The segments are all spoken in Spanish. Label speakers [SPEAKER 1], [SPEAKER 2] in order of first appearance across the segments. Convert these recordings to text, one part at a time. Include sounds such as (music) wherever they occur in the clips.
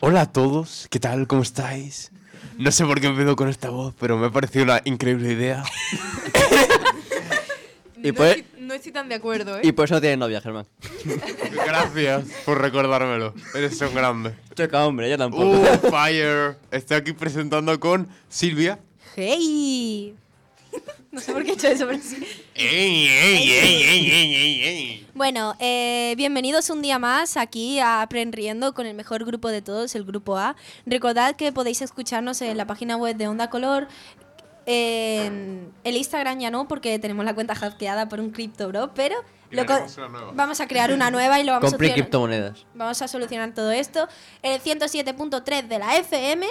[SPEAKER 1] Hola a todos, ¿qué tal? ¿Cómo estáis? No sé por qué empezó con esta voz, pero me ha parecido una increíble
[SPEAKER 2] (laughs)
[SPEAKER 1] idea.
[SPEAKER 3] Y
[SPEAKER 2] no,
[SPEAKER 3] pues-
[SPEAKER 2] estoy, no estoy tan de acuerdo, ¿eh?
[SPEAKER 3] Y por eso no tienes novia, Germán.
[SPEAKER 1] (laughs) Gracias por recordármelo. Eres un grande.
[SPEAKER 3] Choca, hombre, yo tampoco.
[SPEAKER 1] ¡Uh,
[SPEAKER 3] (laughs)
[SPEAKER 1] fire! Estoy aquí presentando con Silvia.
[SPEAKER 4] ¡Hey! (laughs) No sé por qué he hecho eso, pero sí.
[SPEAKER 1] ¡Ey, ey, ey, ey, ey, ey, ey!
[SPEAKER 4] Bueno, eh, bienvenidos un día más aquí a Aprendiendo con el mejor grupo de todos, el Grupo A. Recordad que podéis escucharnos en la página web de Onda Color. En el Instagram ya no, porque tenemos la cuenta hackeada por un cripto bro, pero
[SPEAKER 1] Y
[SPEAKER 4] lo co-
[SPEAKER 1] haremos una nueva.
[SPEAKER 4] vamos a crear una nueva y lo vamos a
[SPEAKER 3] Compré
[SPEAKER 4] solucionar.
[SPEAKER 3] criptomonedas.
[SPEAKER 4] Vamos a solucionar todo esto. El 107.3 de la FM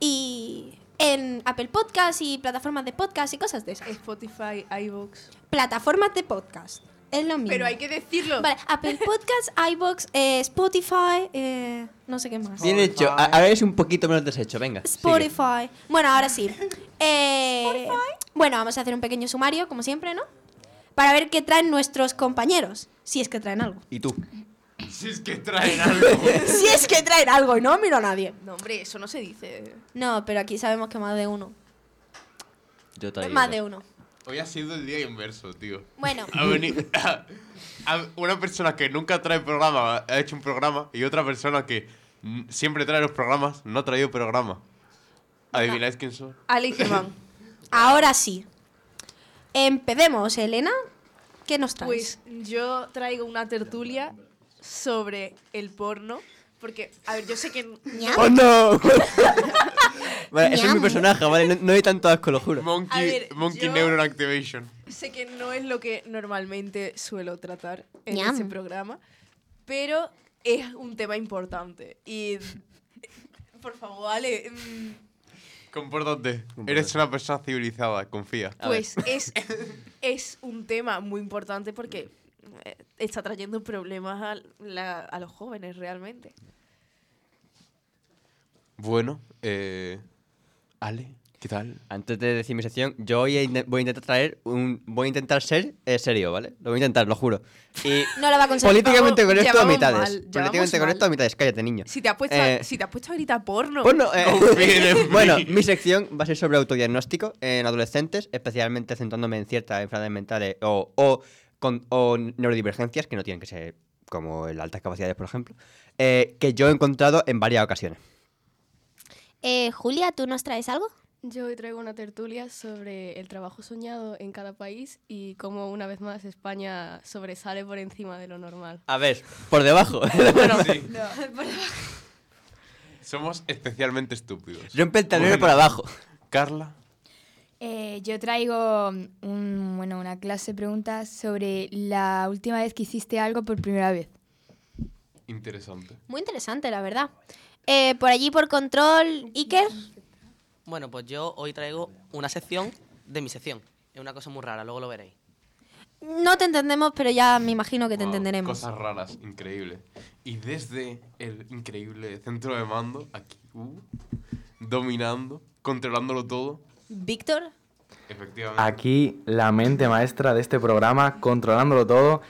[SPEAKER 4] y en Apple Podcast y plataformas de podcast y cosas de esas.
[SPEAKER 2] Spotify, iVoox.
[SPEAKER 4] Plataformas de podcast. Es lo mismo.
[SPEAKER 2] Pero hay que decirlo.
[SPEAKER 4] Vale,
[SPEAKER 2] (laughs)
[SPEAKER 4] Apple Podcast, iBox, Spotify, eh, no sé qué más.
[SPEAKER 3] Bien hecho. A, a ver si un poquito menos deshecho, venga. sigue.
[SPEAKER 4] Spotify. Bueno, ahora
[SPEAKER 2] (laughs)
[SPEAKER 4] sí. Eh, Bueno, vamos a hacer un pequeño sumario, como siempre, ¿no? Para ver qué traen nuestros compañeros. Si es que traen algo.
[SPEAKER 3] ¿Y tú?
[SPEAKER 1] Si es que traen algo.
[SPEAKER 4] (laughs) si es que traen algo y no miro a nadie.
[SPEAKER 2] No, hombre, eso no se dice.
[SPEAKER 4] No, pero aquí sabemos que más de uno.
[SPEAKER 3] Yo traigo.
[SPEAKER 4] más de uno.
[SPEAKER 1] Hoy ha sido el día inverso, tío.
[SPEAKER 4] Bueno,
[SPEAKER 1] Ha (laughs) venido. a- una persona que nunca trae programa ha hecho un programa y otra persona que mm, siempre trae los programas no ha traído programa. ¿Adivináis quién son?
[SPEAKER 2] Alex Germán.
[SPEAKER 4] ahora sí. Empecemos, Elena. ¿Qué nos traes?
[SPEAKER 2] Pues yo traigo una tertulia sobre el porno. Porque, a ver, yo sé que.
[SPEAKER 4] Ñam.
[SPEAKER 3] ¡Oh,
[SPEAKER 2] (laughs)
[SPEAKER 3] no! vale, ese es mi
[SPEAKER 4] Ñam.
[SPEAKER 3] personaje, vale. No, no hay tanto asco, lo juro.
[SPEAKER 1] Monkey,
[SPEAKER 2] ver,
[SPEAKER 1] Monkey
[SPEAKER 2] yo-
[SPEAKER 1] Neuron Activation.
[SPEAKER 2] Sé que no es lo que normalmente suelo tratar en
[SPEAKER 4] Ñam.
[SPEAKER 2] este programa, pero es un tema importante. Y. Por favor, Ale. mm,
[SPEAKER 1] Compórtate. Eres una persona civilizada, confía.
[SPEAKER 3] A ver.
[SPEAKER 2] Pues es, es un tema muy importante porque eh, está trayendo problemas a, la- a los jóvenes realmente.
[SPEAKER 1] Bueno, eh. Ale, ¿qué tal?
[SPEAKER 3] Antes de decir mi sección, yo hoy he inte- voy a intentar traer un. Voy a intentar ser eh, serio, ¿vale? Lo voy a intentar, lo juro. Y
[SPEAKER 4] No la va a conseguir.
[SPEAKER 3] políticamente
[SPEAKER 2] Vamos-
[SPEAKER 3] correcto
[SPEAKER 2] ya
[SPEAKER 3] a
[SPEAKER 2] vamos
[SPEAKER 3] mitades.
[SPEAKER 2] mal, ya
[SPEAKER 3] políticamente
[SPEAKER 2] vamos
[SPEAKER 3] correcto
[SPEAKER 2] mal.
[SPEAKER 3] a mitades, cállate, niño.
[SPEAKER 2] Si te has puesto,
[SPEAKER 3] Eh,
[SPEAKER 2] a, si te has puesto a gritar porno.
[SPEAKER 3] Bueno, eh,
[SPEAKER 2] (laughs)
[SPEAKER 1] Confíen
[SPEAKER 3] (laughs)
[SPEAKER 1] en mí.
[SPEAKER 3] bueno, mi sección va a ser sobre autodiagnóstico en adolescentes, especialmente centrándome en ciertas enfermedades mentales eh, o, o, con- o neurodivergencias, que no tienen que ser como el altas capacidades, por ejemplo, eh, que yo he encontrado en varias ocasiones.
[SPEAKER 4] Eh, Julia, ¿tú nos traes algo?
[SPEAKER 5] Yo hoy traigo una tertulia sobre el trabajo soñado en cada país y cómo una vez más España sobresale por encima de lo normal.
[SPEAKER 3] A ver, (laughs) por
[SPEAKER 5] (laughs)
[SPEAKER 3] debajo.
[SPEAKER 1] Somos especialmente estúpidos.
[SPEAKER 3] Rompe el tablero
[SPEAKER 1] Bueno.
[SPEAKER 3] por abajo.
[SPEAKER 1] Carla.
[SPEAKER 6] Eh, yo traigo mm, un, bueno, una clase de preguntas sobre la última vez que hiciste algo por primera vez.
[SPEAKER 1] Interesante.
[SPEAKER 4] Muy interesante, la verdad. Eh, por allí, por control, Iker.
[SPEAKER 7] Bueno, pues yo hoy traigo una sección de mi sección. Es una cosa muy rara, luego lo veréis.
[SPEAKER 4] No te entendemos, pero ya me imagino que te
[SPEAKER 1] Wow,
[SPEAKER 4] entenderemos.
[SPEAKER 1] Cosas raras, increíble. Y desde el increíble centro de mando, aquí, uh, dominando, controlándolo todo,
[SPEAKER 4] Víctor,
[SPEAKER 1] efectivamente.
[SPEAKER 8] Aquí la mente maestra de este programa, controlándolo todo.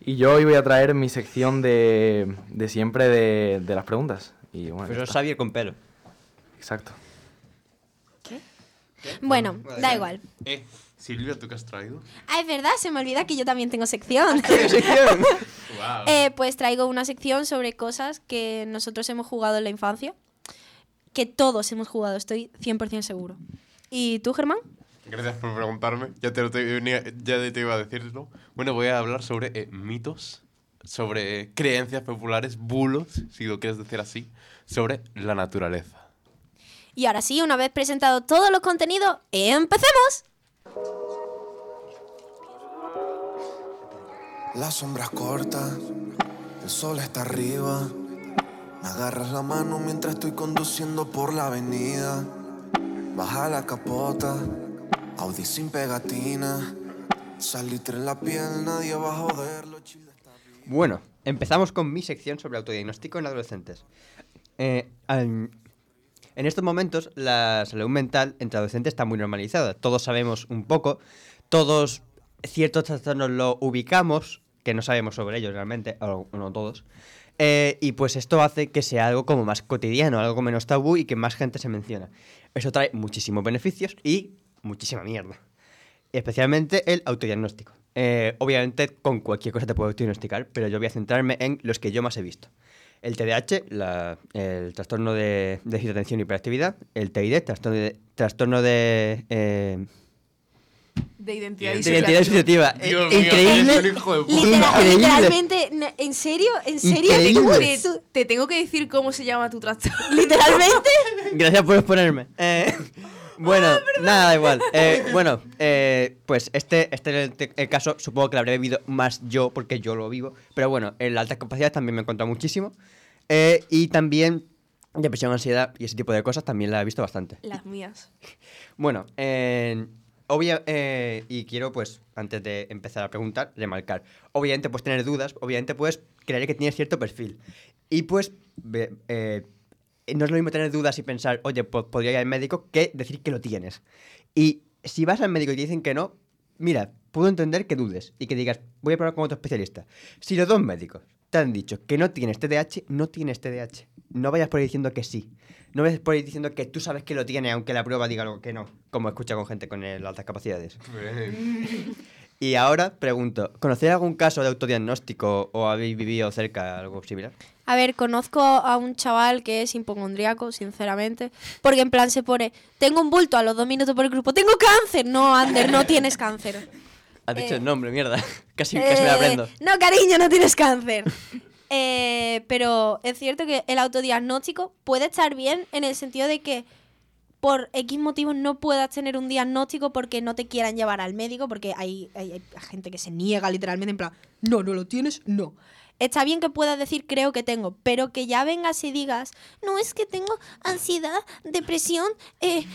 [SPEAKER 8] Y yo hoy voy a traer mi sección de, de siempre de, de las preguntas. Y bueno, ya
[SPEAKER 3] Pero
[SPEAKER 8] está.
[SPEAKER 3] sabio con pelo.
[SPEAKER 8] exacto.
[SPEAKER 4] bueno, da igual.
[SPEAKER 1] Eh, Silvia, ¿tú qué has traído?
[SPEAKER 4] Ah, es verdad, se me olvida que yo también Ah, tengo sección.
[SPEAKER 1] Wow.
[SPEAKER 4] (laughs) Eh, pues traigo una sección sobre cosas que nosotros hemos jugado en la infancia, que todos hemos jugado, estoy 100% seguro. ¿Y tú, Germán?
[SPEAKER 1] Gracias por preguntarme. Ya te, lo te- venía- ya te iba a decirlo. Bueno, voy a hablar sobre eh, mitos, sobre eh, creencias populares, bulos, si lo quieres decir así, sobre la naturaleza.
[SPEAKER 4] Y ahora sí, una vez presentado todos los contenidos, empecemos.
[SPEAKER 9] Las sombras cortas, el sol está arriba. Me agarras la mano mientras estoy conduciendo por la avenida. Baja la capota, Audi sin pegatina. Salitre en la piel, nadie va a joder lo chido está bien.
[SPEAKER 3] Bueno, empezamos con mi sección sobre autodiagnóstico en adolescentes. Eh, al- en estos momentos, la salud mental entre adolescentes está muy normalizada. Todos sabemos un poco, todos ciertos trastornos lo ubicamos, que no sabemos sobre ellos realmente, o no todos. Eh, y pues esto hace que sea algo como más cotidiano, algo menos tabú y que más gente se menciona. Eso trae muchísimos beneficios y muchísima mierda. Especialmente el autodiagnóstico. Eh, obviamente con cualquier cosa te puedo diagnosticar, pero yo voy a centrarme en los que yo más he visto. El TDAH, la- el trastorno de déficit de atención y hiperactividad, el TID, trastorno de, trastorno de eh,
[SPEAKER 2] De identidad
[SPEAKER 1] De
[SPEAKER 3] de identidad disociativa.
[SPEAKER 1] Dios
[SPEAKER 3] Eh,
[SPEAKER 1] mío,
[SPEAKER 3] increíble.
[SPEAKER 1] es un hijo de puta.
[SPEAKER 4] Literal-
[SPEAKER 3] Increíble.
[SPEAKER 4] literalmente, na- ¿en serio? ¿En serio?
[SPEAKER 3] Increíble.
[SPEAKER 4] ¿Tú-
[SPEAKER 2] Te,
[SPEAKER 3] Increíble.
[SPEAKER 4] tú-
[SPEAKER 2] te tengo que decir cómo se llama tu trastorno.
[SPEAKER 3] (laughs)
[SPEAKER 4] ¿Literalmente?
[SPEAKER 3] Gracias por exponerme. Eh, (laughs) bueno, nada, da igual. Eh, bueno, eh, pues este, este es el, el caso, supongo que lo habré vivido más yo porque yo lo vivo. Pero bueno, en las altas capacidades también me he encontrado muchísimo. Eh, y también depresión, ansiedad y ese tipo de cosas también la he visto bastante.
[SPEAKER 2] Las mías.
[SPEAKER 3] Bueno, eh, obvia- eh, y quiero pues, antes de empezar a preguntar, remarcar. Obviamente puedes tener dudas, obviamente puedes creer que tienes cierto perfil. Y pues, ve- eh, no es lo mismo tener dudas y pensar, oye, po- podría ir al médico, que decir que lo tienes. Y si vas al médico y te dicen que no, mira, puedo entender que dudes y que digas, voy a probar con otro especialista. Si los dos médicos te han dicho que no tienes TDAH, no tienes TDAH. No vayas por ahí diciendo que sí. No vayas por ahí diciendo que tú sabes que lo tienes, aunque la prueba diga algo que no, como escucha con gente con eh, altas capacidades. Y ahora pregunto, ¿conocéis algún caso de autodiagnóstico o habéis vivido cerca algo similar?
[SPEAKER 4] A ver, conozco a un chaval que es hipocondriaco, sinceramente, porque en plan se pone, tengo un bulto a los dos minutos por el grupo, tengo cáncer. No, Ander, no tienes cáncer.
[SPEAKER 3] Has dicho
[SPEAKER 4] Eh,
[SPEAKER 3] el nombre, mierda. (laughs) Casi, casi me lo
[SPEAKER 4] Eh,
[SPEAKER 3] aprendo.
[SPEAKER 4] No, cariño, no tienes cáncer. (laughs) Eh, pero es cierto que el autodiagnóstico puede estar bien en el sentido de que por X motivos no puedas tener un diagnóstico porque no te quieran llevar al médico, porque hay, hay- hay gente que se niega literalmente en plan, no, no lo tienes, no. Está bien que puedas decir creo que tengo, pero que ya vengas y digas, no es que tengo ansiedad, depresión, eh,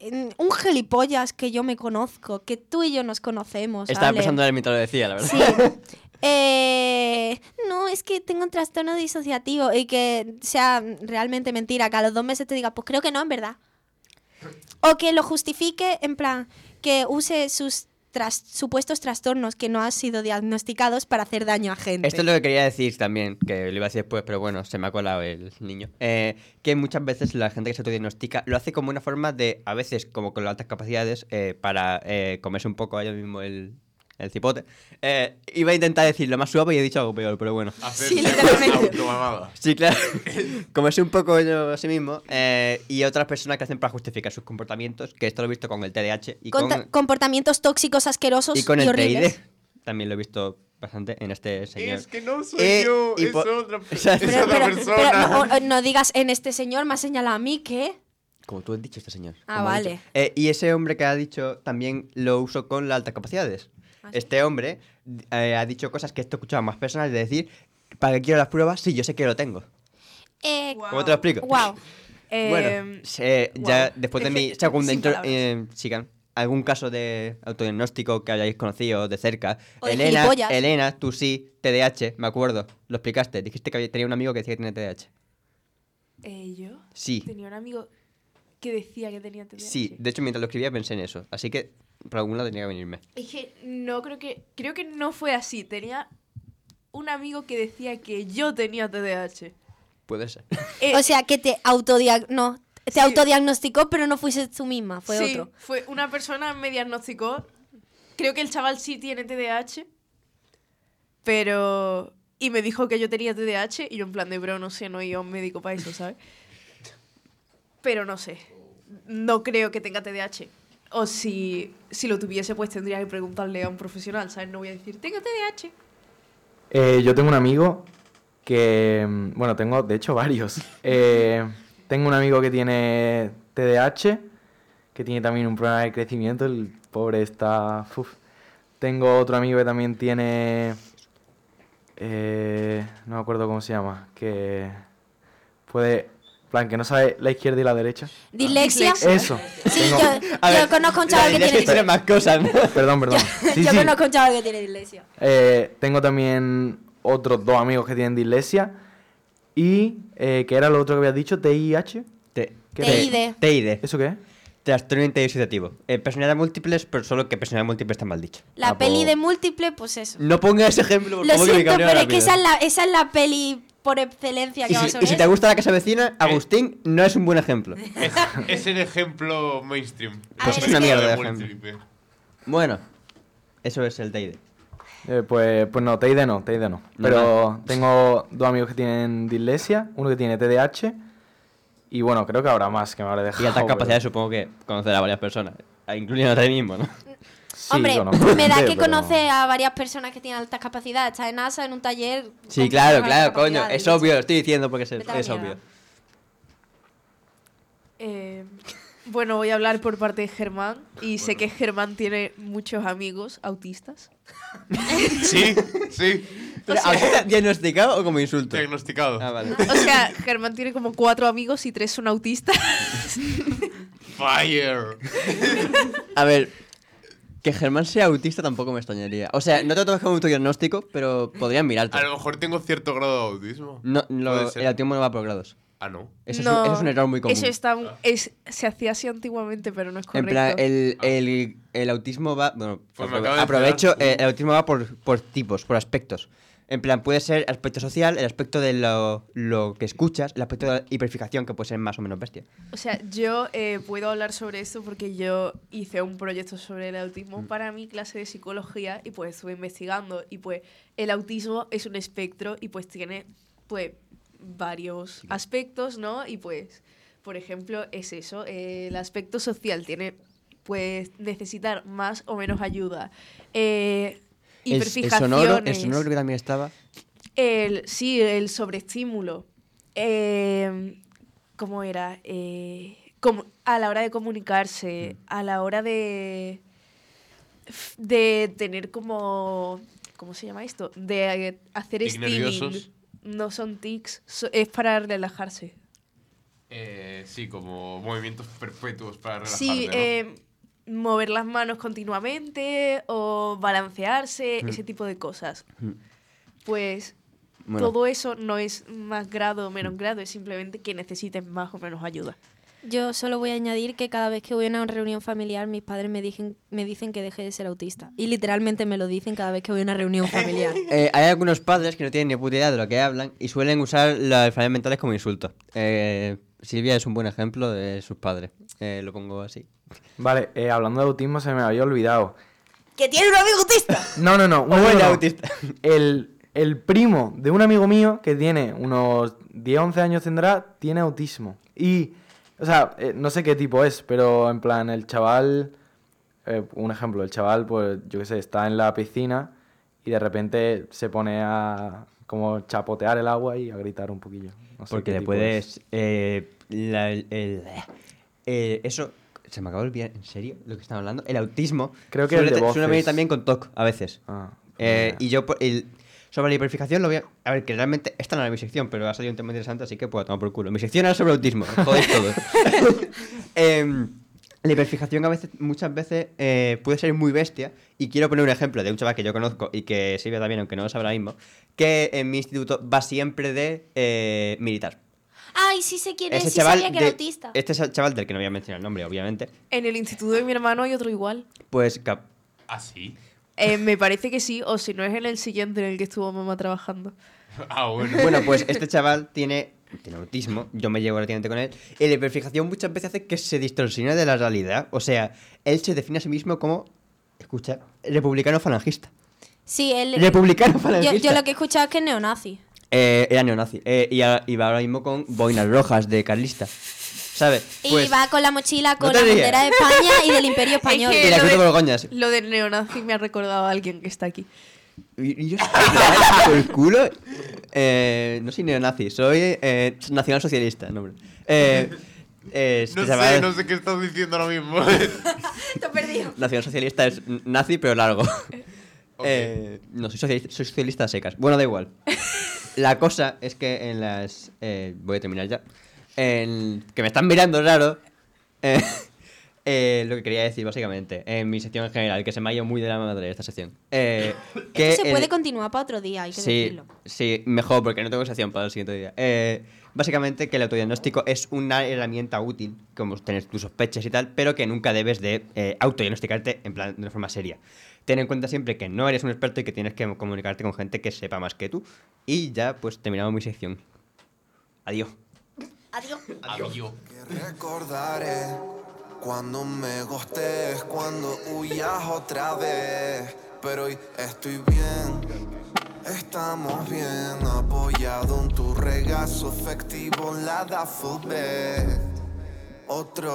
[SPEAKER 4] en- un gilipollas que yo me conozco, que tú y yo nos conocemos.
[SPEAKER 3] Estaba
[SPEAKER 4] Ale".
[SPEAKER 3] pensando en él mientras lo decía, la verdad.
[SPEAKER 4] Sí. Eh, no, es que tengo un trastorno disociativo y que sea realmente mentira, que a los dos meses te diga, pues creo que no, en verdad. O que lo justifique en plan, que use sus tras- supuestos trastornos que no han sido diagnosticados para hacer daño a gente.
[SPEAKER 3] Esto es lo que quería decir también, que lo iba a decir después, pero bueno, se me ha colado el niño. Eh, que muchas veces la gente que se autodiagnostica lo hace como una forma de, a veces, como con las altas capacidades, eh, para eh, comerse un poco a ellos mismos el, el cipote. Eh, iba a intentar decirlo más suave y he dicho algo peor, pero bueno.
[SPEAKER 1] (laughs)
[SPEAKER 2] Sí, literalmente.
[SPEAKER 1] Automamada.
[SPEAKER 3] Sí, claro. (laughs) Comerse un poco ellos a sí mismo eh, y otras personas que hacen para justificar sus comportamientos, que esto lo he visto con el TDAH y
[SPEAKER 4] Conta-
[SPEAKER 3] con,
[SPEAKER 4] comportamientos tóxicos, asquerosos
[SPEAKER 3] y
[SPEAKER 4] y,
[SPEAKER 3] con el TID.
[SPEAKER 4] horribles.
[SPEAKER 3] E. También lo he visto bastante en este señor.
[SPEAKER 1] Es que no soy
[SPEAKER 3] Eh,
[SPEAKER 1] yo,
[SPEAKER 3] y
[SPEAKER 1] es
[SPEAKER 3] po- (laughs)
[SPEAKER 1] otra,
[SPEAKER 3] o sea,
[SPEAKER 1] es
[SPEAKER 4] Pero,
[SPEAKER 1] otra
[SPEAKER 4] pero-
[SPEAKER 1] persona.
[SPEAKER 4] pero no, o- o no digas en este señor, me ha señalado a mí que...
[SPEAKER 3] Como tú has dicho, este señor.
[SPEAKER 4] Ah,
[SPEAKER 3] como ha
[SPEAKER 4] vale.
[SPEAKER 3] dicho. Eh, y ese hombre que ha dicho también lo uso con las altas capacidades.
[SPEAKER 4] Ah, sí.
[SPEAKER 3] Este hombre eh, ha dicho cosas que esto escuchaba más personas de decir, ¿para qué quiero las pruebas si yo sé que lo tengo?
[SPEAKER 4] Eh,
[SPEAKER 3] ¿Cómo te lo explico?
[SPEAKER 4] wow.
[SPEAKER 3] bueno,
[SPEAKER 4] Em,
[SPEAKER 2] Eh,
[SPEAKER 3] se- ya
[SPEAKER 2] guau.
[SPEAKER 3] después
[SPEAKER 4] (laughs)
[SPEAKER 3] de
[SPEAKER 2] Es
[SPEAKER 3] mi
[SPEAKER 2] que-
[SPEAKER 3] segunda
[SPEAKER 2] sin
[SPEAKER 3] intro,
[SPEAKER 2] palabras.
[SPEAKER 3] eh, sigan. ¿Algún caso de autodiagnóstico que hayáis conocido de cerca?
[SPEAKER 4] O de
[SPEAKER 3] Elena,
[SPEAKER 4] gilipollas.
[SPEAKER 3] Elena, tú sí, TDAH, me acuerdo. Lo explicaste. Dijiste que había- tenía un amigo que decía que tenía TDAH.
[SPEAKER 2] eh, yo
[SPEAKER 3] Sí,
[SPEAKER 2] tenía un amigo que decía que tenía TDAH.
[SPEAKER 3] sí. De hecho, mientras lo escribía pensé en eso. Así que por algún lado tenía que venirme.
[SPEAKER 2] Es que no creo que. Creo que no fue así. Tenía un amigo que decía que yo tenía TDAH.
[SPEAKER 3] Puede ser.
[SPEAKER 2] Eh,
[SPEAKER 4] O sea, que te autodiag no, te
[SPEAKER 2] Sí.
[SPEAKER 4] autodiagnosticó, pero no fuiste tú misma, fue
[SPEAKER 2] sí,
[SPEAKER 4] otro.
[SPEAKER 2] Fue una persona me diagnosticó. Creo que el chaval sí tiene TDAH. Pero. Y me dijo que yo tenía TDAH. Y yo, en plan de bro, no sé, no he ido a un médico para eso, ¿sabes? Pero no sé. No creo que tenga TDAH. O si, si lo tuviese, pues tendría que preguntarle a un profesional, ¿sabes? No voy a decir, tengo TDAH.
[SPEAKER 8] Eh, yo tengo un amigo que, mm, bueno, tengo de hecho (laughs) varios. Eh, tengo un amigo que tiene TDAH, que tiene también un problema de crecimiento, el pobre está... uf. Tengo otro amigo que también tiene... eh, no me acuerdo cómo se llama, que puede... en plan, que no sabe la izquierda y la derecha.
[SPEAKER 4] Dislexia.
[SPEAKER 2] Dislexia.
[SPEAKER 8] Eso.
[SPEAKER 4] Sí,
[SPEAKER 8] tengo-
[SPEAKER 4] yo,
[SPEAKER 3] A
[SPEAKER 4] yo
[SPEAKER 3] ver,
[SPEAKER 4] conozco a un
[SPEAKER 3] la
[SPEAKER 4] chaval que
[SPEAKER 3] idea es
[SPEAKER 4] tiene dislexia.
[SPEAKER 3] más cosas, ¿no?
[SPEAKER 8] Perdón, perdón.
[SPEAKER 4] (laughs)
[SPEAKER 8] Sí,
[SPEAKER 4] yo
[SPEAKER 8] sí.
[SPEAKER 4] conozco a un chaval que tiene dislexia.
[SPEAKER 8] Eh, tengo también otros dos amigos que tienen dislexia. Y eh, que era lo otro que habías dicho, TIH.
[SPEAKER 3] Te-
[SPEAKER 8] ¿Qué
[SPEAKER 4] TID.
[SPEAKER 3] TID.
[SPEAKER 8] ¿Eso qué es?
[SPEAKER 3] Trastorno interdisociativo. Eh, personalidad múltiples, pero solo que personalidad múltiple está mal dicho.
[SPEAKER 4] La
[SPEAKER 3] Ah,
[SPEAKER 4] peli
[SPEAKER 3] pues-
[SPEAKER 4] de múltiple, pues eso.
[SPEAKER 3] No pongas ese ejemplo, por
[SPEAKER 4] Lo
[SPEAKER 3] favor, que me
[SPEAKER 4] siento,
[SPEAKER 3] cabrea
[SPEAKER 4] pero
[SPEAKER 3] la
[SPEAKER 4] es que
[SPEAKER 3] vida.
[SPEAKER 4] esa es la, esa es la peli por excelencia que
[SPEAKER 3] Y
[SPEAKER 4] ¿eh? va
[SPEAKER 3] si,
[SPEAKER 4] sobre
[SPEAKER 3] y si te
[SPEAKER 4] eso.
[SPEAKER 3] gusta la casa vecina, Agustín no es un buen (laughs) ejemplo.
[SPEAKER 1] Es, es el ejemplo mainstream. eh.
[SPEAKER 4] A ver,
[SPEAKER 3] es una
[SPEAKER 1] Pues De
[SPEAKER 3] mierda de
[SPEAKER 1] múltiple.
[SPEAKER 3] Bueno, eso es el Teide.
[SPEAKER 8] Eh, pues, pues no, TID no, TID no.
[SPEAKER 3] No,
[SPEAKER 8] Pero tengo dos amigos que tienen dislexia, uno que tiene TDAH y bueno, creo que habrá más que me habré dejado.
[SPEAKER 3] Y altas
[SPEAKER 8] pero-
[SPEAKER 3] capacidades supongo que conocerá a varias personas, incluyendo a ti mismo, ¿no?
[SPEAKER 8] Sí,
[SPEAKER 4] Hombre,
[SPEAKER 8] conozco
[SPEAKER 4] me da
[SPEAKER 8] gente,
[SPEAKER 4] que
[SPEAKER 8] (laughs) pero-
[SPEAKER 4] conoce a varias personas que tienen altas capacidades. Está en NASA, en un taller.
[SPEAKER 3] Sí,
[SPEAKER 4] con
[SPEAKER 3] claro,
[SPEAKER 4] personas
[SPEAKER 3] claro,
[SPEAKER 4] con
[SPEAKER 3] coño.
[SPEAKER 4] discapacidades,
[SPEAKER 3] Es obvio,
[SPEAKER 4] bicho.
[SPEAKER 3] lo estoy diciendo porque es,
[SPEAKER 4] Vete a la
[SPEAKER 3] es
[SPEAKER 4] mierda.
[SPEAKER 3] obvio.
[SPEAKER 2] Eh, bueno, voy a hablar por parte de Germán y sé que Germán tiene muchos amigos
[SPEAKER 3] (laughs)
[SPEAKER 2] autistas.
[SPEAKER 1] Sí, sí.
[SPEAKER 3] Pero, ¿autista ¿Diagnosticado o como insulto?
[SPEAKER 1] Diagnosticado.
[SPEAKER 3] Ah, vale.
[SPEAKER 2] O sea, Germán tiene como cuatro amigos y tres son autistas.
[SPEAKER 1] Fire.
[SPEAKER 3] (laughs) A ver, que Germán sea autista tampoco me extrañaría. O sea, no te lo tomes como un diagnóstico, pero podrían mirarte.
[SPEAKER 1] A lo mejor tengo cierto grado de autismo.
[SPEAKER 3] No, lo-
[SPEAKER 1] Ah, Puede ser.
[SPEAKER 3] el autismo no va por grados.
[SPEAKER 1] Ah, no.
[SPEAKER 3] Eso, es,
[SPEAKER 2] No,
[SPEAKER 3] un, eso es un error muy común.
[SPEAKER 2] Eso está, un- es, se hacía así antiguamente, pero no es
[SPEAKER 3] En
[SPEAKER 2] correcto.
[SPEAKER 3] plan, el, el, el autismo va. Bueno,
[SPEAKER 1] Ah. Pues me
[SPEAKER 3] apro-
[SPEAKER 1] acabo de
[SPEAKER 3] aprovecho.
[SPEAKER 1] enterar.
[SPEAKER 3] eh, el autismo va por, por tipos, por aspectos. En plan, puede ser el aspecto social, el aspecto de lo, lo que escuchas, el aspecto de la hiperficación, que puede ser más o menos bestia.
[SPEAKER 2] O sea, yo eh, puedo hablar sobre esto porque yo hice un proyecto sobre el
[SPEAKER 3] Mm.
[SPEAKER 2] autismo para mi clase de psicología y pues estuve investigando y pues el autismo es un espectro y pues tiene pues varios aspectos, ¿no? Y pues, por ejemplo, es eso, eh, el aspecto social tiene pues necesitar más o menos ayuda. Eh,
[SPEAKER 3] Es- El
[SPEAKER 2] hiperfijaciones.
[SPEAKER 3] sonoro, el sonoro creo que también estaba.
[SPEAKER 2] El, sí, el sobreestímulo. Eh, ¿Cómo era? Eh, como- a la hora de comunicarse, a la hora de, de tener como... ¿Cómo se llama esto? De eh, hacer
[SPEAKER 1] Tic
[SPEAKER 2] steaming.
[SPEAKER 1] nerviosos.
[SPEAKER 2] No son tics, so- es para relajarse.
[SPEAKER 1] Eh, sí, como movimientos perpetuos para relajarte,
[SPEAKER 2] Sí,
[SPEAKER 1] ¿no?
[SPEAKER 2] eh, mover las manos continuamente o
[SPEAKER 3] Mm.
[SPEAKER 2] balancearse, ese tipo de cosas. Pues
[SPEAKER 3] Bueno,
[SPEAKER 2] Todo eso no es más grado o menos grado, es simplemente que necesites más o menos ayuda.
[SPEAKER 4] Yo solo voy a añadir que cada vez que voy a una reunión familiar, mis padres me, dijen- me dicen que deje de ser autista. Y literalmente me lo dicen cada vez que voy a una reunión familiar.
[SPEAKER 3] eh, hay algunos padres que no tienen ni puta idea de lo que hablan y suelen usar las enfermedades mentales como insultos. Eh, Silvia es un buen ejemplo de sus padres. Eh, lo pongo así.
[SPEAKER 8] Vale, eh, hablando de autismo se me había olvidado.
[SPEAKER 4] (laughs) ¡Que tiene un amigo autista!
[SPEAKER 8] No, no, no. uno
[SPEAKER 3] O el
[SPEAKER 8] no.
[SPEAKER 3] autista. (laughs)
[SPEAKER 8] El, el primo de un amigo mío que tiene unos 10, 11 años tendrá, tiene autismo. Y, o sea, eh, no sé qué tipo es, pero en plan, el chaval, eh, un ejemplo, el chaval, pues yo qué sé, está en la piscina y de repente se pone a como chapotear el agua y a gritar un poquillo. No sé
[SPEAKER 3] Porque
[SPEAKER 8] qué
[SPEAKER 3] le
[SPEAKER 8] tipo es.
[SPEAKER 3] puedes. eh, la- el- el- eh, eso. Se me acabó de olvidar, ¿en serio? Lo que estaba hablando. El autismo.
[SPEAKER 8] Creo que el
[SPEAKER 3] suele,
[SPEAKER 8] de
[SPEAKER 3] te- suele venir
[SPEAKER 8] voces.
[SPEAKER 3] también con TOC a veces.
[SPEAKER 8] Ah,
[SPEAKER 3] Eh,
[SPEAKER 8] mira.
[SPEAKER 3] y yo, por- el- sobre la hiperficación, lo voy a. A ver, que realmente esta no era mi sección, pero ha salido un tema interesante, así que puedo tomar por culo. Mi sección era sobre autismo, jodéis todo.
[SPEAKER 8] (laughs)
[SPEAKER 3] (laughs) Em, la hiperfijación a veces, muchas veces eh, puede ser muy bestia, y quiero poner un ejemplo de un chaval que yo conozco y que sirve también, aunque no lo sabrá mismo, que en mi instituto va siempre de eh, militar.
[SPEAKER 4] ¡Ay, sí sé quién es!
[SPEAKER 3] Ese
[SPEAKER 4] Sí
[SPEAKER 3] chaval
[SPEAKER 4] sabía que
[SPEAKER 3] de-
[SPEAKER 4] era autista.
[SPEAKER 3] Este es el chaval del que no voy a mencionar el nombre, obviamente.
[SPEAKER 2] En el instituto de mi hermano hay otro igual.
[SPEAKER 3] Pues cap-
[SPEAKER 1] ¿Ah, sí? (laughs)
[SPEAKER 2] Eh, me parece que sí, o si no es en el siguiente en el que estuvo mamá trabajando.
[SPEAKER 1] (laughs) Ah, bueno.
[SPEAKER 3] Bueno, pues este chaval tiene, tiene autismo, yo me llevo relativamente con él, y la hiperfijación muchas veces hace que se distorsione de la realidad. O sea, él se define a sí mismo como, escucha, republicano falangista.
[SPEAKER 4] Sí, él...
[SPEAKER 3] Republicano
[SPEAKER 4] Yo,
[SPEAKER 3] falangista.
[SPEAKER 4] yo lo que he escuchado es que es neonazi.
[SPEAKER 3] Eh, era neonazi. eh, y, a- y va ahora mismo con boinas rojas de carlista. ¿Sabes?
[SPEAKER 4] Y
[SPEAKER 3] Pues,
[SPEAKER 4] va con la mochila con
[SPEAKER 3] te
[SPEAKER 4] la
[SPEAKER 3] rías.
[SPEAKER 4] bandera de España y
[SPEAKER 3] (laughs)
[SPEAKER 4] del Imperio Español.
[SPEAKER 2] (laughs) Es
[SPEAKER 3] Y
[SPEAKER 2] que
[SPEAKER 3] la
[SPEAKER 2] lo
[SPEAKER 3] cruz de
[SPEAKER 2] de-
[SPEAKER 3] Borgoñas.
[SPEAKER 2] Lo del neonazi me ha recordado a alguien que está aquí.
[SPEAKER 3] Y, y yo (laughs) soy por el culo. eh, no soy neonazi, soy eh, nacionalsocialista. No, hombre. Eh, eh,
[SPEAKER 1] (laughs)
[SPEAKER 3] este
[SPEAKER 1] no sé,
[SPEAKER 3] chaval-
[SPEAKER 1] no sé qué estás diciendo ahora mismo.
[SPEAKER 3] (laughs)
[SPEAKER 2] (laughs)
[SPEAKER 4] Te he perdido.
[SPEAKER 3] Nación socialista es nazi, pero largo.
[SPEAKER 1] Ok.
[SPEAKER 3] Eh, no, soy socialista, soy socialista a secas. Bueno, da
[SPEAKER 4] (laughs)
[SPEAKER 3] igual. La cosa es que en las. eh, (laughs) voy a terminar ya. En- que me están mirando raro. eh, eh, lo que quería decir básicamente, en mi sección en general, que se me ha ido muy de la madre esta sección. eh, que
[SPEAKER 4] Esto se puede
[SPEAKER 3] el-
[SPEAKER 4] continuar para otro día, hay que
[SPEAKER 3] Sí,
[SPEAKER 4] decirlo.
[SPEAKER 3] sí, mejor porque no tengo sección para el siguiente día. Eh, básicamente que el autodiagnóstico es una herramienta útil, como tener tus sospechas y tal, pero que nunca debes de eh, autodiagnosticarte en plan de una forma seria. Ten en cuenta siempre que no eres un experto y que tienes que comunicarte con gente que sepa más que tú. Y ya pues terminamos mi sección. Adiós.
[SPEAKER 4] Adiós.
[SPEAKER 9] que recordaré cuando me gostes, cuando huyas otra vez. Pero hoy estoy bien, estamos bien, apoyado en tu regazo efectivo, la da fútbol. Otro.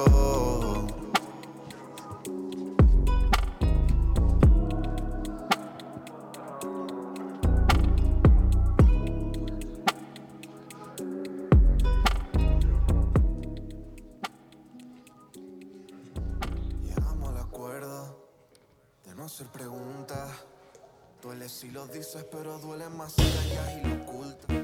[SPEAKER 9] Llegamos al acuerdo de no hacer preguntas. Duele si lo dices, pero duele más si callas y lo ocultas.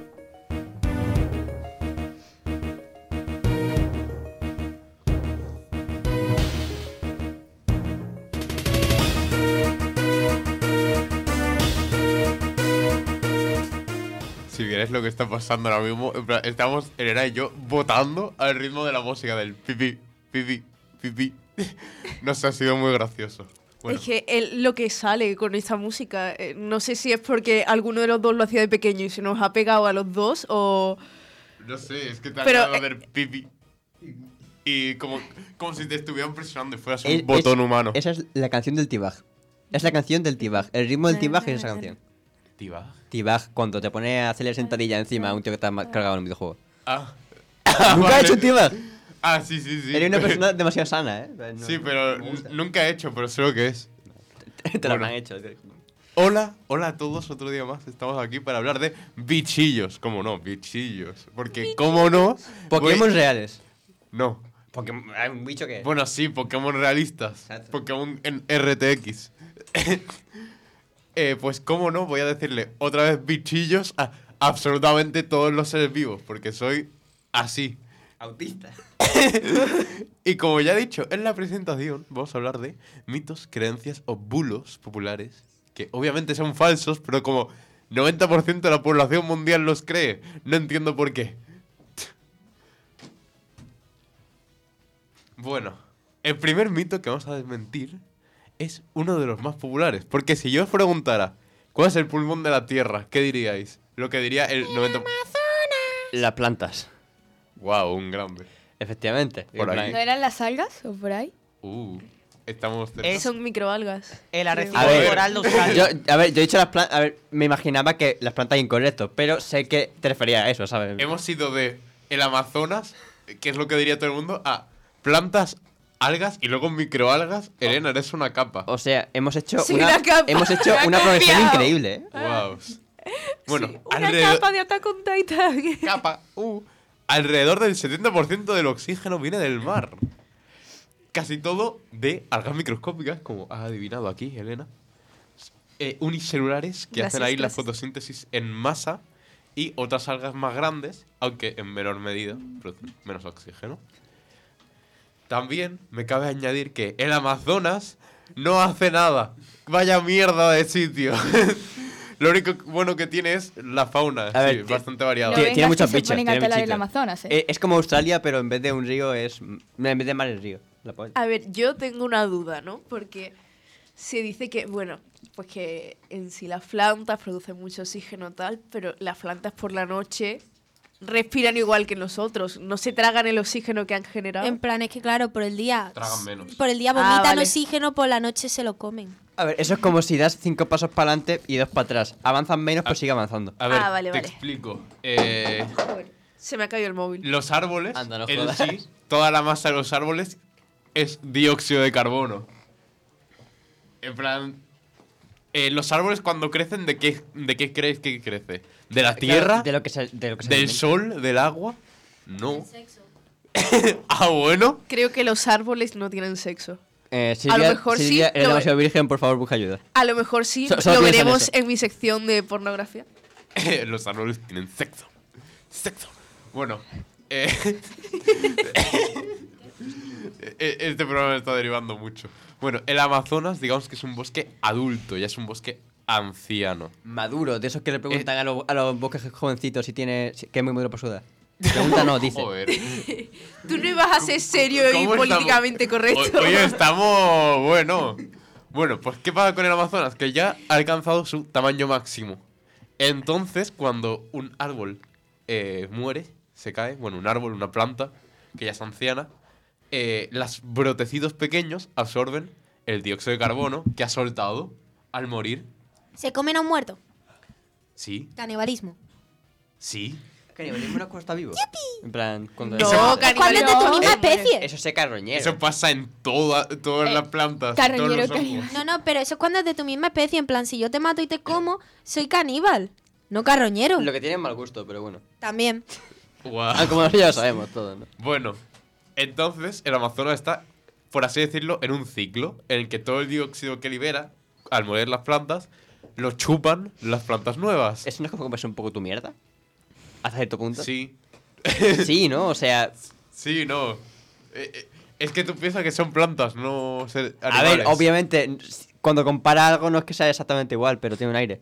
[SPEAKER 1] Si vieres lo que está pasando ahora mismo, en plan, estamos Elena y yo votando al ritmo de la música del pipi, pipi, pipi. (laughs) No sé, ha sido muy gracioso. Bueno,
[SPEAKER 2] Es que el- lo que sale con esta música, eh, no sé si es porque alguno de los dos lo hacía de pequeño y se nos ha pegado a los dos o...
[SPEAKER 1] no sé, es que te ha
[SPEAKER 2] Pero,
[SPEAKER 1] quedado
[SPEAKER 2] eh,
[SPEAKER 1] del pipi. Y como, como si te estuvieran presionando, fueras
[SPEAKER 3] Es-
[SPEAKER 1] un botón
[SPEAKER 3] es-
[SPEAKER 1] humano.
[SPEAKER 3] Esa es la canción del Tibaj. Es la canción del Tibaj. El ritmo del Tibaj es esa canción.
[SPEAKER 1] ¿Activa?
[SPEAKER 3] Tibaj, cuando te pone a hacerle sentadilla encima a un tío que está ma- cargado en un videojuego.
[SPEAKER 1] Ah.
[SPEAKER 3] ¡Nunca
[SPEAKER 1] (laughs)
[SPEAKER 3] he
[SPEAKER 1] Vale.
[SPEAKER 3] hecho un Tibaj!
[SPEAKER 1] Ah, sí, sí, sí.
[SPEAKER 3] Eres
[SPEAKER 1] (laughs)
[SPEAKER 3] una persona demasiado sana, ¿eh? No-
[SPEAKER 1] sí,
[SPEAKER 3] no
[SPEAKER 1] pero
[SPEAKER 3] me gusta.
[SPEAKER 1] nunca he hecho, pero sé lo que es.
[SPEAKER 3] Te lo
[SPEAKER 1] Bueno.
[SPEAKER 3] han hecho. tío.
[SPEAKER 1] Hola, hola a todos, otro día más. Estamos aquí para hablar de bichillos. ¿Cómo no? Bichillos. Porque, ¿cómo no?
[SPEAKER 3] Pokémon
[SPEAKER 1] Voy-
[SPEAKER 3] reales.
[SPEAKER 1] No.
[SPEAKER 3] Hay un bicho que.
[SPEAKER 1] Bueno, sí, Pokémon realistas.
[SPEAKER 3] Exacto.
[SPEAKER 1] Pokémon en RTX. (laughs) Eh, pues, ¿cómo no? Voy a decirle otra vez bichillos a absolutamente todos los seres vivos, porque soy así. (laughs)
[SPEAKER 3] autista.
[SPEAKER 1] Y como ya he dicho en la presentación, vamos a hablar de mitos, creencias o bulos populares, que obviamente son falsos, pero como 90% de la población mundial los cree, no entiendo por qué. Bueno, el primer mito que vamos a desmentir es uno de los más populares, porque si yo os preguntara, ¿cuál es el pulmón de la Tierra? ¿Qué diríais? Lo que diría el 90%...
[SPEAKER 3] Las plantas.
[SPEAKER 1] ¡Wow! Un grande.
[SPEAKER 3] Efectivamente.
[SPEAKER 1] Por
[SPEAKER 3] En
[SPEAKER 1] ahí.
[SPEAKER 6] ¿No
[SPEAKER 3] plan-
[SPEAKER 6] eran las algas o por ahí?
[SPEAKER 1] Uh, estamos cerca.
[SPEAKER 7] Es-
[SPEAKER 2] Son microalgas.
[SPEAKER 7] El
[SPEAKER 3] A
[SPEAKER 7] arrecife
[SPEAKER 3] ver,
[SPEAKER 7] coral de Australia.
[SPEAKER 3] (laughs) yo, a ver, yo he dicho las plantas. A ver, me imaginaba que las plantas incorrectas, pero sé que te refería a eso, ¿sabes?
[SPEAKER 1] Hemos ido de el Amazonas, que es lo que diría todo el mundo, a plantas, algas y luego microalgas. Elena, eres una capa.
[SPEAKER 3] Oh. O sea, hemos hecho
[SPEAKER 2] Sí,
[SPEAKER 3] una,
[SPEAKER 2] la capa.
[SPEAKER 3] hemos hecho
[SPEAKER 2] Ha
[SPEAKER 3] una progresión
[SPEAKER 2] cambiado.
[SPEAKER 3] increíble, ¿eh?
[SPEAKER 1] Wow. Bueno,
[SPEAKER 2] Una
[SPEAKER 1] alrededor,
[SPEAKER 2] capa de Attack on Titan.
[SPEAKER 1] capa, uh, alrededor del 70% del oxígeno viene del mar. Casi todo de algas microscópicas, como has adivinado aquí, Elena. Eh, unicelulares que
[SPEAKER 2] Gracias,
[SPEAKER 1] hacen ahí
[SPEAKER 2] gracias.
[SPEAKER 1] la fotosíntesis en masa y otras algas más grandes, aunque en menor medida, producen menos oxígeno. También me cabe añadir que el Amazonas no hace nada. Vaya mierda de sitio. (laughs) Lo único bueno que tiene es la fauna,
[SPEAKER 3] A
[SPEAKER 1] sí,
[SPEAKER 3] ver, ti-
[SPEAKER 1] bastante variada.
[SPEAKER 6] No
[SPEAKER 3] Tiene-
[SPEAKER 6] vengas
[SPEAKER 3] tiene muchas
[SPEAKER 6] que
[SPEAKER 3] bichas,
[SPEAKER 6] Se ponen a
[SPEAKER 3] tiene
[SPEAKER 6] talar el
[SPEAKER 3] bichitas.
[SPEAKER 6] Amazonas, ¿eh?
[SPEAKER 3] Eh, Es como Australia, pero en vez de un río es. no, En vez de mar es río. La polla.
[SPEAKER 2] A ver, yo tengo una duda, ¿no? Porque se dice que, bueno, pues que en sí las plantas producen mucho oxígeno tal, pero las plantas por la noche respiran igual que nosotros, no se tragan el oxígeno que han generado.
[SPEAKER 4] En plan, es que claro, por el día.
[SPEAKER 1] Tragan menos.
[SPEAKER 4] Por el día
[SPEAKER 2] Ah,
[SPEAKER 4] vomitan
[SPEAKER 2] vale.
[SPEAKER 4] oxígeno, por la noche se lo comen.
[SPEAKER 3] A ver, eso es como si das cinco pasos para adelante y dos para atrás. Avanzan menos, pero
[SPEAKER 1] Ah.
[SPEAKER 3] sigue avanzando.
[SPEAKER 1] A ver,
[SPEAKER 2] Ah, vale,
[SPEAKER 1] te
[SPEAKER 2] vale.
[SPEAKER 1] explico. Eh,
[SPEAKER 2] Se me ha caído el móvil.
[SPEAKER 1] los árboles,
[SPEAKER 3] Anda, no
[SPEAKER 1] en
[SPEAKER 3] jodas.
[SPEAKER 1] sí, toda la masa de los árboles es dióxido de carbono. En plan, eh, los árboles cuando crecen, ¿de qué, de qué crees que crece? ¿De la tierra?
[SPEAKER 3] Claro, de lo que se, de lo que se
[SPEAKER 1] ¿Del
[SPEAKER 3] alimenta.
[SPEAKER 1] sol? ¿Del agua? No. (laughs) ah, bueno. (laughs)
[SPEAKER 2] Creo que los árboles no tienen sexo.
[SPEAKER 3] Eh,
[SPEAKER 2] A lo
[SPEAKER 3] Silvia-
[SPEAKER 2] mejor sí,
[SPEAKER 3] Silvia, eres
[SPEAKER 2] lo-
[SPEAKER 3] demasiado virgen, por favor, busca ayuda.
[SPEAKER 2] A lo mejor sí,
[SPEAKER 3] So- solo
[SPEAKER 2] lo
[SPEAKER 3] piensa en
[SPEAKER 2] veremos
[SPEAKER 3] eso.
[SPEAKER 2] en mi sección de pornografía.
[SPEAKER 1] los árboles tienen sexo. Sexo. Bueno. (laughs) eh, E- Este programa está derivando mucho. Bueno, el Amazonas, digamos que es un bosque adulto, ya es un bosque anciano.
[SPEAKER 3] Maduro, de esos que le preguntan a, los, a los bosques jovencitos si tiene. si- que es muy maduro para su (laughs) edad. Pregunta no, dice.
[SPEAKER 1] Joder.
[SPEAKER 2] Tú no ibas a ser serio y
[SPEAKER 1] ¿Cómo estamos?
[SPEAKER 2] políticamente correcto.
[SPEAKER 1] Hoy, hoy estamos. Bueno. Bueno, pues ¿qué pasa con el Amazonas? Que ya ha alcanzado su tamaño máximo. Entonces, cuando un árbol eh, muere, se cae, bueno, un árbol, una planta, que ya es anciana, eh, las brotecitos pequeños absorben el dióxido de carbono que ha soltado al morir.
[SPEAKER 4] Se comen a un muerto.
[SPEAKER 1] Sí,
[SPEAKER 4] Canibalismo.
[SPEAKER 1] sí.
[SPEAKER 3] Canibalismo no es cuando está vivo. En plan, cuando.
[SPEAKER 2] No,
[SPEAKER 3] eso,
[SPEAKER 2] canibalismo.
[SPEAKER 4] Cuando es de tu
[SPEAKER 6] No.
[SPEAKER 4] misma
[SPEAKER 6] Eh,
[SPEAKER 4] especie.
[SPEAKER 3] eso se carroñero.
[SPEAKER 1] Eso pasa en toda, todas
[SPEAKER 6] Eh,
[SPEAKER 1] las plantas. en
[SPEAKER 6] carroñero,
[SPEAKER 1] todos los
[SPEAKER 6] carroñero.
[SPEAKER 1] hongos.
[SPEAKER 4] No, no, pero eso es cuando es de tu misma especie. En plan, si yo te mato y te como, soy caníbal. No carroñero.
[SPEAKER 3] Lo que tiene es mal gusto, pero bueno. (laughs)
[SPEAKER 4] También.
[SPEAKER 1] Guau.
[SPEAKER 3] Ah, como ya lo sabemos todo, ¿no?
[SPEAKER 1] Bueno, entonces el Amazonas está, por así decirlo, en un ciclo en el que todo el dióxido que libera al mover las plantas lo chupan las plantas nuevas.
[SPEAKER 3] ¿Eso no es como comerse un poco tu mierda? Hasta cierto punto.
[SPEAKER 1] Sí,
[SPEAKER 3] (laughs) Sí, ¿no? O sea.
[SPEAKER 1] sí, no. Eh, eh, es que tú piensas que son plantas, no ser
[SPEAKER 3] A ver,
[SPEAKER 1] animales.
[SPEAKER 3] obviamente, n- cuando compara algo no es que sea exactamente igual, pero tiene un aire.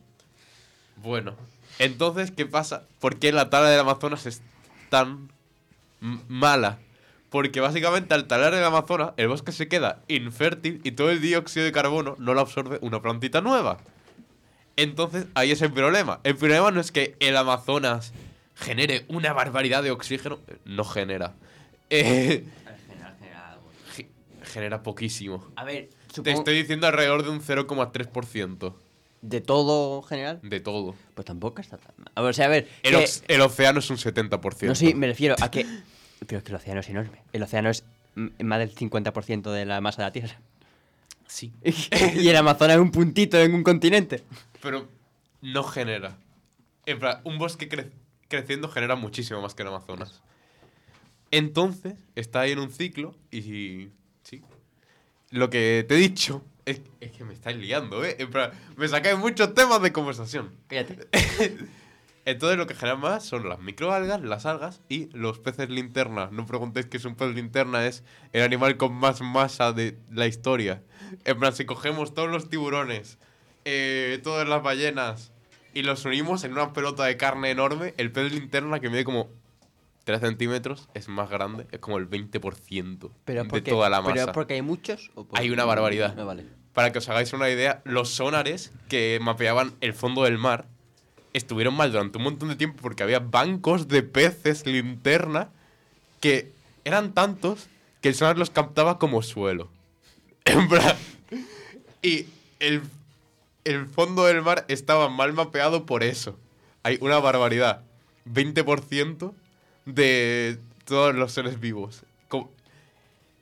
[SPEAKER 1] Bueno, entonces, ¿qué pasa? ¿Por qué la tala del Amazonas es tan m- mala? Porque básicamente al talar el Amazonas, el bosque se queda infértil y todo el dióxido de carbono no lo absorbe una plantita nueva. Entonces, ahí es el problema. El problema no es que el Amazonas genere una barbaridad de oxígeno. eh, No genera. (laughs) Eh, ge- genera poquísimo.
[SPEAKER 3] A ver,
[SPEAKER 1] Te estoy diciendo alrededor de un 0,3%
[SPEAKER 3] de todo general,
[SPEAKER 1] de todo.
[SPEAKER 3] pues tampoco está tan mal. A ver, o sea, a ver,
[SPEAKER 1] El,
[SPEAKER 3] que-
[SPEAKER 1] ox- el océano es un 70%.
[SPEAKER 3] no sí, me refiero a que pero es que el océano es enorme. El océano es mm, más del 50% de la masa de la Tierra.
[SPEAKER 1] Sí.
[SPEAKER 3] (laughs) y el Amazonas es un puntito en un continente.
[SPEAKER 1] (laughs) Pero no genera. En plan, un bosque cre- creciendo genera muchísimo más que el Amazonas. Entonces, está ahí en un ciclo y... Sí. Lo que te he dicho es, es que me estáis liando, ¿eh? En plan, me sacáis muchos temas de conversación.
[SPEAKER 3] Cállate.
[SPEAKER 1] Entonces lo que genera más son las microalgas, las algas y los peces linterna. No preguntéis qué es un pez linterna, es el animal con más masa de la historia. En plan, si cogemos todos los tiburones, eh, todas las ballenas y los unimos en una pelota de carne enorme, el pez linterna que mide como 3 centímetros es más grande, es como el 20%
[SPEAKER 3] Pero es
[SPEAKER 1] de
[SPEAKER 3] porque,
[SPEAKER 1] toda la
[SPEAKER 3] pero es
[SPEAKER 1] masa.
[SPEAKER 3] porque hay muchos o
[SPEAKER 1] Hay una barbaridad.
[SPEAKER 3] No Ah, vale.
[SPEAKER 1] Para que os hagáis una idea, los sonares que mapeaban el fondo del mar estuvieron mal durante un montón de tiempo porque había bancos de peces linterna que eran tantos que el sonar los captaba como suelo. (laughs) En plan. Y el, el fondo del mar estaba mal mapeado por eso. Hay una barbaridad. 20% de todos los seres vivos. Como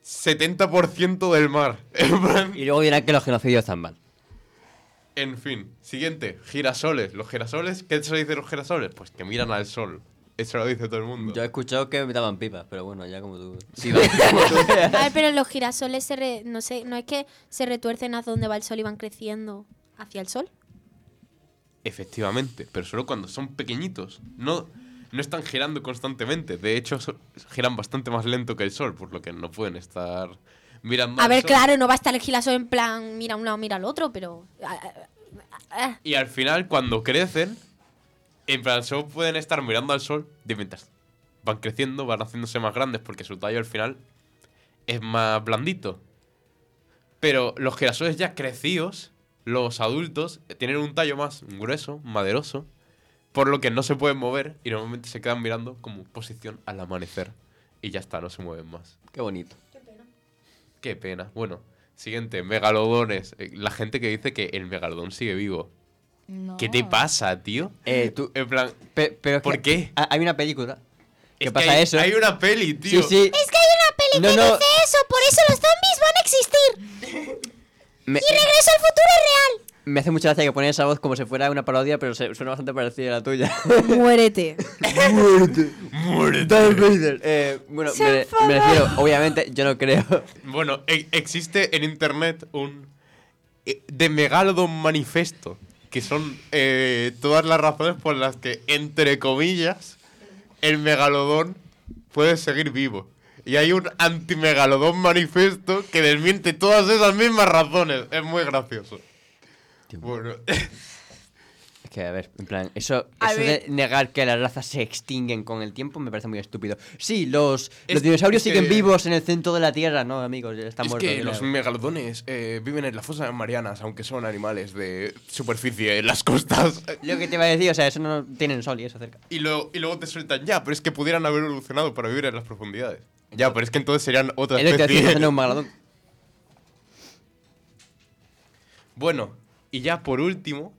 [SPEAKER 1] 70% del mar. (laughs) En plan.
[SPEAKER 3] Y luego dirán que los genocidios están mal.
[SPEAKER 1] En fin, siguiente, girasoles. Los girasoles, ¿qué se dice de los girasoles? Pues que miran al sol. Eso lo dice todo el mundo.
[SPEAKER 3] Yo he escuchado que me daban pipas, pero bueno, ya como tú.
[SPEAKER 1] Sí, da-
[SPEAKER 4] A ver, pero los girasoles se re- no sé, no es que se retuercen hacia donde va el sol y van creciendo hacia el sol.
[SPEAKER 1] (laughs) Efectivamente, pero solo cuando son pequeñitos. No, no están girando constantemente. De hecho, so- giran bastante más lento que el sol, por lo que no pueden estar mirando.
[SPEAKER 4] A
[SPEAKER 1] al
[SPEAKER 4] ver,
[SPEAKER 1] sol.
[SPEAKER 4] claro, no va a estar el girasol en plan mira a un lado, mira al otro, pero ah, ah, ah,
[SPEAKER 1] Y al final, cuando crecen, en plan, solo pueden estar mirando al sol de mientras van creciendo, van haciéndose más grandes porque su tallo al final es más blandito. Pero los girasoles ya crecidos, los adultos, eh, tienen un tallo más grueso, maderoso, por lo que no se pueden mover y normalmente se quedan mirando como posición al amanecer. Y ya está, no se mueven más.
[SPEAKER 3] Qué bonito.
[SPEAKER 1] Qué pena. Bueno, siguiente, megalodones. Eh, La gente que dice que el megalodón sigue vivo. ¿Qué te
[SPEAKER 6] No.
[SPEAKER 1] pasa, tío?
[SPEAKER 3] Eh, tú,
[SPEAKER 1] En plan,
[SPEAKER 3] Pe- pero es
[SPEAKER 1] ¿Por
[SPEAKER 3] que
[SPEAKER 1] qué?
[SPEAKER 3] ha- Hay una película. ¿Qué
[SPEAKER 1] es
[SPEAKER 3] pasa
[SPEAKER 1] hay,
[SPEAKER 3] eso?
[SPEAKER 1] Hay una peli, tío.
[SPEAKER 3] Sí, sí.
[SPEAKER 4] Es que hay una peli
[SPEAKER 3] No,
[SPEAKER 4] que
[SPEAKER 3] no.
[SPEAKER 4] dice eso, por eso los zombies van a existir.
[SPEAKER 3] Me,
[SPEAKER 4] Y regreso al futuro
[SPEAKER 3] me hace mucha gracia que pones esa voz como si fuera una parodia, pero se- suena bastante parecida a
[SPEAKER 1] (laughs)
[SPEAKER 3] la tuya.
[SPEAKER 4] es real. Muérete.
[SPEAKER 1] Muérete.
[SPEAKER 3] Darth Vader. Eh, bueno,
[SPEAKER 4] Se
[SPEAKER 3] me,
[SPEAKER 4] enfadó.
[SPEAKER 3] me refiero, obviamente, yo no creo.
[SPEAKER 1] Bueno, e- existe en internet un eh, de megalodon manifesto, que son eh, todas las razones por las que, entre comillas, el megalodón puede seguir vivo. Y hay un antimegalodón manifiesto que desmiente todas esas mismas razones. Es muy gracioso.
[SPEAKER 3] Tío.
[SPEAKER 1] Bueno, (laughs)
[SPEAKER 3] Es que, a ver, en plan, eso,
[SPEAKER 2] A
[SPEAKER 3] eso
[SPEAKER 2] ver.
[SPEAKER 3] de negar que las razas se extinguen con el tiempo me parece muy estúpido. Sí, los,
[SPEAKER 1] Es-
[SPEAKER 3] los dinosaurios
[SPEAKER 1] es que-
[SPEAKER 3] siguen vivos en el centro de la Tierra, no, amigos, están
[SPEAKER 1] es
[SPEAKER 3] muertos.
[SPEAKER 1] que
[SPEAKER 3] ya
[SPEAKER 1] los
[SPEAKER 3] no.
[SPEAKER 1] megalodones eh, viven en las fosas marianas, aunque son animales de superficie en las costas.
[SPEAKER 3] Lo que te iba a decir, o sea, eso no tienen sol y eso cerca.
[SPEAKER 1] Y luego, y luego te sueltan, ya, pero es que pudieran haber evolucionado para vivir en las profundidades. Ya, pero es que entonces serían otra
[SPEAKER 3] Es lo que te iba a decir,
[SPEAKER 1] especie.
[SPEAKER 3] eso no es un megalodón.
[SPEAKER 1] (laughs) Bueno, y ya por último,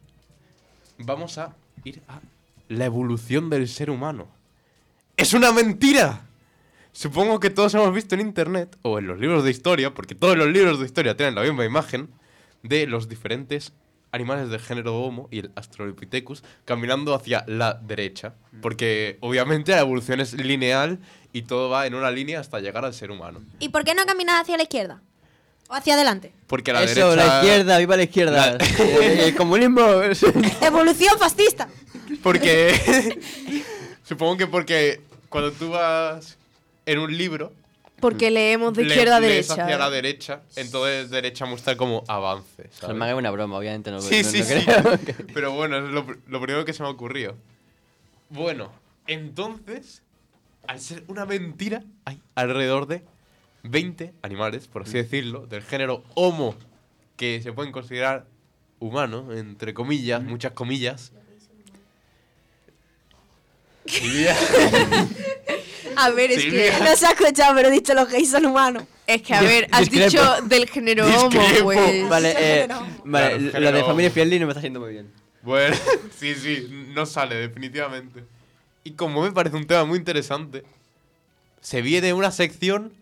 [SPEAKER 1] vamos a ir a la evolución del ser humano. ¡Es una mentira! Supongo que todos hemos visto en internet o en los libros de historia, porque todos los libros de historia tienen la misma imagen de los diferentes animales del género Homo y el Australopithecus caminando hacia la derecha, porque obviamente la evolución es lineal y todo va en una línea hasta llegar al ser humano.
[SPEAKER 4] ¿Y por qué no caminas hacia la izquierda? ¿O hacia
[SPEAKER 2] (laughs)
[SPEAKER 4] adelante?
[SPEAKER 1] Porque la
[SPEAKER 3] eso,
[SPEAKER 1] derecha
[SPEAKER 3] la izquierda, viva la izquierda.
[SPEAKER 1] La-
[SPEAKER 3] Eh, el comunismo.
[SPEAKER 4] ¡Evolución fascista!
[SPEAKER 1] (laughs) Porque. (laughs) supongo que porque cuando tú vas en un libro.
[SPEAKER 2] Porque leemos de
[SPEAKER 1] le-
[SPEAKER 2] izquierda a
[SPEAKER 1] lees
[SPEAKER 2] derecha.
[SPEAKER 1] hacia la derecha, entonces derecha muestra como avance. ¿sabes?
[SPEAKER 3] El manga es una broma, obviamente, no,
[SPEAKER 1] Sí,
[SPEAKER 3] no-
[SPEAKER 1] sí,
[SPEAKER 3] no
[SPEAKER 1] sí. (laughs)
[SPEAKER 3] creo que-
[SPEAKER 1] Pero bueno, es lo, pr- lo primero que se me ocurrió. Bueno, entonces, al ser una mentira, hay alrededor de 20 animales, por así decirlo, del género Homo, que se pueden considerar humanos, entre comillas, muchas comillas. Y ya-
[SPEAKER 2] A ver, es
[SPEAKER 1] Sí, (laughs)
[SPEAKER 2] que.
[SPEAKER 1] mira.
[SPEAKER 4] No se ha escuchado, pero he dicho los gays son humanos.
[SPEAKER 2] Es que, a
[SPEAKER 3] Dis-
[SPEAKER 2] ver, has
[SPEAKER 3] discrepo.
[SPEAKER 2] dicho del género homo,
[SPEAKER 1] Discrepo.
[SPEAKER 2] pues.
[SPEAKER 3] Vale, eh,
[SPEAKER 4] Claro,
[SPEAKER 3] vale lo de
[SPEAKER 1] género-
[SPEAKER 3] Family Friendly no me está yendo muy bien.
[SPEAKER 1] Bueno, (laughs) sí, sí, no sale definitivamente. Y como me parece un tema muy interesante, se viene una sección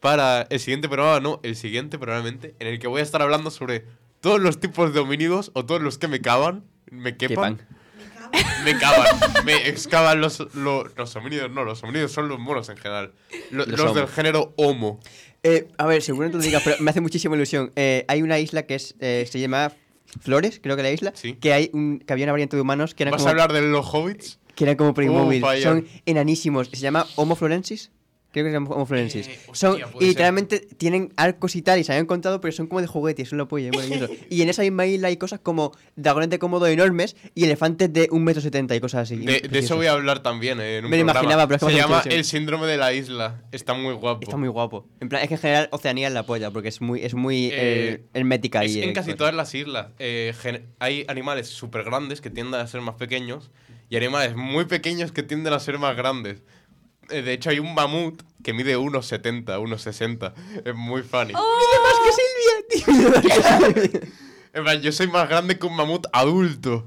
[SPEAKER 1] para el siguiente programa, no, el siguiente probablemente, en el que voy a estar hablando sobre todos los tipos de homínidos o todos los que me cavan, me quepan,
[SPEAKER 3] Quepan.
[SPEAKER 1] me cavan, me excavan los, lo- los homínidos, no, los homínidos son los monos en general, lo-
[SPEAKER 3] Los
[SPEAKER 1] los,
[SPEAKER 3] homo.
[SPEAKER 1] del género homo.
[SPEAKER 3] Eh, a ver, seguro no te lo digas, pero me hace muchísima ilusión. Eh, hay una isla que es, eh, se llama Flores, creo que la isla,
[SPEAKER 1] Sí.
[SPEAKER 3] que hay un, que había una variante de humanos que eran
[SPEAKER 1] ¿Vas
[SPEAKER 3] como,
[SPEAKER 1] a hablar de los hobbits? Uh,
[SPEAKER 3] que eran como Playmobil.
[SPEAKER 1] vaya.
[SPEAKER 3] Son enanísimos. Se llama Homo florensis. Creo que se llama Homo florensis.
[SPEAKER 1] Eh, hostia,
[SPEAKER 3] son,
[SPEAKER 1] puede
[SPEAKER 3] y
[SPEAKER 1] ser.
[SPEAKER 3] literalmente tienen arcos y tal, y se habían contado, pero son como de juguete, son lo apoyo,
[SPEAKER 1] (laughs)
[SPEAKER 3] y en esa misma isla hay cosas como dragones de cómodo enormes y elefantes de 1,70 m y cosas así.
[SPEAKER 1] De, de eso voy a hablar también eh, en un
[SPEAKER 3] Me lo
[SPEAKER 1] programa.
[SPEAKER 3] imaginaba, pero es
[SPEAKER 1] Se
[SPEAKER 3] que me hace
[SPEAKER 1] llama
[SPEAKER 3] ilusión.
[SPEAKER 1] El síndrome de la isla. Está muy guapo.
[SPEAKER 3] Está muy guapo. En plan, es que en general Oceanía es la polla, porque es muy, es muy
[SPEAKER 1] Eh,
[SPEAKER 3] eh, hermética
[SPEAKER 1] Es
[SPEAKER 3] y.
[SPEAKER 1] en
[SPEAKER 3] eh,
[SPEAKER 1] casi
[SPEAKER 3] cosas.
[SPEAKER 1] todas las islas. eh, gen- hay animales súper grandes que tienden a ser más pequeños y animales muy pequeños que tienden a ser más grandes. Eh, de hecho, hay un mamut que mide 1,70, 1,60. Es muy funny.
[SPEAKER 4] Oh.
[SPEAKER 1] En plan, yo soy más grande que un mamut adulto.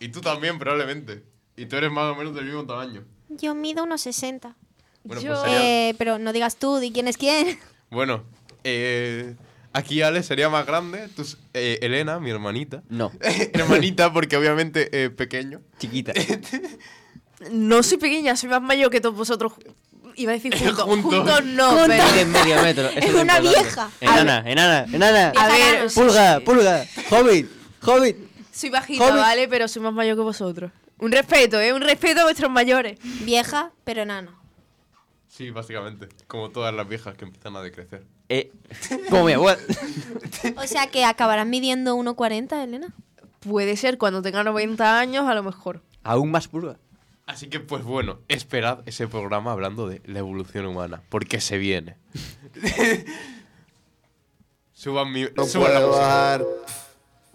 [SPEAKER 1] Y tú también, probablemente. Y tú eres más o menos del mismo tamaño.
[SPEAKER 4] (laughs) Yo mido unos 60.
[SPEAKER 1] Bueno,
[SPEAKER 2] Yo-
[SPEAKER 1] pues sería-
[SPEAKER 4] Eh, pero no digas tú, di quién es quién. (laughs)
[SPEAKER 1] bueno eh, aquí Ale sería más grande. tú s- eh, Elena, mi hermanita.
[SPEAKER 3] No,
[SPEAKER 1] (laughs) hermanita, porque obviamente eh, pequeño.
[SPEAKER 3] chiquita.
[SPEAKER 2] No soy pequeña, soy más mayor que todos vosotros. ju- Iba a decir juntos.
[SPEAKER 1] (laughs) Juntos.
[SPEAKER 2] juntos. no,
[SPEAKER 3] (laughs)
[SPEAKER 4] Juntos.
[SPEAKER 2] pero.
[SPEAKER 3] De medio metro. eso
[SPEAKER 4] (laughs) Es
[SPEAKER 3] lo
[SPEAKER 4] una
[SPEAKER 3] importante.
[SPEAKER 4] vieja.
[SPEAKER 3] Enana, enana, enana.
[SPEAKER 2] A ver,
[SPEAKER 4] Déjanos.
[SPEAKER 3] Pulga, pulga. Hobbit, hobbit.
[SPEAKER 2] soy bajita,
[SPEAKER 3] Hobbit.
[SPEAKER 2] ¿vale? Pero soy más mayor que vosotros. Un respeto, ¿eh? Un respeto a vuestros mayores.
[SPEAKER 4] Vieja, pero enana.
[SPEAKER 1] (laughs) Sí, básicamente. Como todas las viejas que empiezan a decrecer.
[SPEAKER 3] Eh, como mi abuela.
[SPEAKER 4] O sea que acabarás midiendo 1,40, Elena.
[SPEAKER 2] Puede ser cuando tenga 90 años, a lo mejor.
[SPEAKER 3] Aún más pulga.
[SPEAKER 1] Así que, pues bueno, esperad ese programa hablando de la evolución humana, porque se viene. (laughs) suban mi.
[SPEAKER 9] Lo
[SPEAKER 1] suban la
[SPEAKER 9] puedo
[SPEAKER 1] música.
[SPEAKER 9] bajar,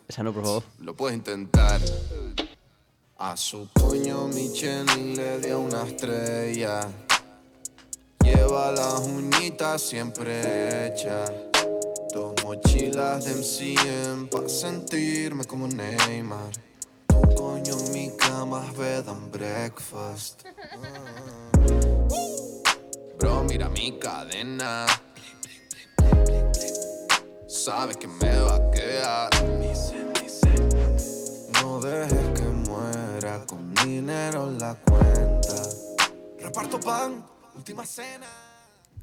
[SPEAKER 3] Esa no, por favor.
[SPEAKER 9] lo puedo intentar. A su coño Michelin le dio una estrella. Lleva las uñitas siempre hechas. Dos mochilas de MCM pa' sentirme como Neymar. Tu coño en mi cama es bed and breakfast. Ah. Bro, mira mi cadena. Sabes que me va a quedar. No dejes que muera con dinero en la cuenta. Reparto pan, última cena.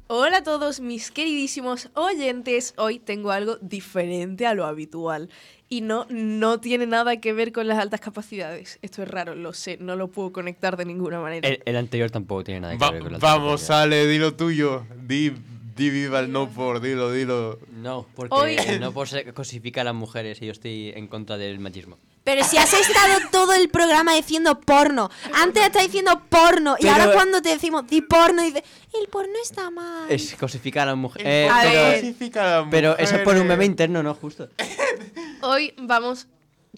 [SPEAKER 2] Hola a todos mis queridísimos oyentes. Hoy tengo algo diferente a lo habitual. Y no, no tiene nada que ver con las altas capacidades. Esto es raro, lo sé. No lo puedo conectar de ninguna manera.
[SPEAKER 3] El, el anterior tampoco tiene nada que
[SPEAKER 1] Va-
[SPEAKER 3] ver con la
[SPEAKER 1] vamos,
[SPEAKER 3] tecnología.
[SPEAKER 1] sale, di lo tuyo. Di, di viva el no por, dilo, dilo.
[SPEAKER 10] No, porque
[SPEAKER 2] Hoy-
[SPEAKER 10] no
[SPEAKER 2] (laughs)
[SPEAKER 10] por se cosifica a las mujeres y yo estoy en contra del machismo.
[SPEAKER 4] Pero si has estado todo el programa diciendo porno. Antes estás diciendo porno. Y ahora
[SPEAKER 10] Pero-
[SPEAKER 4] cuando te decimos di porno, dices, el porno está mal.
[SPEAKER 10] Es cosificar a las mujeres. Eh,
[SPEAKER 2] A
[SPEAKER 10] pero,
[SPEAKER 2] ver.
[SPEAKER 10] pero eso es por un meme interno, ¿no? Justo.
[SPEAKER 2] Hoy vamos,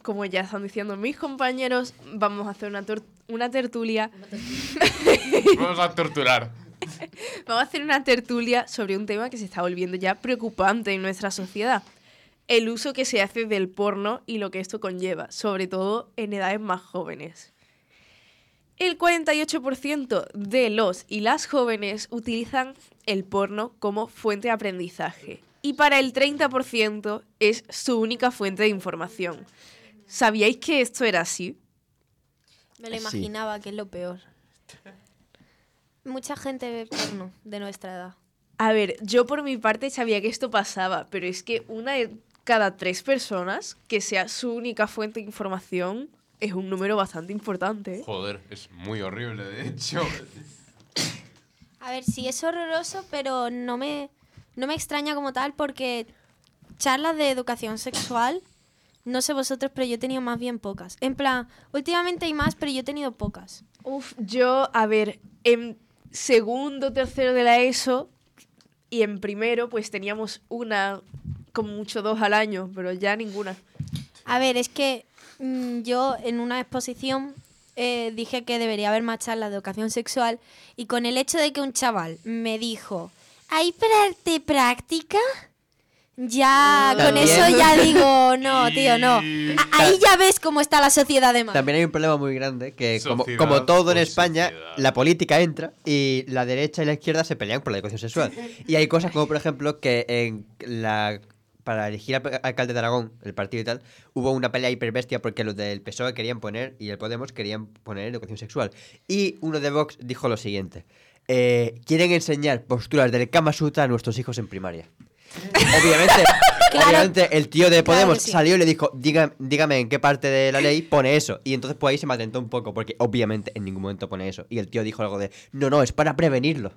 [SPEAKER 2] como ya están diciendo mis compañeros, vamos a hacer una, tor- una tertulia.
[SPEAKER 1] Vamos a torturar.
[SPEAKER 2] Vamos a hacer una tertulia sobre un tema que se está volviendo ya preocupante en nuestra sociedad. El uso que se hace del porno y lo que esto conlleva, sobre todo en edades más jóvenes. El 48% de los y las jóvenes utilizan el porno como fuente de aprendizaje y para el 30% es su única fuente de información. ¿Sabíais que esto era así?
[SPEAKER 4] Me lo
[SPEAKER 10] Sí.
[SPEAKER 4] imaginaba, que es lo peor. Mucha gente ve porno de nuestra edad.
[SPEAKER 2] A ver, yo por mi parte sabía que esto pasaba, pero es que una de cada tres personas que sea su única fuente de información es un número bastante importante. ¿eh?
[SPEAKER 1] Joder, es muy horrible, de hecho.
[SPEAKER 4] A ver, sí es horroroso, pero no me, no me extraña como tal porque charlas de educación sexual, no sé vosotros, pero yo he tenido más bien pocas. En plan, últimamente hay más, pero yo he tenido pocas.
[SPEAKER 2] Uf, yo, a ver, en segundo, tercero de la ESO y en primero, pues teníamos una, como mucho dos al año, pero ya ninguna.
[SPEAKER 4] A ver, es que mm, yo en una exposición eh, dije que debería haber más charlas de educación sexual y con el hecho de que un chaval me dijo, ¿hay arte práctica?
[SPEAKER 3] Ah,
[SPEAKER 4] Ya, con
[SPEAKER 10] También.
[SPEAKER 4] eso ya digo, no, tío, no. A- Ahí ya ves cómo está la sociedad de mal.
[SPEAKER 3] También hay un problema muy grande que, como,
[SPEAKER 1] Sociedad
[SPEAKER 3] como todo
[SPEAKER 1] por
[SPEAKER 3] en España,
[SPEAKER 1] sociedad.
[SPEAKER 3] la política entra y la derecha y la izquierda se pelean por la educación sexual. Y hay cosas como, por ejemplo, que en la para elegir al pe- alcalde de Aragón, el partido y tal, hubo una pelea hiperbestia porque los del PSOE querían poner y el Podemos querían poner educación sexual. Y uno de Vox dijo lo siguiente. eh, quieren enseñar posturas del Kama Sutra a nuestros hijos en primaria. Obviamente,
[SPEAKER 4] (laughs) Claro.
[SPEAKER 3] obviamente el tío de
[SPEAKER 4] Claro
[SPEAKER 3] Podemos
[SPEAKER 4] que sí.
[SPEAKER 3] salió y le dijo, "Diga- dígame en qué parte de la
[SPEAKER 4] (laughs)
[SPEAKER 3] ley pone eso. Y entonces pues ahí se me atentó un poco, porque obviamente en ningún momento pone eso. Y el tío dijo algo de, no, no, es para prevenirlo.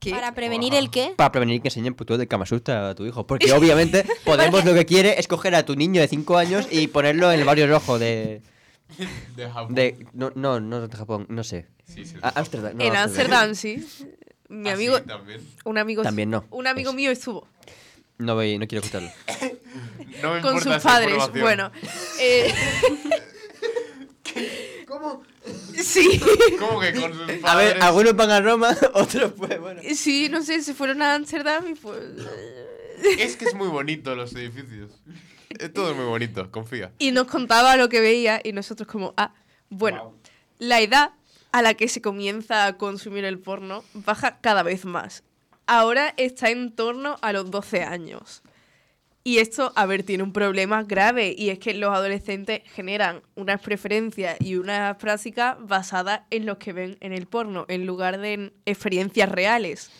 [SPEAKER 2] ¿Qué?
[SPEAKER 4] ¿Para prevenir el qué?
[SPEAKER 3] Para prevenir que enseñen puto de Kama Sutra a tu hijo.
[SPEAKER 4] (laughs)
[SPEAKER 3] Porque obviamente Podemos lo que quiere es coger a tu niño de 5 años y ponerlo en el barrio rojo de...
[SPEAKER 1] (laughs) De Japón.
[SPEAKER 3] de no, no, no de Japón, no sé.
[SPEAKER 1] Sí, sí, de
[SPEAKER 3] A-
[SPEAKER 1] Japón.
[SPEAKER 3] Ámsterdam, no,
[SPEAKER 2] en Ámsterdam, sí. Mi
[SPEAKER 1] Ah, sí,
[SPEAKER 2] amigo,
[SPEAKER 1] también.
[SPEAKER 2] un amigo,
[SPEAKER 3] También no.
[SPEAKER 2] Un amigo
[SPEAKER 3] Es-
[SPEAKER 2] mío estuvo.
[SPEAKER 3] No, voy, no quiero escucharlo.
[SPEAKER 1] No me
[SPEAKER 2] con
[SPEAKER 1] importa
[SPEAKER 2] sus
[SPEAKER 1] esa
[SPEAKER 2] padres.
[SPEAKER 1] información.
[SPEAKER 2] Bueno. eh, Sí,
[SPEAKER 1] ¿Cómo que (laughs) con sus padres?
[SPEAKER 3] A ver, algunos van a Roma, (laughs) otros pues bueno.
[SPEAKER 2] sí, no sé, se fueron a Ámsterdam y pues...
[SPEAKER 1] Es que es muy bonito los edificios. Es todo muy bonito, confía.
[SPEAKER 2] Y nos contaba lo que veía y nosotros como, ah, bueno, la edad a la que se comienza a consumir el porno baja cada vez más. Ahora está en torno a los 12 años. Y esto, a ver, tiene un problema grave y es que los adolescentes generan unas preferencias y unas prácticas basadas en los que ven en el porno, en lugar de en experiencias reales.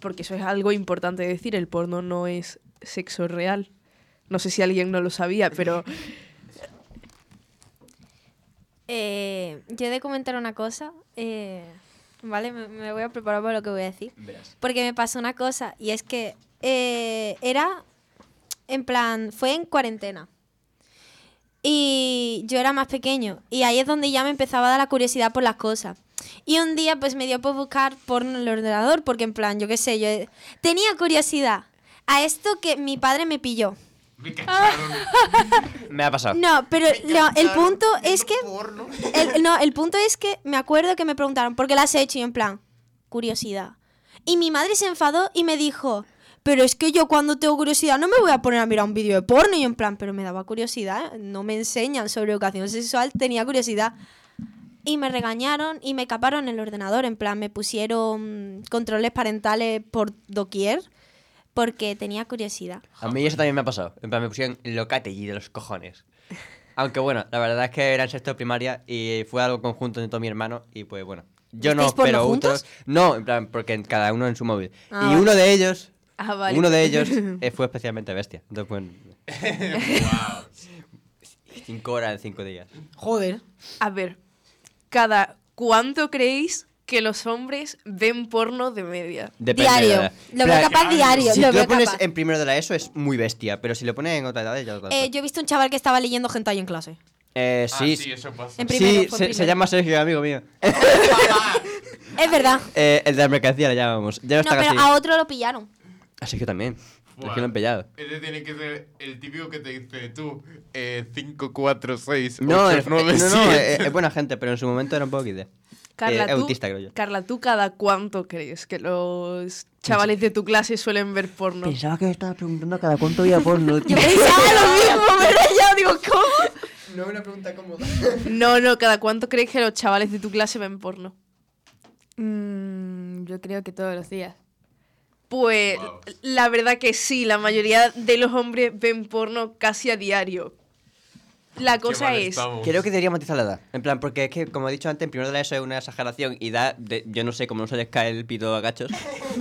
[SPEAKER 2] Porque eso es algo importante decir, el porno no es sexo real. No sé si alguien no lo sabía, pero...
[SPEAKER 4] Eh, yo he de comentar una cosa, eh, ¿vale? Me, me voy a preparar para lo que voy a decir. Porque me pasó una cosa y es que eh, era, en plan, fue en cuarentena. Y yo era más pequeño y ahí es donde ya me empezaba a dar la curiosidad por las cosas. Y un día pues me dio por buscar porno en el ordenador porque en plan, yo qué sé, yo eh, tenía curiosidad a esto que mi padre me pilló.
[SPEAKER 1] Me cacharon.
[SPEAKER 3] Me ha pasado.
[SPEAKER 4] No, pero lo- el punto es que. El, no, el punto es que me acuerdo que me preguntaron por qué la has hecho y yo en plan, curiosidad. Y mi madre se enfadó y me dijo, pero es que yo cuando tengo curiosidad no me voy a poner a mirar un vídeo de porno y yo en plan, pero me daba curiosidad, no me enseñan sobre educación sexual, tenía curiosidad. Y me regañaron y me caparon el ordenador, en plan, me pusieron controles parentales por doquier porque tenía curiosidad.
[SPEAKER 3] A mí eso también me ha pasado. En plan, me pusieron locatelli de los
[SPEAKER 4] (laughs)
[SPEAKER 3] cojones. Aunque bueno, la verdad es que era en sexto de primaria y fue algo conjunto entre todo mi hermano y pues bueno, Yo no,
[SPEAKER 4] ¿Visteis porno
[SPEAKER 3] pero
[SPEAKER 4] juntos?
[SPEAKER 3] otros. No, en plan, porque en- cada uno en su móvil.
[SPEAKER 4] Ah,
[SPEAKER 3] y
[SPEAKER 4] vale.
[SPEAKER 3] uno de ellos.
[SPEAKER 2] Ah, vale.
[SPEAKER 3] Uno de
[SPEAKER 4] (laughs)
[SPEAKER 3] ellos eh, fue especialmente bestia. Entonces, bueno. Cinco horas en cinco días.
[SPEAKER 2] Joder. A ver, cada cuánto creéis que los hombres ven porno de media.
[SPEAKER 3] Depende
[SPEAKER 4] Diario.
[SPEAKER 3] de la edad.
[SPEAKER 4] Lo
[SPEAKER 3] Pero,
[SPEAKER 4] veo capaz diario,
[SPEAKER 3] Si
[SPEAKER 4] lo
[SPEAKER 3] tú
[SPEAKER 4] veo
[SPEAKER 3] lo pones
[SPEAKER 4] capaz.
[SPEAKER 3] en primero de la ESO es muy bestia, pero si lo pones en otra edad ya otra cosa.
[SPEAKER 4] Eh, yo he visto un chaval que estaba leyendo hentai en clase.
[SPEAKER 3] Eh,
[SPEAKER 1] Ah,
[SPEAKER 3] sí,
[SPEAKER 1] sí, eso pasa.
[SPEAKER 4] En primero,
[SPEAKER 3] sí
[SPEAKER 4] fue
[SPEAKER 3] se,
[SPEAKER 4] primero.
[SPEAKER 3] se llama Sergio, amigo mío.
[SPEAKER 4] Es verdad.
[SPEAKER 3] Eh, el de la mercancía le llamamos. Ya no,
[SPEAKER 4] No,
[SPEAKER 3] está
[SPEAKER 4] pero
[SPEAKER 3] casi.
[SPEAKER 4] a otro lo pillaron.
[SPEAKER 3] A Sergio también.
[SPEAKER 1] Buah.
[SPEAKER 3] Sergio lo han pillado.
[SPEAKER 1] Ese tiene que ser el típico que te dice tú, eh, 5, 4, 6,
[SPEAKER 3] No,
[SPEAKER 10] (laughs)
[SPEAKER 1] 8,
[SPEAKER 3] eh,
[SPEAKER 1] 9,
[SPEAKER 3] no, no, eh, es
[SPEAKER 1] 7.
[SPEAKER 3] buena gente, pero en su momento era un poco idea.
[SPEAKER 2] Carla,
[SPEAKER 3] Eh,
[SPEAKER 2] tú,
[SPEAKER 3] autista, creo yo.
[SPEAKER 2] Carla, ¿tú cada cuánto crees que los chavales de tu clase suelen ver porno?
[SPEAKER 3] Pensaba que me estaba preguntando cada cuánto veía porno.
[SPEAKER 4] Yo pensaba lo mismo, pero yo digo, ¿cómo?
[SPEAKER 10] No es una pregunta cómoda.
[SPEAKER 2] No, no, ¿cada cuánto crees que los chavales de tu clase ven porno?
[SPEAKER 6] Mm, yo creo que todos los días.
[SPEAKER 2] Pues
[SPEAKER 1] Wow.
[SPEAKER 2] la verdad que sí, la mayoría de los hombres ven porno casi a diario. La cosa es,
[SPEAKER 3] Creo que debería matizar la edad. En plan, porque es que, como he dicho antes, en primero de la ESO es una exageración y da, de- yo no sé cómo no se les cae el pito a gachos,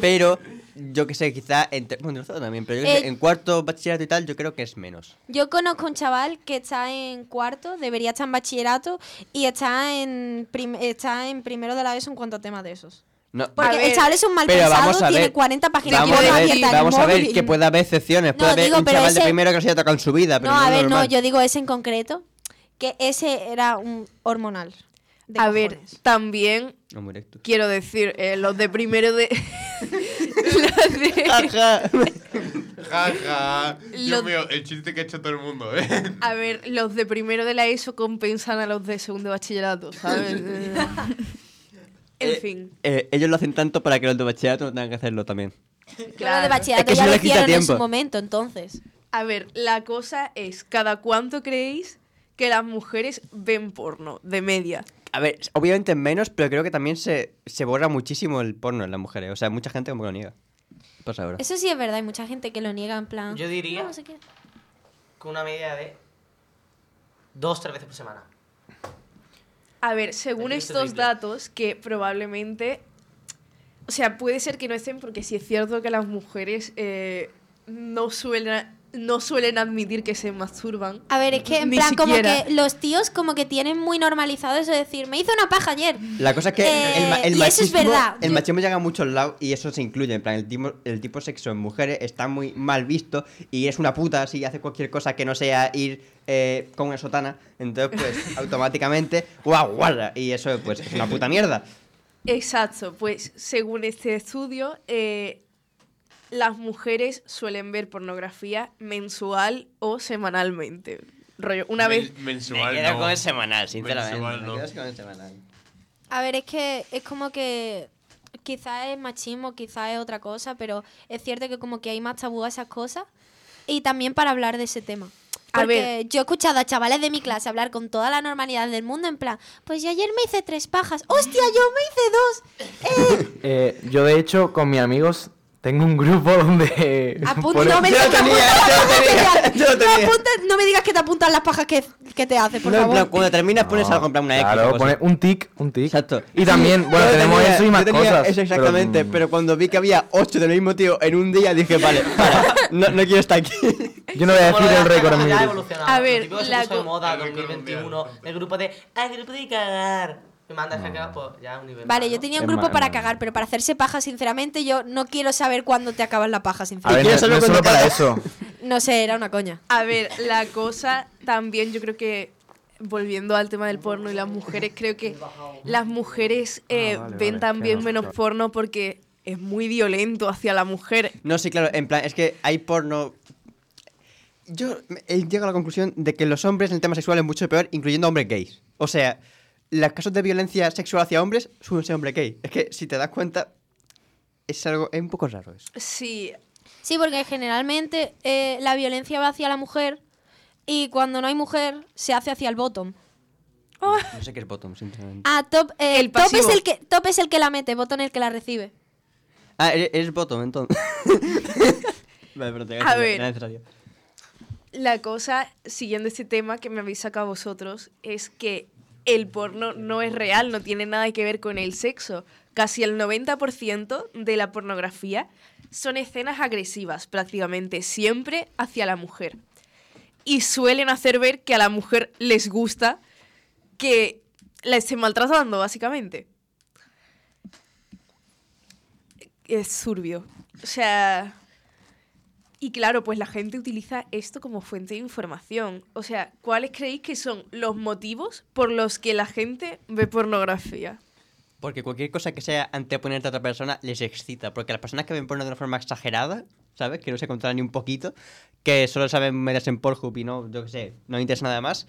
[SPEAKER 3] pero yo que sé, quizá, en, ter- bueno, en tercero también, pero yo que sé,
[SPEAKER 4] Eh,
[SPEAKER 3] en cuarto bachillerato y tal, yo creo que es menos.
[SPEAKER 4] Yo conozco un chaval que está en cuarto, debería estar en bachillerato y está en, prim- está en primero de la ESO en cuanto a temas de esos.
[SPEAKER 3] No,
[SPEAKER 4] Porque
[SPEAKER 2] A
[SPEAKER 4] el
[SPEAKER 2] ver.
[SPEAKER 4] chaval es un mal
[SPEAKER 3] pero
[SPEAKER 4] pensado,
[SPEAKER 3] vamos a ver.
[SPEAKER 4] tiene 40 páginas
[SPEAKER 3] vamos
[SPEAKER 4] porno
[SPEAKER 3] a ver,
[SPEAKER 4] abiertas en el
[SPEAKER 3] vamos a ver
[SPEAKER 4] móvil.
[SPEAKER 3] que puede haber excepciones.
[SPEAKER 4] No,
[SPEAKER 3] Puede haber
[SPEAKER 4] digo,
[SPEAKER 3] un
[SPEAKER 4] pero
[SPEAKER 3] chaval de
[SPEAKER 4] ese-
[SPEAKER 3] primero que no se haya tocado en su vida, pero
[SPEAKER 4] No, a ver, no,
[SPEAKER 3] normal.
[SPEAKER 4] yo digo ese en concreto, que ese era un hormonal. de
[SPEAKER 2] a ver,
[SPEAKER 4] cojones.
[SPEAKER 2] también
[SPEAKER 3] No, muy recto.
[SPEAKER 2] quiero decir, eh, los de primero
[SPEAKER 6] (laughs)
[SPEAKER 2] de... (laughs) los de-
[SPEAKER 1] Ja, ja. Dios
[SPEAKER 2] Lo-
[SPEAKER 1] mío, el chiste que ha hecho todo el mundo, ¿eh?
[SPEAKER 2] a ver, los de primero de la ESO compensan a los de segundo de bachillerato,
[SPEAKER 6] (laughs)
[SPEAKER 2] ¿sabes? Eh, en
[SPEAKER 3] Eh,
[SPEAKER 2] fin,
[SPEAKER 3] Eh, ellos lo hacen tanto para que los de bachillerato no tengan que hacerlo también.
[SPEAKER 4] Pero lo de
[SPEAKER 2] claro.
[SPEAKER 3] Es
[SPEAKER 4] bachillerato
[SPEAKER 3] que
[SPEAKER 4] ya
[SPEAKER 3] si no
[SPEAKER 4] lo
[SPEAKER 3] le quita
[SPEAKER 4] hicieron en
[SPEAKER 3] tiempo.
[SPEAKER 4] su momento, entonces.
[SPEAKER 2] A ver, la cosa es, ¿cada cuánto creéis que las mujeres ven porno de media?
[SPEAKER 3] A ver, obviamente menos, pero creo que también se, se borra muchísimo el porno en las mujeres. O sea, mucha gente como que lo niega. Pasa ahora.
[SPEAKER 4] Eso sí es verdad, hay mucha gente que lo niega en plan...
[SPEAKER 7] Yo diría-
[SPEAKER 4] "No, no sé qué".
[SPEAKER 7] Con una media de dos, tres veces por semana.
[SPEAKER 2] A ver, según
[SPEAKER 7] Aquí es
[SPEAKER 2] estos
[SPEAKER 7] terrible.
[SPEAKER 2] datos, que probablemente. O sea, puede ser que no estén, porque sí es cierto que las mujeres eh, no, suelen, no suelen admitir que se masturban.
[SPEAKER 4] A ver, es que en
[SPEAKER 2] Ni
[SPEAKER 4] plan como
[SPEAKER 2] siquiera.
[SPEAKER 4] que los tíos como que tienen muy normalizado eso de decir, me hice una paja ayer.
[SPEAKER 3] La cosa es que
[SPEAKER 4] Eh,
[SPEAKER 3] el, ma- el
[SPEAKER 4] y eso
[SPEAKER 3] machismo,
[SPEAKER 4] es verdad.
[SPEAKER 3] el
[SPEAKER 4] Yo-
[SPEAKER 3] machismo llega a muchos lados y eso se incluye. En plan, el tipo, el tipo sexo en mujeres está muy mal visto y es una puta si hace cualquier cosa que no sea ir eh, con una sotana. Entonces, (laughs) pues, automáticamente, guau, guarra. Y eso, pues, es una puta mierda.
[SPEAKER 2] Exacto, pues según este estudio, eh, las mujeres suelen ver pornografía mensual o semanalmente. Rollo, una vez.
[SPEAKER 1] Men- mensual no.
[SPEAKER 3] semanal,
[SPEAKER 1] sinceramente. Mensual, Me no. quedo
[SPEAKER 4] A ver, es que es como que quizás es machismo, quizás es otra cosa, pero es cierto que como que hay más tabú a esas cosas y también para hablar de ese tema.
[SPEAKER 2] A
[SPEAKER 4] Porque
[SPEAKER 2] ver.
[SPEAKER 4] yo he escuchado a chavales de mi clase hablar con toda la normalidad del mundo en plan, pues yo ayer me hice tres pajas, hostia,
[SPEAKER 3] (laughs)
[SPEAKER 4] yo me hice dos. Eh,
[SPEAKER 8] Eh, yo, de hecho, con mis amigos tengo un grupo
[SPEAKER 3] (laughs)
[SPEAKER 8] donde.
[SPEAKER 4] apunta,
[SPEAKER 8] ponen-
[SPEAKER 4] no me
[SPEAKER 3] Yo
[SPEAKER 4] digas
[SPEAKER 3] lo
[SPEAKER 4] que
[SPEAKER 3] tenía,
[SPEAKER 4] apuntas
[SPEAKER 3] yo lo tenía,
[SPEAKER 4] las pajas que te
[SPEAKER 3] yo lo
[SPEAKER 4] haces. No
[SPEAKER 3] tenía.
[SPEAKER 4] apuntas- No me digas que te apuntas las pajas que, que te haces, por
[SPEAKER 3] No, en
[SPEAKER 4] favor.
[SPEAKER 3] plan, cuando terminas pones algo en plan una X. o
[SPEAKER 8] Claro,
[SPEAKER 3] cosa.
[SPEAKER 8] pone un tic, un tic.
[SPEAKER 3] Exacto.
[SPEAKER 8] Y también, bueno,
[SPEAKER 3] Yo
[SPEAKER 8] tenemos
[SPEAKER 3] tenía-
[SPEAKER 8] eso y más
[SPEAKER 3] yo tenía
[SPEAKER 8] cosas.
[SPEAKER 3] Eso exactamente, pero,
[SPEAKER 8] mm,
[SPEAKER 3] cuando vi que había ocho del mismo tío en un día dije,
[SPEAKER 8] (laughs)
[SPEAKER 3] vale, para, no, no quiero estar aquí.
[SPEAKER 8] Yo no voy a
[SPEAKER 7] Como lo de
[SPEAKER 8] decir el
[SPEAKER 7] las
[SPEAKER 8] récord en
[SPEAKER 7] camas,
[SPEAKER 8] mi
[SPEAKER 7] ya ha
[SPEAKER 8] grupo.
[SPEAKER 7] evolucionado.
[SPEAKER 2] A
[SPEAKER 7] Lo
[SPEAKER 2] ver,
[SPEAKER 7] típico que se
[SPEAKER 2] la
[SPEAKER 7] puso de
[SPEAKER 2] co-
[SPEAKER 7] moda
[SPEAKER 1] El récord
[SPEAKER 7] 2021,
[SPEAKER 1] mundial.
[SPEAKER 7] el grupo de, ah, el grupo de cagar. Me manda a cagar, pues ya un nivel
[SPEAKER 4] Vale,
[SPEAKER 7] más,
[SPEAKER 4] yo
[SPEAKER 7] ¿no?
[SPEAKER 4] tenía un
[SPEAKER 8] Es
[SPEAKER 4] grupo
[SPEAKER 8] más-
[SPEAKER 4] para cagar, pero para hacerse paja, sinceramente, yo no quiero saber cuándo te acabas la paja,
[SPEAKER 8] A
[SPEAKER 4] sinceramente.
[SPEAKER 8] ver,
[SPEAKER 3] quiero
[SPEAKER 8] no, no
[SPEAKER 3] saber
[SPEAKER 8] es
[SPEAKER 3] cuándo
[SPEAKER 8] solo para
[SPEAKER 3] acaba. (laughs)
[SPEAKER 8] eso.
[SPEAKER 4] No sé, era una coña.
[SPEAKER 2] A ver, la cosa también, yo creo que, volviendo al tema del porno y las mujeres, creo que las mujeres eh,
[SPEAKER 8] Ah, vale,
[SPEAKER 2] ven
[SPEAKER 8] vale,
[SPEAKER 2] también
[SPEAKER 8] claro,
[SPEAKER 2] menos
[SPEAKER 8] claro.
[SPEAKER 2] porno porque es muy violento hacia la mujer.
[SPEAKER 3] No, sí, claro, en plan, es que hay porno... Yo me- eh, llego a la conclusión de que los hombres en el tema sexual es mucho peor, incluyendo hombres gays. O sea, los casos de violencia sexual hacia hombres suelen ser hombres gays. Es que, si te das cuenta, es algo... Es un poco raro eso.
[SPEAKER 2] Sí,
[SPEAKER 4] Sí, porque generalmente eh, la violencia va hacia la mujer y cuando no hay mujer se hace hacia el bottom.
[SPEAKER 2] Ah,
[SPEAKER 3] No sé qué es bottom, sinceramente.
[SPEAKER 4] Ah, top, eh,
[SPEAKER 2] El
[SPEAKER 4] top es
[SPEAKER 2] pasivo.
[SPEAKER 4] el que top es el que la mete, bottom el que la recibe.
[SPEAKER 3] Ah, eres, eres bottom, entonces. (laughs) vale, pero te
[SPEAKER 2] A ver. la cosa, siguiendo este tema que me habéis sacado vosotros, es que el porno no es real, no tiene nada que ver con el sexo. Casi el 90% de la pornografía son escenas agresivas, prácticamente siempre hacia la mujer. Y suelen hacer ver que a la mujer les gusta que la estén maltratando, básicamente. Es turbio. O sea, y claro, pues la gente utiliza esto como fuente de información. O sea, ¿cuáles creéis que son los motivos por los que la gente ve pornografía?
[SPEAKER 3] Porque cualquier cosa que sea anteponerte a otra persona les excita. Porque las personas que ven porno de una forma exagerada, ¿sabes? Que no se controlan ni un poquito, que solo saben medias en Pornhub y no, yo qué sé, no les interesa nada más,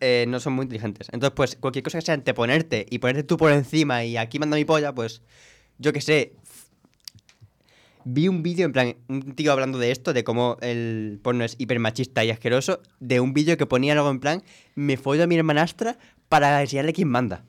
[SPEAKER 3] eh, no son muy inteligentes. Entonces, pues cualquier cosa que sea anteponerte y ponerte tú por encima y aquí manda mi polla, pues yo qué sé. Vi un vídeo, en plan, un tío hablando de esto, de cómo el porno es hipermachista y asqueroso, de un vídeo que ponía algo en plan, me follo a mi hermanastra para enseñarle quién manda.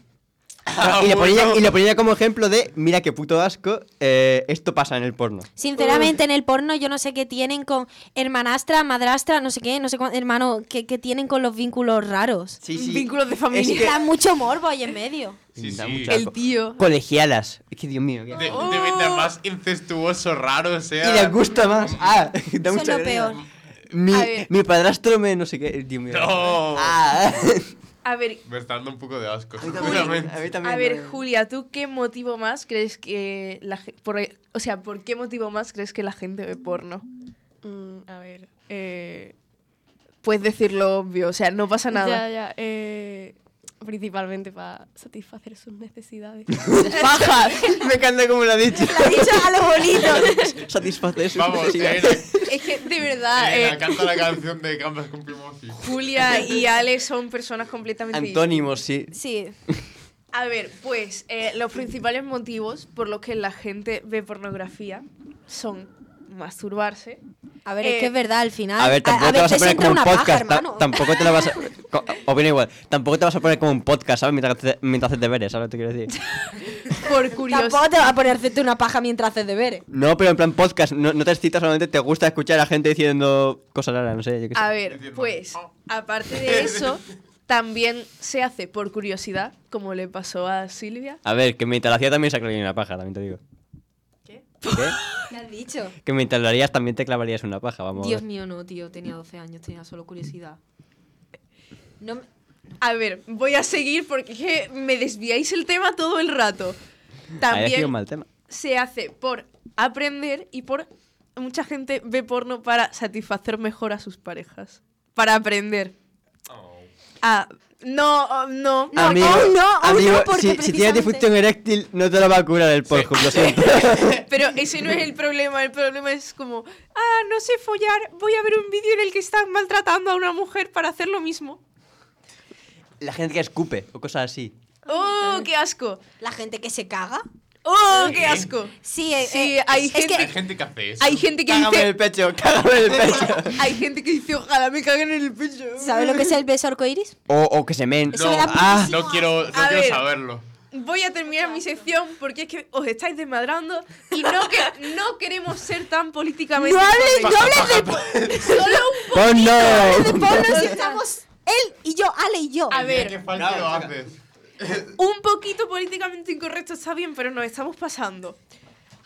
[SPEAKER 3] y, le ponía, y le ponía como ejemplo de, mira qué puto asco, eh, esto pasa en el porno.
[SPEAKER 4] Sinceramente, en el porno yo no sé qué tienen con hermanastra, madrastra, no sé qué, no sé cuánto, hermano, qué, qué tienen con los vínculos raros.
[SPEAKER 3] Sí, sí.
[SPEAKER 2] Vínculos de familia.
[SPEAKER 4] Está mucho morbo ahí en medio.
[SPEAKER 1] Sí,
[SPEAKER 3] Da
[SPEAKER 1] sí.
[SPEAKER 3] mucho
[SPEAKER 2] El
[SPEAKER 3] asco.
[SPEAKER 2] tío.
[SPEAKER 3] Colegialas. Es que Dios mío. qué
[SPEAKER 1] De,
[SPEAKER 3] asco.
[SPEAKER 1] de venta más incestuoso, raro, o sea.
[SPEAKER 3] Y les gusta más. Ah, (laughs) da
[SPEAKER 4] Eso es
[SPEAKER 3] mucha
[SPEAKER 4] lo
[SPEAKER 3] gracia.
[SPEAKER 4] peor.
[SPEAKER 3] Mi,
[SPEAKER 2] A ver.
[SPEAKER 3] mi padrastro me no sé qué. Dios mío.
[SPEAKER 1] No.
[SPEAKER 3] Ah. (laughs)
[SPEAKER 2] A ver,
[SPEAKER 1] Me está dando un poco de asco,
[SPEAKER 3] A mí
[SPEAKER 1] sinceramente.
[SPEAKER 3] también.
[SPEAKER 2] a ver,
[SPEAKER 3] no.
[SPEAKER 2] Julia, ¿tú qué motivo más crees que la gente... O sea, ¿por qué motivo más crees que la gente ve porno?
[SPEAKER 5] Mm, a ver, eh,
[SPEAKER 2] Puedes decirlo obvio, o sea, no pasa nada.
[SPEAKER 5] Ya, ya, eh, principalmente para satisfacer
[SPEAKER 4] (laughs)
[SPEAKER 5] sus necesidades.
[SPEAKER 3] (laughs) Me encanta como lo ha dicho.
[SPEAKER 4] La dicho
[SPEAKER 3] (laughs)
[SPEAKER 4] a lo bonito.
[SPEAKER 3] Satisfacer sus
[SPEAKER 1] Vamos,
[SPEAKER 3] necesidades.
[SPEAKER 1] Elena,
[SPEAKER 2] Es que, de
[SPEAKER 4] Ah,
[SPEAKER 2] verdad,
[SPEAKER 1] Elena,
[SPEAKER 2] eh,
[SPEAKER 1] canta la canción de Campos con Primoci.
[SPEAKER 2] Julia y Ale son personas completamente
[SPEAKER 3] Antónimos, sí.
[SPEAKER 4] Sí.
[SPEAKER 2] A ver, pues eh, los principales motivos por los que la gente ve pornografía son masturbarse.
[SPEAKER 4] A ver,
[SPEAKER 2] Eh,
[SPEAKER 4] es que es verdad, al final.
[SPEAKER 3] A ver, tampoco te vas a
[SPEAKER 4] veces
[SPEAKER 3] poner como
[SPEAKER 4] entra
[SPEAKER 3] un
[SPEAKER 4] una paja,
[SPEAKER 3] podcast. ta-
[SPEAKER 4] hermano.
[SPEAKER 3] tampoco
[SPEAKER 4] (laughs)
[SPEAKER 3] te la vas a. co- Opino igual. Tampoco te vas a poner como un podcast, ¿sabes? Mientras, haces- mientras haces deberes, ¿sabes lo que te quiero
[SPEAKER 4] (laughs)
[SPEAKER 3] decir?
[SPEAKER 2] Por curiosidad.
[SPEAKER 4] Tampoco te vas a poner a hacerte una paja mientras haces deberes.
[SPEAKER 3] No, pero en plan podcast. No, no te excitas, solamente te gusta escuchar a gente diciendo cosas raras, no sé. Yo qué sé.
[SPEAKER 2] A ver, pues aparte
[SPEAKER 3] (laughs)
[SPEAKER 2] de eso, también se hace por curiosidad, como le pasó a Silvia.
[SPEAKER 4] Ah.
[SPEAKER 3] A ver, que mientras la hacía también sacaría una paja, también te digo.
[SPEAKER 2] ¿Qué? (laughs)
[SPEAKER 3] ¿Qué?
[SPEAKER 4] ¿Qué has dicho?
[SPEAKER 3] Que mientras lo harías también te clavarías una paja, vamos. a
[SPEAKER 11] Dios
[SPEAKER 3] ver.
[SPEAKER 11] mío, no, tío. Tenía 12 años, tenía solo curiosidad.
[SPEAKER 4] No me-
[SPEAKER 2] A ver, voy a seguir porque es que me desviáis el tema todo el rato.
[SPEAKER 3] Ahí ha sido un
[SPEAKER 2] También
[SPEAKER 3] mal tema.
[SPEAKER 2] se hace por aprender y por... Mucha gente ve porno para satisfacer mejor a sus parejas. Para aprender.
[SPEAKER 3] Oh.
[SPEAKER 2] Ah, no, oh, no.
[SPEAKER 4] No, aún no, aún no, porque
[SPEAKER 3] si, si tienes
[SPEAKER 4] precisamente-
[SPEAKER 3] disfunción eréctil, no te la va a curar el Pornhub, lo
[SPEAKER 4] (laughs)
[SPEAKER 3] siento.
[SPEAKER 2] Pero ese no es el problema, el problema es como, ah, no sé follar, voy a ver un vídeo en el que están maltratando a una mujer para hacer
[SPEAKER 4] (laughs)
[SPEAKER 2] lo mismo.
[SPEAKER 3] la gente que escupe o cosas así.
[SPEAKER 2] ¡Oh, qué asco!
[SPEAKER 4] La gente que se caga.
[SPEAKER 2] ¡Oh, qué asco!
[SPEAKER 4] Sí, eh,
[SPEAKER 2] Sí,
[SPEAKER 4] eh,
[SPEAKER 2] hay
[SPEAKER 4] es
[SPEAKER 2] gente-
[SPEAKER 1] Hay
[SPEAKER 4] que
[SPEAKER 1] gente que hace eso.
[SPEAKER 2] Hay gente que
[SPEAKER 3] Cágame en el
[SPEAKER 2] dice,
[SPEAKER 3] pecho, cágame en el
[SPEAKER 4] (laughs)
[SPEAKER 3] pecho.
[SPEAKER 2] hay gente que dice, ojalá me caguen en el pecho.
[SPEAKER 4] ¿Sabes lo que es el beso arcoíris?
[SPEAKER 3] O, o que se meen.
[SPEAKER 4] Eso me da
[SPEAKER 3] ah,
[SPEAKER 1] no quiero, no
[SPEAKER 2] A
[SPEAKER 1] quiero
[SPEAKER 2] ver.
[SPEAKER 1] saberlo.
[SPEAKER 2] Voy a terminar mi sección porque es que os estáis desmadrando y no, que, no queremos ser tan políticamente...
[SPEAKER 4] No hables, no
[SPEAKER 1] Paja,
[SPEAKER 4] hables de
[SPEAKER 1] paja,
[SPEAKER 2] Solo un po-
[SPEAKER 4] de
[SPEAKER 3] ¡Porno!
[SPEAKER 4] porno
[SPEAKER 2] (laughs)
[SPEAKER 4] si estamos él y yo, Ale y yo.
[SPEAKER 2] A
[SPEAKER 1] Mira (laughs)
[SPEAKER 2] ver,
[SPEAKER 1] qué falta lo haces.
[SPEAKER 2] un poquito políticamente incorrecto está bien, pero nos estamos pasando.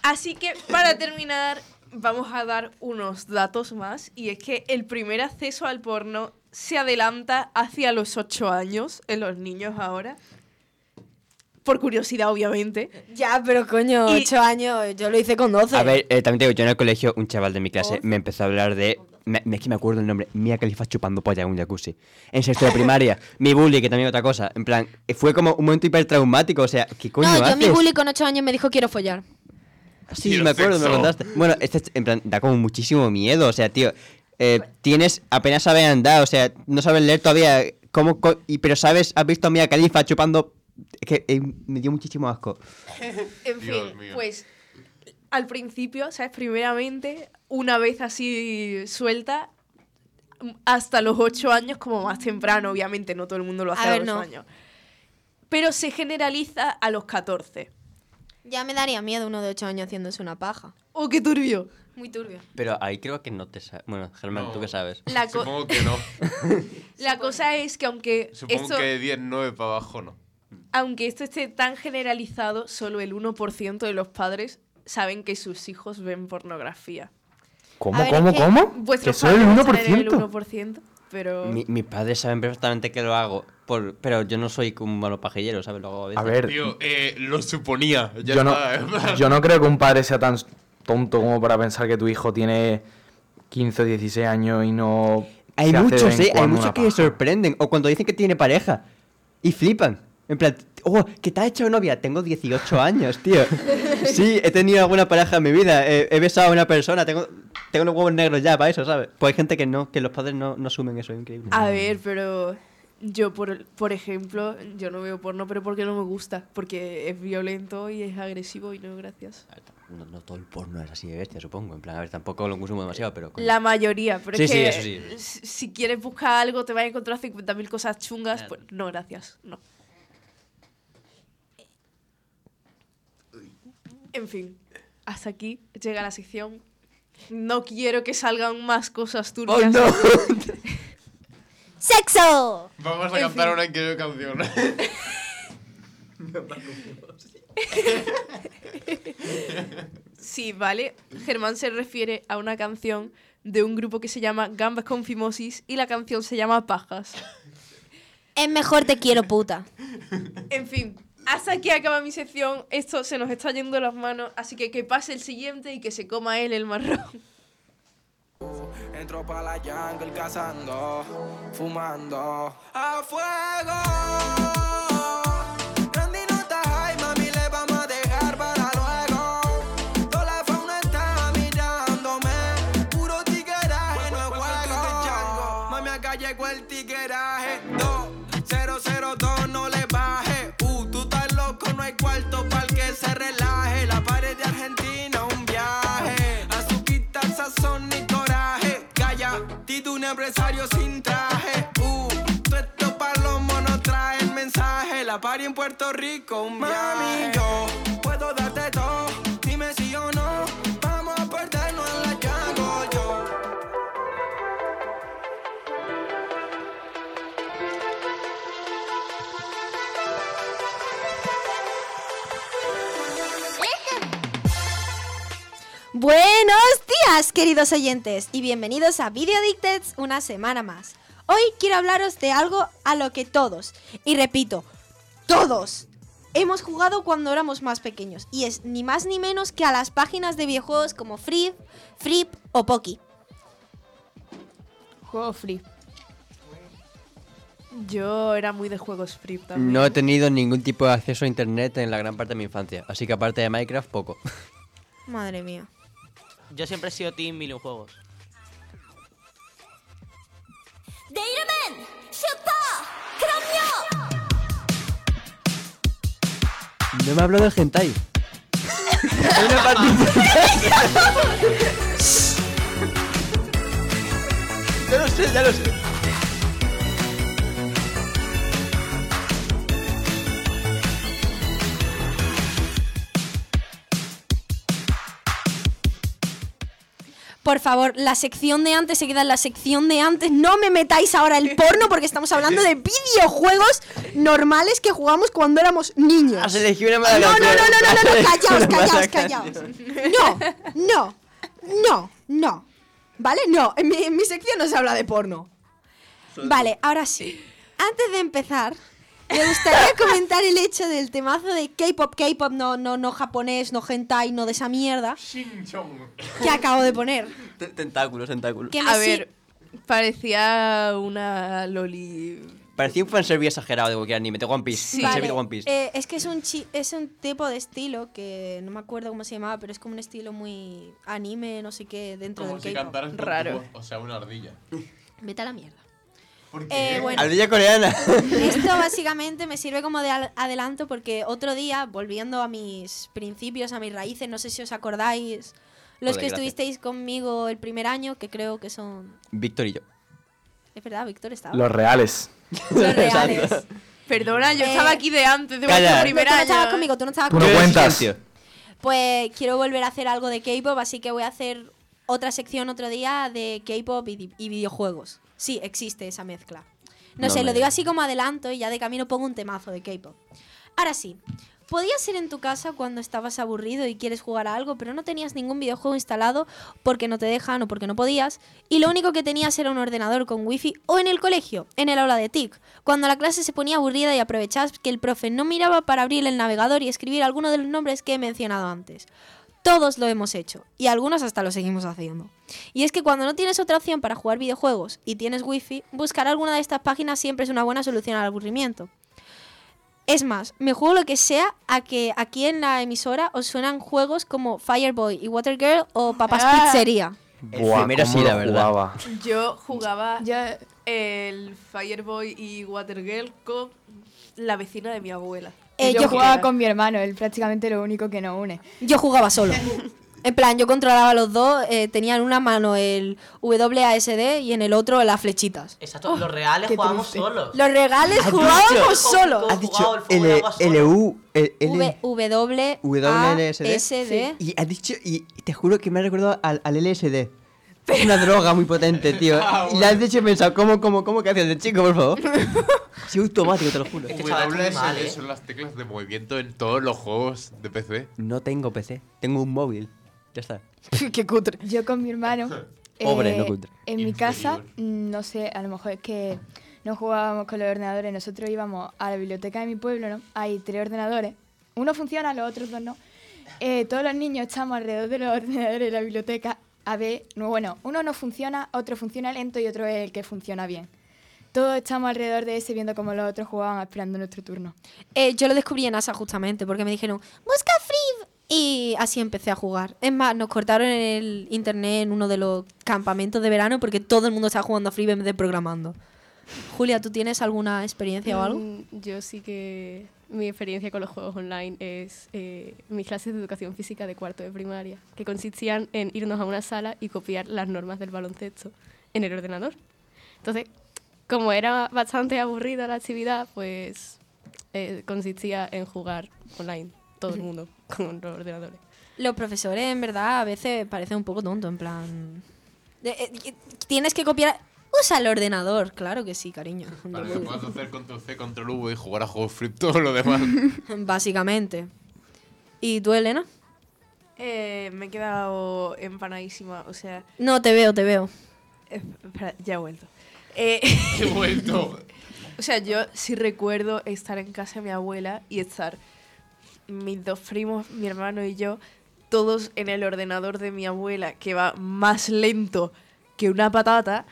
[SPEAKER 2] Así que para terminar, vamos a dar unos datos más. Y es que el primer acceso al porno se adelanta hacia los 8 años en los niños ahora. Por curiosidad, obviamente.
[SPEAKER 1] (laughs)
[SPEAKER 4] Ya, pero coño,
[SPEAKER 2] Y-
[SPEAKER 4] ocho años, yo lo hice con 12.
[SPEAKER 3] A ver, eh, también te digo, yo en el colegio, un chaval de mi
[SPEAKER 4] Oh,
[SPEAKER 3] clase me empezó a hablar de. me- me- es que me acuerdo el nombre, Mia Khalifa chupando polla en un jacuzzi. En sexto de
[SPEAKER 4] (laughs)
[SPEAKER 3] primaria, mi bully, que también otra cosa. En plan, eh, fue como un momento hipertraumático, o sea, ¿qué coño
[SPEAKER 4] no, yo
[SPEAKER 3] haces?
[SPEAKER 4] mi bully con 8 años me dijo quiero follar.
[SPEAKER 3] Sí,
[SPEAKER 1] Quiero
[SPEAKER 3] me acuerdo, me
[SPEAKER 1] sexo.
[SPEAKER 3] lo contaste. Bueno, este, en plan, da como muchísimo miedo, o sea, tío. eh, tienes, apenas sabes andar, o sea, no sabes leer todavía. ¿Cómo co- y, pero sabes, has visto a Mia Khalifa chupando. Es que eh, me dio muchísimo asco.
[SPEAKER 2] En
[SPEAKER 1] Dios
[SPEAKER 2] fin,
[SPEAKER 1] mío.
[SPEAKER 2] pues al principio, ¿sabes? Primeramente, una vez así suelta, m- hasta los 8 años, como más temprano, obviamente, no todo el mundo lo hace
[SPEAKER 4] A
[SPEAKER 2] a,
[SPEAKER 4] ver,
[SPEAKER 2] los
[SPEAKER 4] no.
[SPEAKER 2] 8 años. Pero se generaliza a los 14.
[SPEAKER 4] Ya me daría miedo uno de 8 años haciéndose una paja.
[SPEAKER 2] ¡Oh, qué turbio!
[SPEAKER 4] Muy turbio.
[SPEAKER 3] Pero ahí creo que no te sa- Bueno, Germán,
[SPEAKER 1] No.
[SPEAKER 3] ¿tú qué sabes?
[SPEAKER 2] La co-
[SPEAKER 1] Supongo que
[SPEAKER 4] (laughs)
[SPEAKER 1] no.
[SPEAKER 2] La cosa es que aunque
[SPEAKER 1] Supongo
[SPEAKER 2] esto,
[SPEAKER 1] que de 10, 9 para abajo no.
[SPEAKER 2] aunque esto esté tan generalizado, solo el 1% de los padres saben que sus hijos ven pornografía.
[SPEAKER 8] ¿Cómo,
[SPEAKER 2] A ver,
[SPEAKER 8] cómo,
[SPEAKER 2] es que
[SPEAKER 8] cómo? Que
[SPEAKER 2] vuestros
[SPEAKER 8] soy el
[SPEAKER 2] padres saben el
[SPEAKER 8] 1%.
[SPEAKER 2] 1%, pero...
[SPEAKER 3] Mi- mis padres saben perfectamente que lo hago, por- pero yo no soy un malo pajillero, ¿sabes? Lo hago a veces.
[SPEAKER 8] A ver,
[SPEAKER 1] Tío, eh, lo suponía. Ya
[SPEAKER 8] yo, no,
[SPEAKER 1] (laughs) está. ¿eh?
[SPEAKER 8] yo no creo que un padre sea tan tonto como para pensar que tu hijo tiene 15 o 16 años y no.
[SPEAKER 3] Hay
[SPEAKER 8] se hace de
[SPEAKER 3] muchos,
[SPEAKER 8] vez en
[SPEAKER 3] ¿eh? Hay
[SPEAKER 8] cuando
[SPEAKER 3] muchos
[SPEAKER 8] una
[SPEAKER 3] que
[SPEAKER 8] paja.
[SPEAKER 3] se sorprenden. O cuando dicen que tiene pareja. Y flipan. En plan, oh, ¿qué te ha hecho novia? Tengo 18 años, tío.
[SPEAKER 8] (laughs)
[SPEAKER 3] Sí, he tenido alguna pareja en mi vida. eh, he besado a una persona. Tengo, tengo los huevos negros ya para eso, ¿sabes? Pues hay gente que no, que los padres no, no asumen eso. Es increíble.
[SPEAKER 8] Mm.
[SPEAKER 2] A ver, pero yo, por, por ejemplo, yo no veo porno, pero porque no me gusta, porque es violento y es agresivo y no, gracias.
[SPEAKER 3] No, no todo el porno es así de bestia, supongo. En plan, a ver, tampoco lo consumo demasiado, pero... coño.
[SPEAKER 2] La mayoría, pero es
[SPEAKER 3] Sí, sí,
[SPEAKER 2] que
[SPEAKER 3] eso sí.
[SPEAKER 2] si- si quieres buscar algo te vas a encontrar 50.000 cosas chungas, pues no, gracias, no. En fin, hasta aquí llega la sección. No quiero que salgan más cosas
[SPEAKER 3] Oh,
[SPEAKER 2] turbias.
[SPEAKER 4] ¡Sexo!
[SPEAKER 1] Vamos a
[SPEAKER 2] En
[SPEAKER 1] cantar
[SPEAKER 2] fin.
[SPEAKER 1] una increíble
[SPEAKER 4] (laughs)
[SPEAKER 1] canción. (laughs)
[SPEAKER 2] Sí, vale. Germán se refiere a una canción de un grupo que se llama Gambas con Fimosis y la canción se llama Pajas.
[SPEAKER 4] Es mejor te quiero, puta.
[SPEAKER 2] En fin, hasta aquí acaba mi sección. Esto se nos está yendo de las manos, así que que pase el siguiente y que se coma él el marrón.
[SPEAKER 12] Entro pa' la jungle cazando, fumando a fuego. Randy no está high, mami, le vamos a dejar para luego. Toda la fauna está mirándome, puro tigueraje, no es juego. Mami, acá llegó el tigueraje, 2002, no le baje. Uh, tú estás loco, no hay cuarto para que se relaje. La pared de Argentina, un viaje. Azuquita, sazón y coraje. Calla, tito un empresario sin traje. Uh, tú estos palomos no traen mensaje. La party en Puerto Rico, un viaje. Mami, yo puedo darte todo. Dime si o no. Vamos a perdernos en la jungle, yo.
[SPEAKER 4] Buenos días, queridos oyentes, y bienvenidos a Video Addicted una semana más. Hoy quiero hablaros de algo a lo que todos, y repito, todos, hemos jugado cuando éramos más pequeños, y es ni más ni menos que a las páginas de videojuegos como Free, Flip o Poki.
[SPEAKER 13] Juego free.
[SPEAKER 2] (laughs) Yo era muy de juegos free también.
[SPEAKER 3] No he tenido ningún tipo de acceso a internet en la gran parte de mi infancia. Así que aparte de Minecraft, poco.
[SPEAKER 4] Madre mía.
[SPEAKER 7] Yo siempre he sido Team Million Juegos.
[SPEAKER 3] (laughs)
[SPEAKER 4] Oh,
[SPEAKER 3] No me hablo del
[SPEAKER 4] (laughs)
[SPEAKER 3] hentai. Hay una ya lo sé, ya lo sé.
[SPEAKER 4] Por favor, la sección de antes se queda en la sección de antes. No me metáis ahora el porno porque estamos hablando de videojuegos normales que jugamos cuando éramos niños.
[SPEAKER 3] Has elegido una
[SPEAKER 4] No,
[SPEAKER 3] mala
[SPEAKER 4] no, no, no,
[SPEAKER 3] canción.
[SPEAKER 4] no,
[SPEAKER 3] (laughs)
[SPEAKER 4] no,
[SPEAKER 3] Has elegido
[SPEAKER 4] no, callaos,
[SPEAKER 3] una
[SPEAKER 4] callaos,
[SPEAKER 3] mala
[SPEAKER 4] callaos.
[SPEAKER 3] canción.
[SPEAKER 4] No, no, no, no. ¿Vale? No, en mi, en mi sección no se habla de porno. Vale, ahora sí. Antes de empezar, me
[SPEAKER 3] (laughs)
[SPEAKER 4] gustaría comentar el hecho del temazo de K-pop, K-pop, no, no, no japonés, no hentai, no de esa mierda que acabo de poner.
[SPEAKER 3] T- Tentáculos, tentáculos.
[SPEAKER 4] Que me
[SPEAKER 2] A
[SPEAKER 4] si-
[SPEAKER 2] ver, parecía una loli...
[SPEAKER 3] Parecía un fanservice exagerado de cualquier anime, de One Piece.
[SPEAKER 4] Vale,
[SPEAKER 3] Fanservice de One Piece.
[SPEAKER 4] eh, es que es un, chi- es un tipo de estilo que no me acuerdo cómo se llamaba, pero es como un estilo muy anime, no sé qué, dentro
[SPEAKER 1] Como
[SPEAKER 4] del
[SPEAKER 1] si
[SPEAKER 4] K-pop.
[SPEAKER 1] cantaras con
[SPEAKER 4] Raro.
[SPEAKER 1] tu voz, O sea, una ardilla.
[SPEAKER 4] Vete a la mierda.
[SPEAKER 1] ¿Por
[SPEAKER 4] Eh, bueno.
[SPEAKER 3] Ardilla coreana. (laughs)
[SPEAKER 4] (laughs) Esto básicamente me sirve como de al- adelanto porque otro día, volviendo a mis principios, a mis raíces, no sé si os acordáis, los
[SPEAKER 3] Joder,
[SPEAKER 4] que
[SPEAKER 3] gracias.
[SPEAKER 4] estuvisteis conmigo el primer año, que creo que son...
[SPEAKER 3] Víctor y yo.
[SPEAKER 4] Es verdad, Víctor estaba.
[SPEAKER 8] Los reales.
[SPEAKER 4] Los reales.
[SPEAKER 2] Perdona, yo
[SPEAKER 4] Eh,
[SPEAKER 2] estaba aquí de antes, de
[SPEAKER 3] Calla.
[SPEAKER 2] vuestro
[SPEAKER 4] Pero
[SPEAKER 2] primer
[SPEAKER 4] tú no estabas
[SPEAKER 2] año.
[SPEAKER 4] conmigo, tú no estabas
[SPEAKER 8] Tú no
[SPEAKER 4] conmigo.
[SPEAKER 8] cuentas.
[SPEAKER 4] Pues quiero volver a hacer algo de K-pop, así que voy a hacer otra sección otro día de K-pop y, di- y videojuegos. Sí, existe esa mezcla. No,
[SPEAKER 14] No
[SPEAKER 4] sé,
[SPEAKER 14] me
[SPEAKER 4] lo digo
[SPEAKER 14] digas.
[SPEAKER 4] así como adelanto y ya de camino pongo un temazo de K-pop. Ahora sí, podías ser en tu casa cuando estabas aburrido y quieres jugar a algo, pero no tenías ningún videojuego instalado porque no te dejan o porque no podías, y lo único que tenías era un ordenador con wifi o en el colegio, en el aula de TIC, cuando la clase se ponía aburrida y aprovechabas que el profe no miraba para abrir el navegador y escribir alguno de los nombres que he mencionado antes. Todos lo hemos hecho, y algunos hasta lo seguimos haciendo. Y es que cuando no tienes otra opción para jugar videojuegos y tienes wifi, buscar alguna de estas páginas siempre es una buena solución al aburrimiento. Es más, me juego lo que sea a que aquí en la emisora os suenan juegos como Fireboy y Watergirl o Papás
[SPEAKER 2] Ah.
[SPEAKER 4] Pizzería.
[SPEAKER 8] Buah,
[SPEAKER 10] primero
[SPEAKER 8] cómo
[SPEAKER 10] sí,
[SPEAKER 8] lo
[SPEAKER 10] la verdad.
[SPEAKER 8] jugaba.
[SPEAKER 2] Yo jugaba el Fireboy y Watergirl con la vecina de mi abuela.
[SPEAKER 6] Eh, yo, jugaba con mi hermano, él prácticamente lo único que nos une.
[SPEAKER 4] Yo jugaba solo. En plan, yo controlaba a los dos, eh, tenía en una mano el WASD y en el otro las flechitas.
[SPEAKER 7] Exacto, los reales
[SPEAKER 4] qué
[SPEAKER 7] jugábamos
[SPEAKER 4] triste.
[SPEAKER 7] solos.
[SPEAKER 4] Los regales
[SPEAKER 7] ¿Has
[SPEAKER 4] jugábamos
[SPEAKER 7] dicho?
[SPEAKER 4] solo.
[SPEAKER 10] Has dicho L, LU, L, L,
[SPEAKER 4] W,
[SPEAKER 10] WLSD.
[SPEAKER 4] SD.
[SPEAKER 10] Y has dicho, y te juro que me ha recordado al, al LSD. Es una droga muy potente, tío.
[SPEAKER 1] Ah,
[SPEAKER 10] Y la has dicho y he pensado, ¿cómo, cómo, cómo que haces de chico, por favor? Soy automático, te lo juro.
[SPEAKER 1] Este
[SPEAKER 3] ¿eh?
[SPEAKER 1] WSD son las teclas de movimiento en todos los juegos de PC.
[SPEAKER 10] No tengo PC, tengo un móvil. Ya está.
[SPEAKER 6] Qué cutre. Yo con mi hermano. eh,
[SPEAKER 10] Pobre, no cutre.
[SPEAKER 6] En mi casa, mm, no sé, a lo mejor es que no jugábamos con los ordenadores. Nosotros íbamos a la biblioteca de mi pueblo, ¿no? Hay tres ordenadores. Uno funciona, los otros dos no. Eh, todos los niños estamos alrededor de los (laughs) ordenadores de la biblioteca a ver, no, bueno, uno no funciona, otro funciona lento y otro es el que funciona bien. Todos estamos alrededor de ese viendo cómo los otros jugaban esperando nuestro turno.
[SPEAKER 4] Eh, yo lo descubrí en ASA justamente porque me dijeron, busca Free. Y así empecé a jugar. Es más, nos cortaron el internet en uno de los campamentos de verano porque todo el mundo estaba jugando a Free en vez de programando. Julia, ¿tú tienes alguna experiencia o algo?
[SPEAKER 5] Mm, Yo sí que mi experiencia con los juegos online es eh, mis clases de educación física de cuarto de primaria, que consistían en irnos a una sala y copiar las normas del baloncesto en el ordenador. Entonces, como era bastante aburrida la actividad, pues eh, consistía en jugar online, todo
[SPEAKER 4] (laughs)
[SPEAKER 5] el mundo, con los ordenadores.
[SPEAKER 4] Los profesores, en verdad, a veces parecen un poco tonto, en plan. de- eh, eh, tienes que copiar. Usa el ordenador, claro que sí, cariño.
[SPEAKER 1] Para que puedas hacer control C, control V y jugar a juegos free todo lo demás.
[SPEAKER 4] (laughs) Básicamente. ¿Y tú, Elena?
[SPEAKER 2] Eh, me he quedado empanadísima, o sea...
[SPEAKER 4] No, te veo, te veo.
[SPEAKER 2] Eh, Espera, ya he vuelto. Eh,
[SPEAKER 1] He vuelto.
[SPEAKER 2] (laughs) o sea, yo sí recuerdo estar en casa de mi abuela y estar mis dos primos, mi hermano y yo, todos en el ordenador de mi abuela, que va más lento que una patata,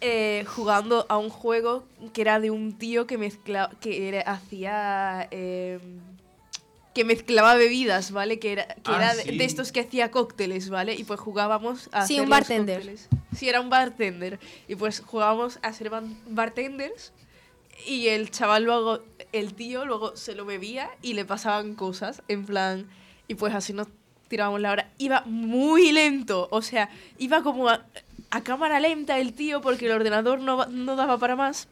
[SPEAKER 2] eh, jugando a un juego que era de un tío que mezclaba, que era- hacía... eh, que mezclaba bebidas, ¿vale? Que era, que
[SPEAKER 4] Ah,
[SPEAKER 2] era de-
[SPEAKER 4] sí.
[SPEAKER 2] de estos que hacía cócteles, ¿vale? Y pues jugábamos a
[SPEAKER 4] Sí,
[SPEAKER 2] hacer
[SPEAKER 4] un
[SPEAKER 2] los
[SPEAKER 4] bartender.
[SPEAKER 2] cócteles. Sí, era un bartender. Y pues jugábamos a ser ban- bartenders y el chaval luego, el tío luego se lo bebía y le pasaban cosas, en plan, y pues así nos tirábamos la hora. Iba muy lento, o sea, iba como a, a cámara lenta el tío porque el ordenador no, va- no daba para más.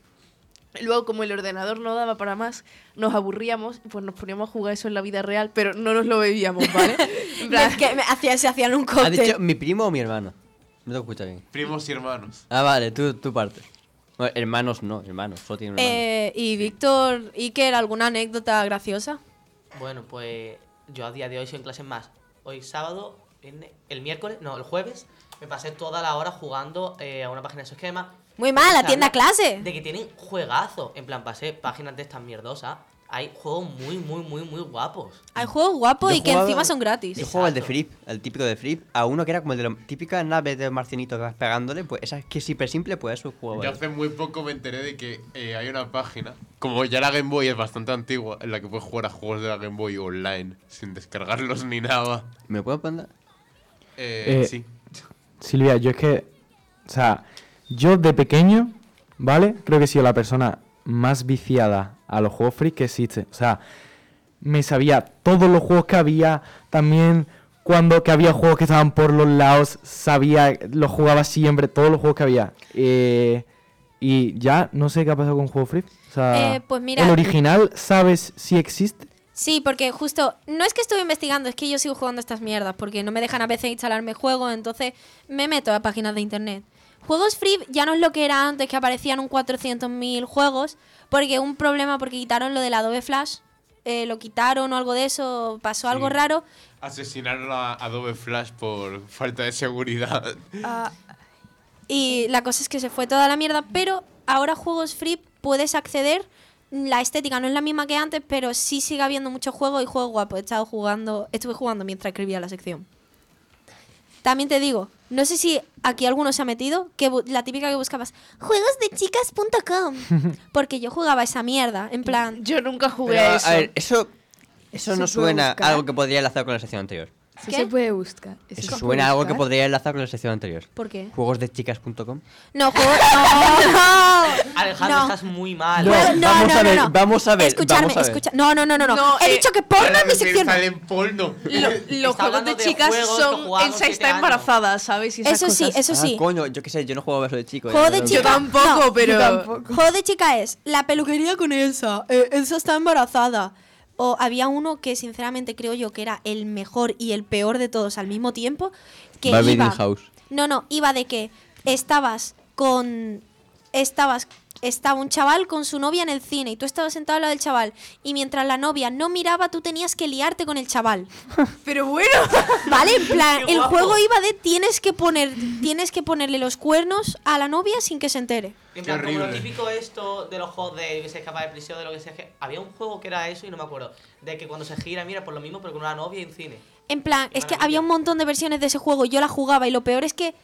[SPEAKER 2] Luego, como el ordenador no daba para más, nos aburríamos y pues nos poníamos a jugar eso en la vida real, pero no nos lo
[SPEAKER 4] (laughs)
[SPEAKER 2] bebíamos, ¿vale? En plan-
[SPEAKER 4] se hacían un
[SPEAKER 10] ¿Has dicho mi primo o mi hermano? No te escucha bien.
[SPEAKER 1] Primos y hermanos.
[SPEAKER 10] Ah, vale, tú, tú parte. Bueno, hermanos no, hermanos, solo tiene un hermano.
[SPEAKER 4] Eh, ¿Y Víctor, Iker, alguna anécdota graciosa?
[SPEAKER 7] Bueno, pues yo a día de hoy soy en clases más. Hoy sábado, viernes- el miércoles, no, el jueves, me pasé toda la hora jugando eh, a una página de esos esquemas.
[SPEAKER 4] Muy mal,
[SPEAKER 7] Habla
[SPEAKER 4] atienda clase.
[SPEAKER 7] De que tienen juegazos. En plan, pasé páginas de estas mierdosas. Hay juegos muy, muy, muy, muy guapos.
[SPEAKER 4] Hay juegos guapos
[SPEAKER 10] Yo
[SPEAKER 4] y que
[SPEAKER 10] jugaba-
[SPEAKER 4] encima son gratis.
[SPEAKER 10] Yo jugaba al de Flip, al típico de Flip, a uno que era como el de la típica nave de marcianito que vas pegándole, pues esa que es hiper simple, pues eso jugaba.
[SPEAKER 1] Yo hace muy poco me enteré de que eh, hay una página, como ya la Game Boy es bastante antigua, en la que puedes jugar a juegos de la Game Boy online, sin descargarlos ni nada.
[SPEAKER 10] ¿Me puedo mandar?
[SPEAKER 1] Eh,
[SPEAKER 8] Eh,
[SPEAKER 1] sí.
[SPEAKER 8] Silvia, yo es que, o sea, yo de pequeño, ¿vale? Creo que he sido la persona más viciada a los juegos free que existe. O sea, me sabía todos los juegos que había, también cuando que había juegos que estaban por los lados, sabía, los jugaba siempre, todos los juegos que había. Eh, y ya no sé qué ha pasado con Juego Free. O sea,
[SPEAKER 4] Eh, pues mira-
[SPEAKER 8] el original, ¿sabes si existe?
[SPEAKER 4] Sí, porque justo, no es que estuve investigando, es que yo sigo jugando a estas mierdas, porque no me dejan a veces instalarme juegos, entonces me meto a páginas de internet. Juegos free ya no es lo que era antes, que aparecían un 400.000 juegos, porque un problema, porque quitaron lo del Adobe Flash, eh, lo quitaron o algo de eso, pasó algo
[SPEAKER 1] Sí.
[SPEAKER 4] raro,
[SPEAKER 1] Asesinaron a Adobe Flash por falta de seguridad.
[SPEAKER 4] Ah, Y la cosa es que se fue toda la mierda, pero ahora juegos free puedes acceder. La estética no es la misma que antes, pero sí sigue habiendo muchos juegos y juegos guapos. He estado jugando, estuve jugando mientras escribía la sección. También te digo, no sé si aquí alguno se ha metido, que bu- la típica que buscabas,
[SPEAKER 3] (laughs)
[SPEAKER 4] juegosdechicas.com, porque yo jugaba esa mierda, en plan...
[SPEAKER 2] Yo nunca jugué
[SPEAKER 3] Pero,
[SPEAKER 4] Pues
[SPEAKER 3] a ver, eso, eso
[SPEAKER 6] ¿Se
[SPEAKER 3] no
[SPEAKER 6] puede
[SPEAKER 3] suena
[SPEAKER 6] buscar?
[SPEAKER 3] a algo que podría enlazar con la sección anterior.
[SPEAKER 6] Eso se puede buscar. Eso
[SPEAKER 3] Eso
[SPEAKER 6] se
[SPEAKER 3] suena a algo que
[SPEAKER 6] puede buscar.
[SPEAKER 3] podría enlazar con la sección anterior.
[SPEAKER 4] ¿Por qué?
[SPEAKER 3] Juegosdechicas.com.
[SPEAKER 4] No, juego... (laughs) No, no.
[SPEAKER 7] Alejandro,
[SPEAKER 4] No.
[SPEAKER 7] estás muy mal.
[SPEAKER 4] Ah, No, Bueno, no,
[SPEAKER 3] vamos
[SPEAKER 4] no,
[SPEAKER 3] a
[SPEAKER 4] no,
[SPEAKER 3] ver,
[SPEAKER 4] no.
[SPEAKER 3] vamos a ver.
[SPEAKER 4] Escuchadme,
[SPEAKER 3] vamos a ver.
[SPEAKER 4] escucha- No, no, no, no, no.
[SPEAKER 2] No,
[SPEAKER 4] He
[SPEAKER 2] eh,
[SPEAKER 4] dicho que porno es mi sección.
[SPEAKER 1] en porno.
[SPEAKER 2] Lo- los
[SPEAKER 7] Está
[SPEAKER 2] juegos
[SPEAKER 7] hablando
[SPEAKER 2] de
[SPEAKER 7] de
[SPEAKER 2] chicas
[SPEAKER 7] juegos que
[SPEAKER 2] son
[SPEAKER 7] jugamos
[SPEAKER 2] Elsa
[SPEAKER 7] siete
[SPEAKER 2] está
[SPEAKER 7] años.
[SPEAKER 2] embarazada, ¿sabes? Y esas
[SPEAKER 4] Eso sí,
[SPEAKER 2] cosas.
[SPEAKER 4] eso sí.
[SPEAKER 3] Ah, coño, yo qué sé, yo no juego a verso de chico. eh.
[SPEAKER 4] Juego de
[SPEAKER 3] yo-
[SPEAKER 2] Yo
[SPEAKER 4] chica.
[SPEAKER 2] tampoco,
[SPEAKER 4] No,
[SPEAKER 2] pero.
[SPEAKER 6] Yo tampoco.
[SPEAKER 4] Juego de chica es la peluquería con Elsa. eh, Elsa está embarazada. O había uno que sinceramente creo yo que era el mejor y el peor de todos al mismo tiempo. Que
[SPEAKER 3] Barbie
[SPEAKER 4] iba,
[SPEAKER 3] House.
[SPEAKER 4] No, no, iba de que estabas con. Estabas. Estaba un chaval con su novia en el cine y tú estabas sentado al lado del chaval. Y mientras la novia no miraba, tú tenías que liarte con el chaval.
[SPEAKER 2] Pero (laughs) bueno.
[SPEAKER 4] ¿Vale? En plan,
[SPEAKER 7] (laughs) Qué
[SPEAKER 4] el
[SPEAKER 7] guapo.
[SPEAKER 4] juego iba de tienes que poner. Tienes que ponerle los cuernos a la novia sin que se entere.
[SPEAKER 7] En plan,
[SPEAKER 1] Qué
[SPEAKER 7] como lo
[SPEAKER 1] horrible.
[SPEAKER 7] típico esto de los juegos de que se escapa de prisión, de lo que sea, es que había un juego que era eso y no me acuerdo. De que cuando se gira, mira, por lo mismo, pero con una novia y un cine.
[SPEAKER 4] En plan,
[SPEAKER 7] Qué
[SPEAKER 4] es que
[SPEAKER 7] maravilla.
[SPEAKER 4] había un montón de versiones de ese juego, yo la jugaba y lo peor es que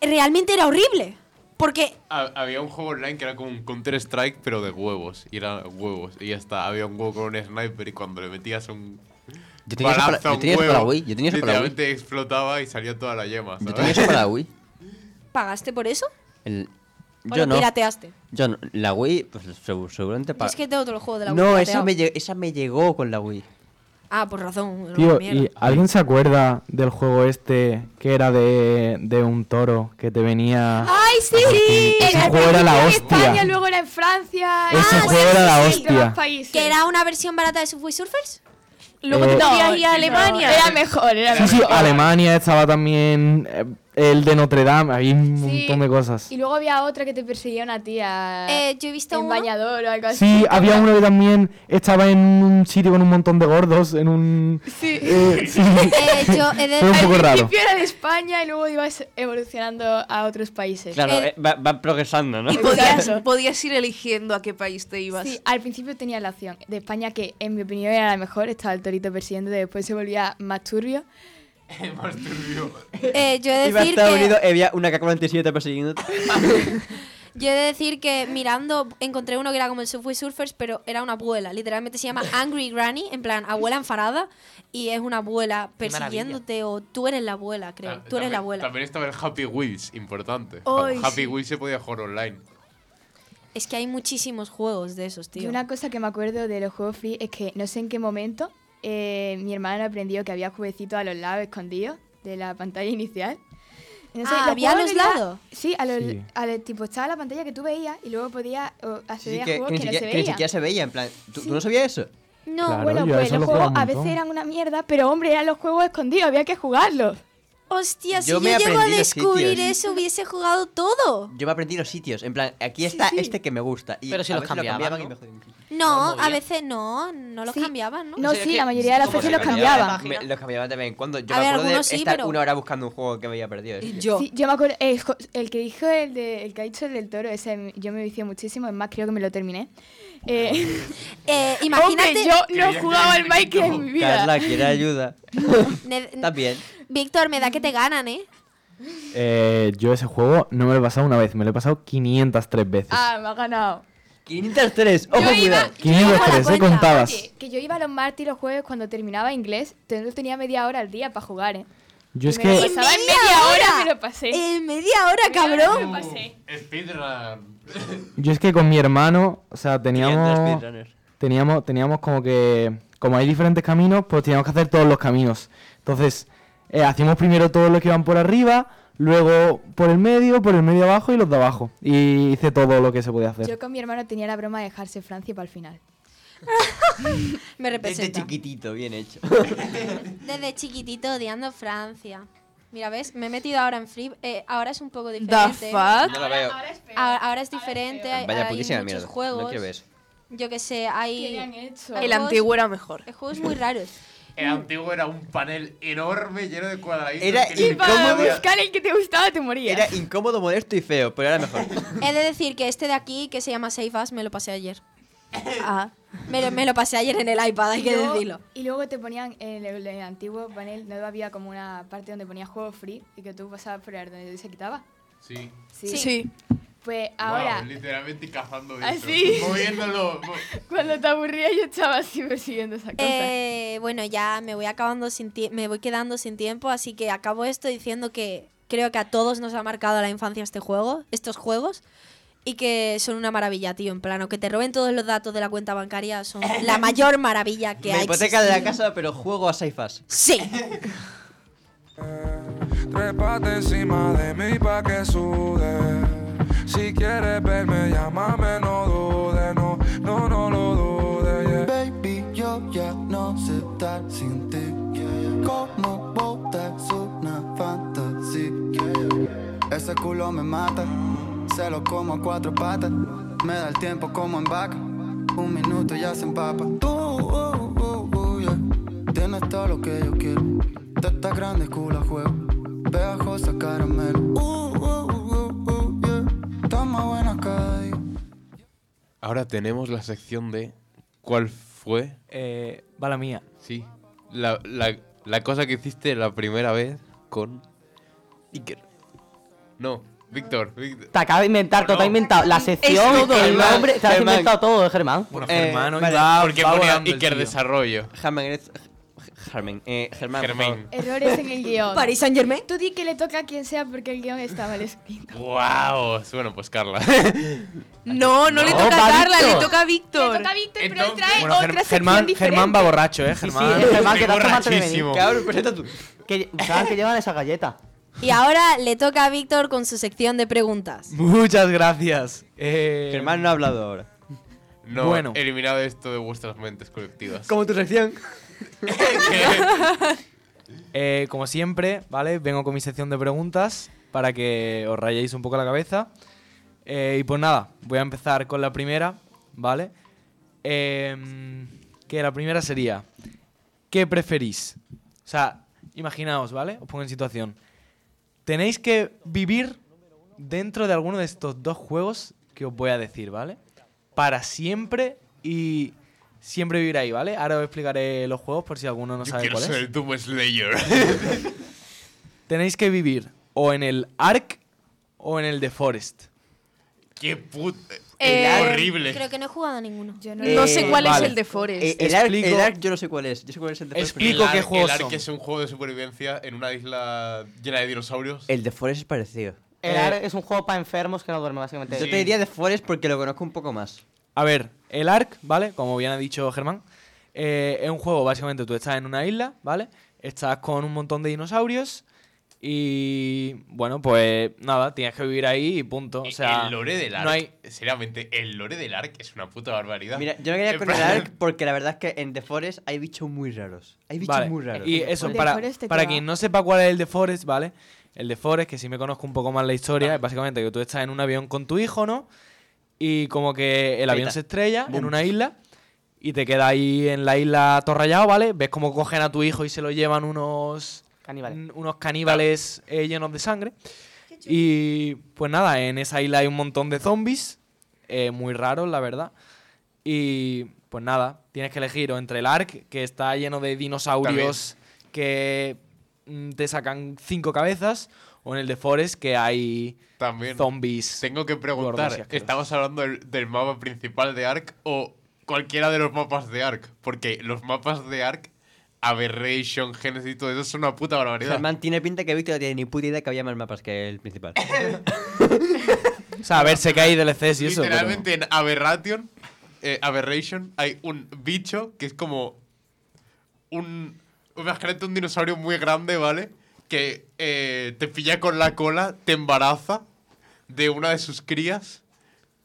[SPEAKER 4] realmente era horrible. Porque
[SPEAKER 1] Ha- Había un juego online que era como un Counter Strike, pero de huevos. Y era huevos. Y ya está. Había un juego con un sniper y cuando le metías un.
[SPEAKER 3] Yo tenía eso
[SPEAKER 1] balazo
[SPEAKER 3] para- yo
[SPEAKER 1] a un
[SPEAKER 3] tenía eso
[SPEAKER 1] huevo,
[SPEAKER 3] para Wii, yo tenía eso para Wii.
[SPEAKER 1] Literalmente explotaba y salía toda la yema.
[SPEAKER 3] Yo
[SPEAKER 1] ¿sabes?
[SPEAKER 3] tenía eso para la Wii.
[SPEAKER 4] pagaste por eso
[SPEAKER 3] El-
[SPEAKER 4] o
[SPEAKER 3] yo
[SPEAKER 4] lo
[SPEAKER 3] no.
[SPEAKER 4] pirateaste.
[SPEAKER 3] Yo no. La Wii, pues seg- seguramente
[SPEAKER 4] Yo
[SPEAKER 3] para.
[SPEAKER 4] es que tengo otro juego de la
[SPEAKER 3] no,
[SPEAKER 4] Wii
[SPEAKER 3] esa
[SPEAKER 4] pirateado.
[SPEAKER 3] me, lle- esa me llegó con la Wii.
[SPEAKER 4] Ah, por razón. era una
[SPEAKER 8] Tío,
[SPEAKER 4] mierda.
[SPEAKER 8] ¿y alguien se acuerda del juego este que era de, de un toro que te venía...
[SPEAKER 4] ¡Ay, sí!
[SPEAKER 8] Ah. Ese
[SPEAKER 6] Al
[SPEAKER 8] juego era la
[SPEAKER 6] principio En España,
[SPEAKER 8] hostia.
[SPEAKER 6] luego era en Francia.
[SPEAKER 8] Ese
[SPEAKER 6] y-
[SPEAKER 4] Ah,
[SPEAKER 8] juego era la hostia.
[SPEAKER 4] Que era una versión barata de Subway Surfers.
[SPEAKER 2] Luego te
[SPEAKER 8] Eh,
[SPEAKER 2] podías ir a Alemania.
[SPEAKER 6] Era mejor, era
[SPEAKER 8] Sí,
[SPEAKER 6] mejor.
[SPEAKER 8] sí, Alemania estaba también eh, el de Notre Dame, había un
[SPEAKER 6] Sí.
[SPEAKER 8] montón de cosas.
[SPEAKER 6] Y luego había otra que te perseguía una tía.
[SPEAKER 4] Eh, yo he visto
[SPEAKER 6] en
[SPEAKER 4] uno.
[SPEAKER 6] bañador o algo así.
[SPEAKER 8] Sí, había uno que también estaba en un sitio con un montón de gordos, en un...
[SPEAKER 6] (laughs) Sí.
[SPEAKER 8] eh, sí.
[SPEAKER 4] Eh, yo he de-
[SPEAKER 8] Fue un
[SPEAKER 6] Al
[SPEAKER 8] poco raro.
[SPEAKER 6] principio era de España y luego ibas evolucionando a otros países.
[SPEAKER 3] Claro,
[SPEAKER 4] El-
[SPEAKER 3] eh, va- van progresando, ¿no?
[SPEAKER 2] Y
[SPEAKER 3] (laughs)
[SPEAKER 6] (laughs)
[SPEAKER 2] podías, podías ir eligiendo a qué país te ibas.
[SPEAKER 6] Sí, al principio tenía la opción de España, que en mi opinión era la mejor, estaba el torito persiguiendo, después se volvía más turbio.
[SPEAKER 1] (laughs) Más turbio.
[SPEAKER 4] eh, yo
[SPEAKER 6] (laughs)
[SPEAKER 4] he de
[SPEAKER 3] Iba a
[SPEAKER 4] decir
[SPEAKER 3] Estados
[SPEAKER 4] que...
[SPEAKER 3] Unidos y había una K-47 persiguiéndote.
[SPEAKER 4] Yo he de decir que mirando encontré uno que era como el Subway Surfers, pero era una abuela. Literalmente se
[SPEAKER 7] (laughs)
[SPEAKER 4] llama Angry Granny, en plan abuela enfadada, y es una abuela
[SPEAKER 7] Qué maravilla. Ah,
[SPEAKER 4] persiguiéndote o tú eres la abuela, creo.
[SPEAKER 1] Ta-
[SPEAKER 4] tú eres
[SPEAKER 1] también-
[SPEAKER 4] la abuela.
[SPEAKER 1] También estaba el Happy Wheels, importante.
[SPEAKER 2] Ay,
[SPEAKER 1] Happy
[SPEAKER 2] sí.
[SPEAKER 1] Wheels se podía jugar online.
[SPEAKER 4] Es que hay muchísimos juegos de esos,
[SPEAKER 6] Y
[SPEAKER 4] tío.
[SPEAKER 6] una cosa que me acuerdo de los juegos free es que no sé en qué momento eh, mi hermano aprendió que había jueguecitos a los lados escondidos de la pantalla inicial. No sé,
[SPEAKER 4] Ah,
[SPEAKER 6] los
[SPEAKER 4] ¿había a los
[SPEAKER 6] juegos en realidad-
[SPEAKER 4] lados?
[SPEAKER 6] Sí, a los,
[SPEAKER 8] Sí.
[SPEAKER 6] a los- tipo estaba la pantalla que tú veías y luego podías o,
[SPEAKER 3] Sí,
[SPEAKER 6] acceder
[SPEAKER 3] que,
[SPEAKER 6] a
[SPEAKER 3] que
[SPEAKER 6] juegos
[SPEAKER 3] ni
[SPEAKER 6] que, no
[SPEAKER 3] siquiera,
[SPEAKER 6] se
[SPEAKER 3] que ni
[SPEAKER 6] veían.
[SPEAKER 3] siquiera se veía, en plan, ¿tú, tú no sabías eso?
[SPEAKER 4] No,
[SPEAKER 8] Claro.
[SPEAKER 6] bueno,
[SPEAKER 8] yo a
[SPEAKER 6] pues
[SPEAKER 8] eso
[SPEAKER 6] los
[SPEAKER 8] lo jugaba
[SPEAKER 6] juegos
[SPEAKER 8] un
[SPEAKER 6] a veces
[SPEAKER 8] montón.
[SPEAKER 6] eran una mierda, pero hombre, eran los juegos escondidos, había que jugarlos.
[SPEAKER 4] hostia, si yo,
[SPEAKER 3] Yo me
[SPEAKER 4] llego a
[SPEAKER 3] aprendí los
[SPEAKER 4] descubrir
[SPEAKER 3] sitios.
[SPEAKER 4] eso, hubiese jugado todo.
[SPEAKER 3] Yo me aprendí los sitios, en plan, aquí está
[SPEAKER 6] sí.
[SPEAKER 3] este que me gusta. Y
[SPEAKER 7] Pero si
[SPEAKER 3] a
[SPEAKER 7] los
[SPEAKER 3] veces lo
[SPEAKER 7] cambiaban,
[SPEAKER 3] cambiaban
[SPEAKER 7] ¿no?
[SPEAKER 3] y me jodían.
[SPEAKER 4] No,
[SPEAKER 7] Los
[SPEAKER 4] a
[SPEAKER 7] movían.
[SPEAKER 4] veces no, no los
[SPEAKER 6] Sí.
[SPEAKER 4] cambiaban, ¿no?
[SPEAKER 6] No,
[SPEAKER 7] sé, es
[SPEAKER 6] sí,
[SPEAKER 7] que
[SPEAKER 6] la mayoría de las
[SPEAKER 7] como
[SPEAKER 6] veces
[SPEAKER 7] se
[SPEAKER 6] los
[SPEAKER 7] cambiaba la
[SPEAKER 6] cambiaban.
[SPEAKER 7] página.
[SPEAKER 3] Me- los cambiaban de vez en cuando. Yo
[SPEAKER 4] A
[SPEAKER 3] me
[SPEAKER 4] ver,
[SPEAKER 3] acuerdo de
[SPEAKER 4] algunos sí,
[SPEAKER 3] estar
[SPEAKER 4] pero-
[SPEAKER 3] una hora buscando un juego que me había perdido.
[SPEAKER 4] Yo.
[SPEAKER 6] Sí, yo me acuerdo, eh, jo- el que dijo el, de, el que ha dicho el del toro, ese m- yo me vicié muchísimo, es más, creo que me lo terminé. (laughs)
[SPEAKER 4] (laughs)
[SPEAKER 6] Eh,
[SPEAKER 4] Eh, imagínate.
[SPEAKER 6] hombre, yo no
[SPEAKER 1] Quería
[SPEAKER 6] jugaba al
[SPEAKER 1] quedarme
[SPEAKER 6] Minecraft en
[SPEAKER 1] quieto.
[SPEAKER 6] mi vida.
[SPEAKER 3] Carla, quiere
[SPEAKER 6] (laughs)
[SPEAKER 3] ayuda.
[SPEAKER 4] Ne-
[SPEAKER 3] También.
[SPEAKER 4] Víctor, me da que te ganan, ¿eh? (laughs)
[SPEAKER 8] Eh, yo ese juego no me lo he pasado una vez, me lo he pasado 503 veces.
[SPEAKER 6] Ah, me ha ganado.
[SPEAKER 3] 503, ojo,
[SPEAKER 6] Yo iba,
[SPEAKER 3] cuidado.
[SPEAKER 6] yo iba-
[SPEAKER 8] 503,
[SPEAKER 4] cuenta,
[SPEAKER 8] eh, contabas.
[SPEAKER 6] oye, que yo iba los martes y los jueves cuando terminaba inglés, ten- yo tenía media hora al día para jugar, ¿eh?
[SPEAKER 8] Yo es
[SPEAKER 6] me lo
[SPEAKER 8] que...
[SPEAKER 6] pasaba en media hora, me lo pasé.
[SPEAKER 4] En ¡Eh, media hora,
[SPEAKER 6] Me lo
[SPEAKER 4] cabrón.
[SPEAKER 6] pasé.
[SPEAKER 1] Uh, Speedrun. (laughs)
[SPEAKER 8] Yo es que con mi hermano, o sea, teníamos,
[SPEAKER 3] speedrunner.
[SPEAKER 8] teníamos, teníamos como que, como hay diferentes caminos, pues teníamos que hacer todos los caminos. Entonces, eh, hacíamos primero todos los que iban por arriba, luego por el medio, por el medio abajo y los de abajo. Y hice todo lo que se podía hacer.
[SPEAKER 6] Yo con mi hermano tenía la broma de dejarse Francia para el final.
[SPEAKER 4] Me
[SPEAKER 3] Desde
[SPEAKER 4] representa.
[SPEAKER 3] Este chiquitito, bien
[SPEAKER 6] (laughs)
[SPEAKER 3] hecho.
[SPEAKER 4] Desde chiquitito odiando Francia. Mira, ¿ves? Me he metido ahora en Free. eh, ahora es un poco diferente.
[SPEAKER 2] fuck? No
[SPEAKER 3] la veo.
[SPEAKER 4] Ahora, ahora es diferente. hay-
[SPEAKER 3] Vaya
[SPEAKER 4] hay
[SPEAKER 3] putísima
[SPEAKER 4] muchos
[SPEAKER 3] mierda.
[SPEAKER 4] juegos.
[SPEAKER 3] No quiero ver eso.
[SPEAKER 4] Yo que sé, hay...
[SPEAKER 6] ¿Qué le han hecho?
[SPEAKER 4] hay
[SPEAKER 2] El
[SPEAKER 4] juegos-
[SPEAKER 2] antiguo era mejor.
[SPEAKER 4] hay juegos muy
[SPEAKER 2] (laughs)
[SPEAKER 4] raros.
[SPEAKER 1] El antiguo era un panel enorme lleno de cuadraditos.
[SPEAKER 3] Era
[SPEAKER 1] que
[SPEAKER 6] Y
[SPEAKER 1] ni-
[SPEAKER 6] para
[SPEAKER 3] ¿Cómo?
[SPEAKER 6] buscar el que te gustaba te morías.
[SPEAKER 3] Era incómodo, modesto y feo, pero era mejor.
[SPEAKER 4] He de decir que este de aquí, que se llama Save Us, me lo pasé ayer.
[SPEAKER 2] Ah.
[SPEAKER 4] Me lo, me lo pasé ayer en el iPad, hay
[SPEAKER 6] Y
[SPEAKER 4] que
[SPEAKER 6] luego-
[SPEAKER 4] decirlo.
[SPEAKER 6] Y luego te ponían en el, el antiguo panel, no había como una parte donde ponía juego free y que tú pasabas por ahí donde se quitaba.
[SPEAKER 1] Sí.
[SPEAKER 6] Sí.
[SPEAKER 2] Sí.
[SPEAKER 6] Pues ahora, Ah,
[SPEAKER 1] Wow, literalmente cazando eso.
[SPEAKER 6] Así.
[SPEAKER 1] Moviéndolo. mo-
[SPEAKER 6] cuando te aburría yo estaba así persiguiendo esa cosa.
[SPEAKER 4] Eh, bueno, ya me voy acabando sin tie- me voy quedando sin tiempo, así que acabo esto diciendo que creo que a todos nos ha marcado la infancia este juego, estos juegos, y que son una maravilla, tío. En plano, que te roben todos los datos de la cuenta bancaria son
[SPEAKER 3] (laughs)
[SPEAKER 4] la mayor maravilla que
[SPEAKER 3] Me
[SPEAKER 4] hay.
[SPEAKER 3] hipoteca de la casa, pero juego a Saifas.
[SPEAKER 4] Sí.
[SPEAKER 9] Trépate encima de mí pa' que sude. Si quieres verme, llámame, no dude, no, no, no lo dude. yeah. Baby, yo ya no sé estar sin ti. Como bota es una fantasía. Ese culo me mata, se lo como a cuatro patas. Me da el tiempo como en vaca, un minuto ya se empapa. Tú, uh, uh, uh, yeah. tienes todo lo que yo quiero. Tú estás grande, culo a juego. Pegajosa caramelo. Uh, uh, uh, uh, yeah. Estás más buena cada día.
[SPEAKER 1] Ahora tenemos la sección de ¿Cuál fue?
[SPEAKER 8] Eh, va la mía.
[SPEAKER 1] Sí. La, la- la cosa que hiciste la primera vez con Iker. No, Víctor. Víctor.
[SPEAKER 14] Te acabas de inventar, todo te has inventado. La sección,
[SPEAKER 2] todo,
[SPEAKER 14] el
[SPEAKER 3] Germán,
[SPEAKER 14] nombre, te has
[SPEAKER 3] Germán.
[SPEAKER 14] inventado todo, Germán.
[SPEAKER 8] Bueno,
[SPEAKER 3] Eh,
[SPEAKER 8] Germán hoy
[SPEAKER 3] vale,
[SPEAKER 8] va,
[SPEAKER 1] Porque
[SPEAKER 8] va
[SPEAKER 1] ponía
[SPEAKER 8] volando el
[SPEAKER 1] Iker
[SPEAKER 8] tío.
[SPEAKER 1] Desarrollo.
[SPEAKER 3] Germán, eres- Germán, eh, Germán. por
[SPEAKER 1] Germán.
[SPEAKER 6] Errores en el guión.
[SPEAKER 4] Paris Saint Germain.
[SPEAKER 6] Tú di que le toca a quien sea porque el guión está mal escrito.
[SPEAKER 1] ¡Guau! Bueno, pues
[SPEAKER 3] (laughs)
[SPEAKER 1] Carla.
[SPEAKER 2] No, no, le
[SPEAKER 8] No,
[SPEAKER 2] toca
[SPEAKER 8] va
[SPEAKER 2] a Carla,
[SPEAKER 8] Víctor.
[SPEAKER 2] le toca a Víctor.
[SPEAKER 6] Le toca a Víctor, pero él
[SPEAKER 1] pues, Entonces-
[SPEAKER 6] trae
[SPEAKER 8] Bueno, Ger-
[SPEAKER 6] otra sección
[SPEAKER 8] Germán,
[SPEAKER 6] diferente.
[SPEAKER 8] Germán va borracho,
[SPEAKER 14] Sí,
[SPEAKER 8] ¿eh?
[SPEAKER 14] sí,
[SPEAKER 8] Germán.
[SPEAKER 14] Germán, que te
[SPEAKER 1] Estoy
[SPEAKER 14] has tomado antes de venir.
[SPEAKER 1] borrachísimo.
[SPEAKER 3] favor. Cabrón, presenta tú.
[SPEAKER 14] Que, ¿Sabes que llevan esa
[SPEAKER 3] (laughs)
[SPEAKER 14] galleta?
[SPEAKER 4] Y ahora le toca a Víctor con su sección de preguntas.
[SPEAKER 8] Muchas gracias. Eh,
[SPEAKER 3] Germán no ha hablado ahora.
[SPEAKER 1] No,
[SPEAKER 8] Bueno.
[SPEAKER 1] eliminad esto de vuestras mentes colectivas.
[SPEAKER 3] Como tu sección.
[SPEAKER 8] (laughs) Eh, como siempre, ¿vale? Vengo con mi sección de preguntas para que os rayéis un poco la cabeza. Eh, y pues nada, voy a empezar con la primera, ¿vale? Em, que la primera sería, ¿qué preferís? O sea, imaginaos, ¿vale? Os pongo en situación. Tenéis que vivir dentro de alguno de estos dos juegos que os voy a decir, ¿vale? Para siempre y siempre vivir ahí, ¿vale? Ahora os explicaré los juegos por si alguno no
[SPEAKER 1] Yo
[SPEAKER 8] sabe
[SPEAKER 1] quiero
[SPEAKER 8] cuál es.
[SPEAKER 1] ser el Doom Slayer.
[SPEAKER 8] (laughs) Tenéis que vivir o en el Ark o en el The Forest.
[SPEAKER 1] ¡Qué puta!
[SPEAKER 2] Eh,
[SPEAKER 1] horrible.
[SPEAKER 4] Creo que no he jugado a ninguno.
[SPEAKER 6] Yo no-
[SPEAKER 2] No sé
[SPEAKER 8] Eh,
[SPEAKER 2] cuál
[SPEAKER 8] vale.
[SPEAKER 2] es el de Forest.
[SPEAKER 3] Eh, el, arc,
[SPEAKER 8] Explico-
[SPEAKER 3] el Ark yo no sé cuál es. Yo sé cuál es el de Forest, pero-
[SPEAKER 8] Explico
[SPEAKER 1] el
[SPEAKER 8] qué
[SPEAKER 1] Ark-
[SPEAKER 8] juegos
[SPEAKER 1] El Ark
[SPEAKER 8] son.
[SPEAKER 1] es un juego de supervivencia en una isla llena de dinosaurios.
[SPEAKER 3] El de Forest es parecido.
[SPEAKER 14] El
[SPEAKER 8] Eh,
[SPEAKER 14] Ark es un juego para enfermos que no duerme, básicamente.
[SPEAKER 3] Yo te diría de Forest porque lo conozco un poco más.
[SPEAKER 8] A ver, el Ark, ¿vale? Como bien ha dicho Germán, eh, es un juego, básicamente tú estás en una isla, ¿vale? Estás con un montón de dinosaurios y, bueno, pues nada, tienes que vivir ahí y punto. O sea,
[SPEAKER 1] el lore del Ark.
[SPEAKER 8] no hay...
[SPEAKER 1] Sinceramente, el lore del Ark es una puta barbaridad.
[SPEAKER 3] Mira, yo me quería
[SPEAKER 1] En
[SPEAKER 3] con el
[SPEAKER 1] plan-
[SPEAKER 3] Ark porque la verdad es que en The Forest hay bichos muy raros. Hay bichos
[SPEAKER 8] Vale,
[SPEAKER 3] muy ¿eh? raros.
[SPEAKER 8] Y eso,
[SPEAKER 6] The
[SPEAKER 8] para,
[SPEAKER 6] Forest te
[SPEAKER 8] para
[SPEAKER 6] queda.
[SPEAKER 8] quien no sepa cuál es el de Forest, ¿vale? El de Forest, que si me conozco un poco más la historia, es básicamente que tú estás en un avión con tu hijo, ¿no? Y como que el avión
[SPEAKER 3] Peta.
[SPEAKER 8] se estrella en
[SPEAKER 3] Boom.
[SPEAKER 8] una isla y te quedas ahí en la isla atorrayado, ¿vale? Ves cómo cogen a tu hijo y se lo llevan unos
[SPEAKER 14] Caníbales.
[SPEAKER 8] n- unos caníbales eh, llenos de sangre. Y pues nada, en esa isla hay un montón de zombies, eh, muy raros, la verdad. Y pues nada, tienes que elegir o entre el Ark, que está lleno de dinosaurios que mm, te sacan cinco cabezas, o en el de Forest, que hay
[SPEAKER 1] También.
[SPEAKER 8] zombies.
[SPEAKER 1] Tengo que
[SPEAKER 8] Gordos y
[SPEAKER 1] preguntar,
[SPEAKER 8] asquerosos.
[SPEAKER 1] ¿estamos hablando del, del mapa principal de Ark o cualquiera de los mapas de Ark? Porque los mapas de Ark, Aberration, Genesis y todo eso es una puta barbaridad.
[SPEAKER 3] Germán tiene pinta que Víctor no tiene ni puta idea que había más mapas que el
[SPEAKER 6] (laughs)
[SPEAKER 3] principal.
[SPEAKER 8] O sea, a ver, sé que hay DLCs y eso. pero-
[SPEAKER 1] Literalmente en Aberration, eh, Aberration hay un bicho que es como un... Imagínate un dinosaurio muy grande, ¿vale? Que eh, te pilla con la cola, te embaraza de una de sus crías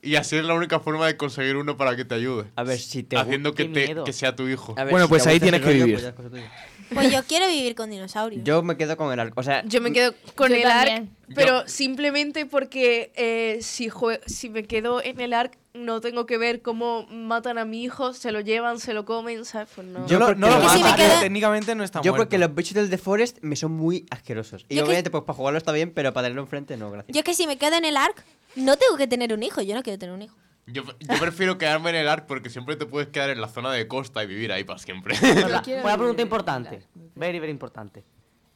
[SPEAKER 1] Y así es la única forma de conseguir uno para que te ayude.
[SPEAKER 3] A ver, si te gu-
[SPEAKER 1] Haciendo que,
[SPEAKER 3] Qué
[SPEAKER 1] te-
[SPEAKER 3] miedo.
[SPEAKER 1] que sea tu hijo.
[SPEAKER 3] A ver,
[SPEAKER 15] Bueno,
[SPEAKER 3] si te
[SPEAKER 15] pues ahí
[SPEAKER 3] gusta ese
[SPEAKER 15] tienes que
[SPEAKER 3] rollo,
[SPEAKER 15] vivir.
[SPEAKER 3] pues ya es cosa tuya.
[SPEAKER 4] Pues yo quiero vivir con dinosaurios.
[SPEAKER 3] Yo me quedo con el arco. O sea,
[SPEAKER 2] Yo me quedo con
[SPEAKER 6] Yo
[SPEAKER 2] el ARC,
[SPEAKER 6] también.
[SPEAKER 2] pero simplemente porque eh, si, jue- si me quedo en el ARC no tengo que ver cómo matan a mi hijo, se lo llevan, se lo comen, ¿sabes? Pues no.
[SPEAKER 3] Yo
[SPEAKER 8] lo-
[SPEAKER 3] porque
[SPEAKER 8] no lo
[SPEAKER 3] los-
[SPEAKER 4] que si me
[SPEAKER 8] mata,
[SPEAKER 4] queda-
[SPEAKER 8] técnicamente no está
[SPEAKER 3] Yo
[SPEAKER 8] muerto.
[SPEAKER 3] porque los bichos del The Forest me son muy asquerosos. Y
[SPEAKER 4] Yo que-
[SPEAKER 3] obviamente, pues para jugarlo está bien, pero para tenerlo enfrente no, gracias.
[SPEAKER 4] Yo es que si me quedo en el ARC, no tengo que tener un hijo. Yo no quiero tener un hijo.
[SPEAKER 1] Yo, yo prefiero quedarme en el ARC porque siempre te puedes quedar en la zona de costa y vivir ahí para siempre.
[SPEAKER 6] quiero
[SPEAKER 7] Hola, Una
[SPEAKER 6] vivir en
[SPEAKER 7] pregunta
[SPEAKER 6] el
[SPEAKER 7] importante. Very, very importante.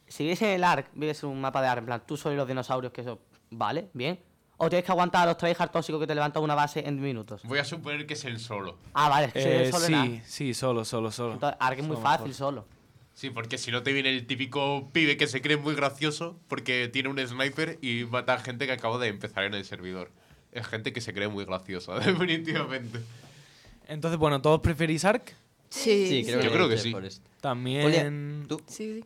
[SPEAKER 7] Si vives en el ARC, vives en un mapa de ARC, en plan, tú solo y los dinosaurios, que eso, vale, bien. O tienes que aguantar a los tryhard tóxicos que te levantan una base en minutos.
[SPEAKER 1] Voy a suponer que es el solo.
[SPEAKER 7] Ah, vale, es que
[SPEAKER 8] Eh,
[SPEAKER 7] solo en
[SPEAKER 8] sí,
[SPEAKER 7] ARC.
[SPEAKER 8] sí, solo, solo, solo.
[SPEAKER 7] Entonces, ARC es muy
[SPEAKER 8] Solo,
[SPEAKER 7] fácil,
[SPEAKER 8] solo.
[SPEAKER 7] solo.
[SPEAKER 1] Sí, porque si no te viene el típico pibe que se cree muy gracioso porque tiene un sniper y mata a gente que acaba de empezar en el servidor. Es gente que se cree muy graciosa, (laughs) definitivamente.
[SPEAKER 8] Entonces, bueno, ¿todos preferís Ark?
[SPEAKER 2] Sí,
[SPEAKER 1] Yo creo que
[SPEAKER 3] The
[SPEAKER 1] sí.
[SPEAKER 3] Forest.
[SPEAKER 8] También
[SPEAKER 3] Tú.
[SPEAKER 5] Sí, sí.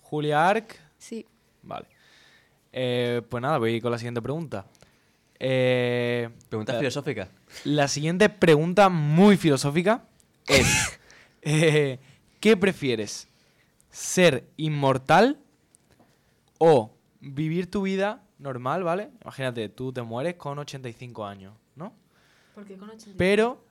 [SPEAKER 8] Julia Ark.
[SPEAKER 5] sí.
[SPEAKER 8] Vale. Eh, pues nada, voy con la siguiente pregunta. Eh,
[SPEAKER 3] Pregunta
[SPEAKER 8] la-
[SPEAKER 3] filosófica.
[SPEAKER 8] La siguiente pregunta muy filosófica es, eh, ¿qué prefieres? ¿Ser inmortal o vivir tu vida normal, ¿vale? Imagínate, tú te mueres con 85 años, ¿no?
[SPEAKER 16] ¿Por qué con 80?
[SPEAKER 8] Pero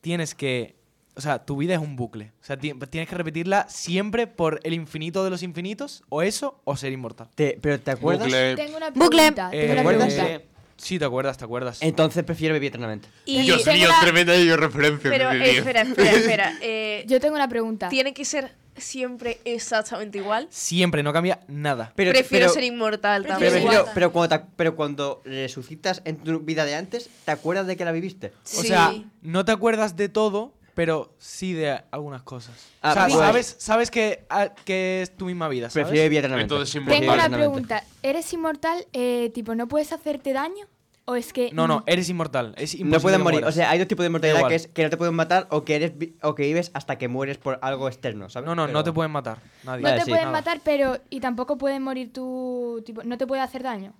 [SPEAKER 8] tienes que... O sea, tu vida es un bucle. O sea, ti- tienes que repetirla siempre por el infinito de los infinitos, o eso, o ser inmortal.
[SPEAKER 3] Te- pero ¿te acuerdas?
[SPEAKER 1] Bucle.
[SPEAKER 6] Tengo una
[SPEAKER 4] Bucle.
[SPEAKER 6] pregunta.
[SPEAKER 8] Eh,
[SPEAKER 6] Tengo una
[SPEAKER 3] ¿recuerdas?
[SPEAKER 6] pregunta.
[SPEAKER 8] eh, sí, te acuerdas, te acuerdas.
[SPEAKER 3] Entonces prefiero vivir eternamente.
[SPEAKER 2] Y-
[SPEAKER 1] Dios
[SPEAKER 2] tengo
[SPEAKER 1] mío,
[SPEAKER 2] una-
[SPEAKER 1] tremenda yo referencia.
[SPEAKER 2] Pero
[SPEAKER 1] Dios mío.
[SPEAKER 2] eh, espera, espera, (laughs) espera. eh,
[SPEAKER 6] Yo tengo una pregunta.
[SPEAKER 2] ¿Tiene que ser siempre exactamente igual?
[SPEAKER 8] Siempre, no cambia nada.
[SPEAKER 3] Pero,
[SPEAKER 2] Prefiero
[SPEAKER 3] pero-
[SPEAKER 2] ser inmortal
[SPEAKER 16] Prefiero
[SPEAKER 3] Pero,
[SPEAKER 2] también.
[SPEAKER 16] ser
[SPEAKER 3] prefiero-
[SPEAKER 16] Igual.
[SPEAKER 3] pero cuando te- pero cuando resucitas en tu vida de antes, ¿te acuerdas de que la viviste?
[SPEAKER 8] O
[SPEAKER 2] Sí.
[SPEAKER 8] sea, no te acuerdas de todo, pero sí de algunas cosas.
[SPEAKER 3] Ah,
[SPEAKER 8] o sea,
[SPEAKER 3] pues-
[SPEAKER 8] sabes, sabes que, ah, que es tu misma vida, ¿sabes?
[SPEAKER 3] Prefiero vivir eternamente.
[SPEAKER 1] Entonces, sin
[SPEAKER 6] Tengo una
[SPEAKER 3] Eternamente.
[SPEAKER 6] pregunta. ¿Eres inmortal? Eh, tipo, ¿no puedes hacerte daño? ¿O es que.?
[SPEAKER 8] No, no, eres inmortal. Es imposible
[SPEAKER 3] No pueden
[SPEAKER 8] que
[SPEAKER 3] morir. O
[SPEAKER 8] mueras.
[SPEAKER 3] sea, hay dos tipos de inmortalidad
[SPEAKER 8] igual.
[SPEAKER 3] que es que no te pueden matar o que eres vi- o que vives hasta que mueres por algo externo, ¿sabes?
[SPEAKER 8] no, no,
[SPEAKER 3] Pero-
[SPEAKER 8] no te pueden matar. Nadie.
[SPEAKER 6] No
[SPEAKER 3] Vale,
[SPEAKER 6] te
[SPEAKER 3] sí.
[SPEAKER 6] pueden
[SPEAKER 8] eh, Nada.
[SPEAKER 6] matar, pero. Y tampoco pueden morir tú. Tipo, no te puede hacer daño.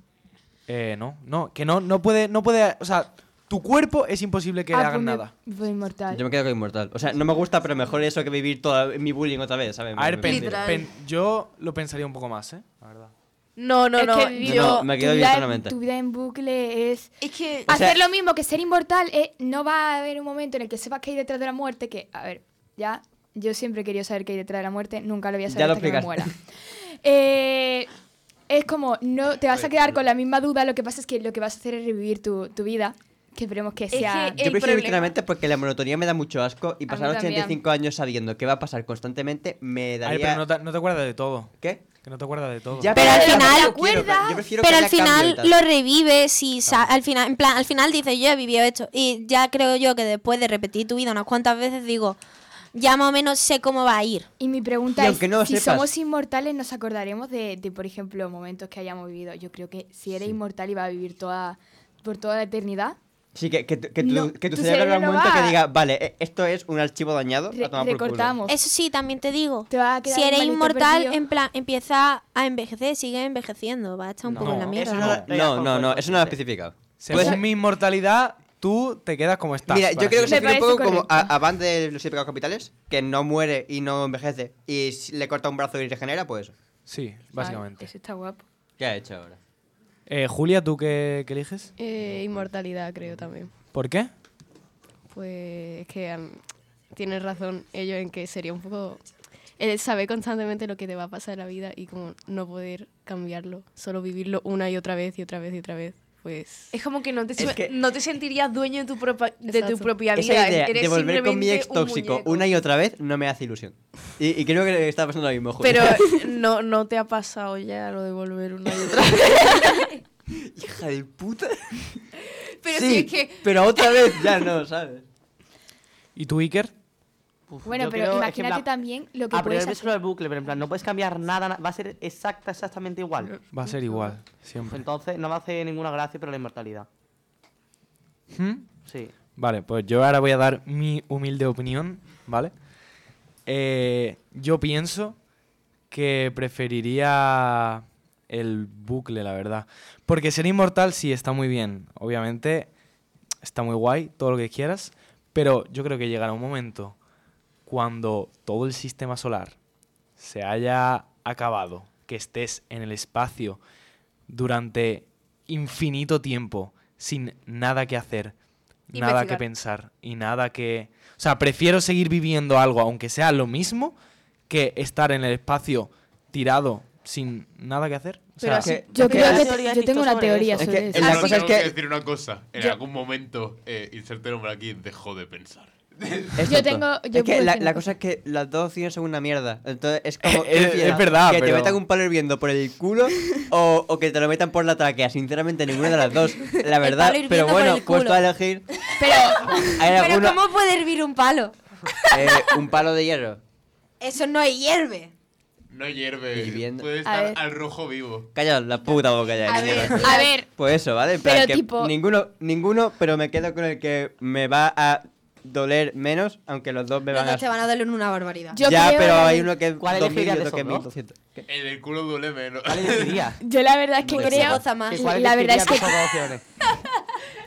[SPEAKER 8] Eh, no, no, que no, no puede, no puede. O sea, tu cuerpo es imposible que
[SPEAKER 6] Ah,
[SPEAKER 8] hagan
[SPEAKER 6] pues me-
[SPEAKER 8] nada.
[SPEAKER 6] pues inmortal.
[SPEAKER 3] Yo me quedo con inmortal. O sea, no me gusta, pero mejor eso que vivir toda mi bullying otra vez, ¿sabes?
[SPEAKER 8] A ver, pen-
[SPEAKER 2] Literal.
[SPEAKER 8] pen- yo lo pensaría un poco más, ¿eh? La verdad.
[SPEAKER 2] No, no,
[SPEAKER 6] Es
[SPEAKER 2] no.
[SPEAKER 6] que vivir-
[SPEAKER 2] yo,
[SPEAKER 3] No, me quedo
[SPEAKER 6] tu vida en-
[SPEAKER 3] eternamente.
[SPEAKER 6] Tu vida en bucle es.
[SPEAKER 2] Es que
[SPEAKER 3] O sea-
[SPEAKER 6] hacer lo mismo que ser inmortal, eh, no va a haber un momento en el que sepas que hay detrás de la muerte, que, a ver, ya, yo siempre he querido saber qué hay detrás de la muerte, nunca lo voy a saber
[SPEAKER 3] Ya lo
[SPEAKER 6] hasta que me muera. (laughs)
[SPEAKER 3] explicaste.
[SPEAKER 6] Eh, es como, no te vas a quedar con la misma duda, lo que pasa es que lo que vas a hacer es revivir tu, tu vida, que esperemos que
[SPEAKER 2] que-
[SPEAKER 6] sea...
[SPEAKER 3] Yo
[SPEAKER 2] el
[SPEAKER 3] prefiero vivir
[SPEAKER 2] problema-
[SPEAKER 3] eternamente porque la monotonía me da mucho asco y pasar
[SPEAKER 6] mí también.
[SPEAKER 3] 85 años sabiendo qué va a pasar constantemente me
[SPEAKER 8] A ver,
[SPEAKER 3] daría.
[SPEAKER 8] pero no te, no te acuerdas de todo.
[SPEAKER 3] ¿Qué?
[SPEAKER 8] Que no te acuerdas de todo.
[SPEAKER 3] Ya,
[SPEAKER 4] Pero al
[SPEAKER 3] yo
[SPEAKER 4] final-
[SPEAKER 3] lo quiero,
[SPEAKER 6] ¿Recuerdas?
[SPEAKER 3] yo prefiero que
[SPEAKER 4] Pero al
[SPEAKER 3] haya cambio y
[SPEAKER 4] final
[SPEAKER 3] tal.
[SPEAKER 4] lo revives y sa- al final, en plan, al final dices, yo he vivido esto. Y ya creo yo que después de repetir tu vida unas cuantas veces digo, ya más o menos sé cómo va a ir.
[SPEAKER 6] Y mi
[SPEAKER 3] Y
[SPEAKER 6] pregunta es,
[SPEAKER 3] aunque no lo
[SPEAKER 6] si
[SPEAKER 3] sepas-
[SPEAKER 6] somos inmortales, ¿nos acordaremos de, de, por ejemplo, momentos que hayamos vivido? Yo creo que si eres inmortal y vas a vivir toda, por toda la eternidad,
[SPEAKER 3] Sí, que, que, tu- que tu,
[SPEAKER 6] No,
[SPEAKER 3] que tu
[SPEAKER 6] tu
[SPEAKER 3] cerebro habrá un
[SPEAKER 6] cerebro
[SPEAKER 3] momento
[SPEAKER 6] va-
[SPEAKER 3] que diga, vale, e- esto es un archivo dañado,
[SPEAKER 6] re-
[SPEAKER 3] a tomar por culo".
[SPEAKER 6] recortamos.
[SPEAKER 4] Eso sí, también te digo.
[SPEAKER 6] Te va a quedar
[SPEAKER 4] Si eres
[SPEAKER 6] un malito
[SPEAKER 4] inmortal,
[SPEAKER 6] perdido.
[SPEAKER 4] en plan, empieza a envejecer, sigue envejeciendo, va a estar un
[SPEAKER 8] No,
[SPEAKER 4] poco en la
[SPEAKER 8] eso
[SPEAKER 4] mierda.
[SPEAKER 7] no-
[SPEAKER 3] No, no, no, eso no lo ha especificado.
[SPEAKER 8] Según
[SPEAKER 3] Puede ser-
[SPEAKER 8] mi inmortalidad, tú te quedas como estás.
[SPEAKER 3] Pues, Mira, yo
[SPEAKER 8] para
[SPEAKER 3] creo que se
[SPEAKER 8] siempre.
[SPEAKER 3] refiere un
[SPEAKER 6] parece
[SPEAKER 3] poco como a,
[SPEAKER 6] correcto.
[SPEAKER 3] a Van de los siete pecados capitales, que no muere y no envejece, y si le corta un brazo y regenera, pues eso.
[SPEAKER 8] Sí,
[SPEAKER 6] Ay,
[SPEAKER 8] básicamente.
[SPEAKER 6] Eso está guapo.
[SPEAKER 3] ¿Qué ha hecho ahora?
[SPEAKER 8] Eh, Julia, ¿tú qué, qué eliges?
[SPEAKER 5] Eh, inmortalidad, creo también.
[SPEAKER 8] ¿Por qué?
[SPEAKER 5] Pues es que am, tienen razón ellos en que sería un poco el saber constantemente lo que te va a pasar en la vida y como no poder cambiarlo, solo vivirlo una y otra vez y otra vez y otra vez, pues
[SPEAKER 2] es como que no te, se-
[SPEAKER 3] que-
[SPEAKER 2] no te sentirías dueño de tu, propa- de tu
[SPEAKER 5] Exacto.
[SPEAKER 2] propia vida.
[SPEAKER 3] Esa idea
[SPEAKER 2] eres
[SPEAKER 3] de volver con mi
[SPEAKER 2] simplemente
[SPEAKER 3] ex
[SPEAKER 2] un
[SPEAKER 3] tóxico
[SPEAKER 2] muñeco.
[SPEAKER 3] una y otra vez no me hace ilusión. Y, y creo que está pasando lo mismo, Julio.
[SPEAKER 2] Pero
[SPEAKER 3] (laughs)
[SPEAKER 2] no, no te ha pasado ya lo de volver una y otra vez.
[SPEAKER 3] (laughs) Hija de puta.
[SPEAKER 2] Pero
[SPEAKER 3] sí,
[SPEAKER 2] si es que
[SPEAKER 3] pero otra vez ya no, ¿sabes?
[SPEAKER 8] ¿Y tú, Iker?
[SPEAKER 7] Uf,
[SPEAKER 6] Bueno,
[SPEAKER 7] yo
[SPEAKER 6] pero
[SPEAKER 7] creo- es que en
[SPEAKER 6] imagínate
[SPEAKER 7] plan,
[SPEAKER 6] también lo que
[SPEAKER 7] A
[SPEAKER 6] puedes
[SPEAKER 7] priori
[SPEAKER 6] hacer.
[SPEAKER 7] solo el bucle, pero en plan, no puedes cambiar nada, na- va a ser exacta, exactamente igual.
[SPEAKER 8] Va a ser igual, siempre.
[SPEAKER 7] Entonces, no me hace ninguna gracia, pero la inmortalidad.
[SPEAKER 8] ¿Mm?
[SPEAKER 7] Sí.
[SPEAKER 8] Vale, pues yo ahora voy a dar mi humilde opinión, ¿vale? Eh, yo pienso que preferiría el bucle, la verdad. Porque ser inmortal sí está muy bien, obviamente. está muy guay, todo lo que quieras, pero yo creo que llegará un momento cuando todo el sistema solar se haya acabado, que estés en el espacio durante infinito tiempo, sin nada que hacer, nada que
[SPEAKER 17] Investigar.
[SPEAKER 8] pensar y nada que... O sea, prefiero seguir viviendo algo, aunque sea lo mismo, que estar en el espacio tirado sin nada que hacer. O
[SPEAKER 6] Pero
[SPEAKER 8] sea,
[SPEAKER 6] así- yo creo que- yo tengo una teoría
[SPEAKER 8] eso.
[SPEAKER 6] sobre
[SPEAKER 8] Es que
[SPEAKER 6] eso.
[SPEAKER 8] la
[SPEAKER 1] Solo
[SPEAKER 8] cosa es
[SPEAKER 1] tengo
[SPEAKER 8] que-
[SPEAKER 1] decir una cosa. En
[SPEAKER 6] Yo-
[SPEAKER 1] algún momento, eh, inserte nombre aquí, dejó de pensar.
[SPEAKER 3] Exacto.
[SPEAKER 6] tengo- yo
[SPEAKER 3] es que
[SPEAKER 6] puedo
[SPEAKER 3] la,
[SPEAKER 6] decir
[SPEAKER 3] la
[SPEAKER 6] una
[SPEAKER 3] cosa es que las dos opciones son una mierda. Entonces es como.
[SPEAKER 8] (laughs) Es- es
[SPEAKER 3] prefiero
[SPEAKER 8] verdad,
[SPEAKER 3] Que
[SPEAKER 8] pero-
[SPEAKER 3] te metan un palo hirviendo por el culo o, o que te lo metan por la tráquea. Sinceramente, ninguna de las
[SPEAKER 6] (laughs)
[SPEAKER 3] dos. La verdad.
[SPEAKER 4] hirviendo
[SPEAKER 3] Pero
[SPEAKER 4] por
[SPEAKER 3] bueno,
[SPEAKER 4] el
[SPEAKER 3] puesto
[SPEAKER 4] culo.
[SPEAKER 3] a elegir.
[SPEAKER 4] Pero,
[SPEAKER 3] Hay alguno-
[SPEAKER 4] ¿cómo puede hervir un palo?
[SPEAKER 3] eh, un palo de hierro.
[SPEAKER 4] Eso no hierve.
[SPEAKER 1] No hierve. Puede
[SPEAKER 6] A
[SPEAKER 1] estar
[SPEAKER 6] ver.
[SPEAKER 1] al rojo vivo.
[SPEAKER 3] Calla la puta boca ya.
[SPEAKER 6] A
[SPEAKER 3] niñera.
[SPEAKER 6] ver, a ver.
[SPEAKER 3] Pues eso, ¿vale? En plan
[SPEAKER 6] Pero
[SPEAKER 3] que
[SPEAKER 6] tipo-
[SPEAKER 3] Ninguno, ninguno, pero me quedo con el que me va a doler menos, aunque los dos me
[SPEAKER 4] Los
[SPEAKER 3] van
[SPEAKER 4] dos te
[SPEAKER 3] a.
[SPEAKER 4] van a doler una barbaridad.
[SPEAKER 3] ya, pero hay uno que es
[SPEAKER 4] ¿Cuál
[SPEAKER 3] 2000 y
[SPEAKER 4] elegirías de
[SPEAKER 3] otro que es
[SPEAKER 4] esos dos?
[SPEAKER 3] 1200.
[SPEAKER 1] El del culo duele menos.
[SPEAKER 6] (laughs) Yo la verdad es que
[SPEAKER 1] Pues sí.
[SPEAKER 6] creo.
[SPEAKER 1] Goza más.
[SPEAKER 18] ¿Cuál
[SPEAKER 6] La verdad es
[SPEAKER 18] elegirías
[SPEAKER 6] que.
[SPEAKER 18] de esas dos opciones?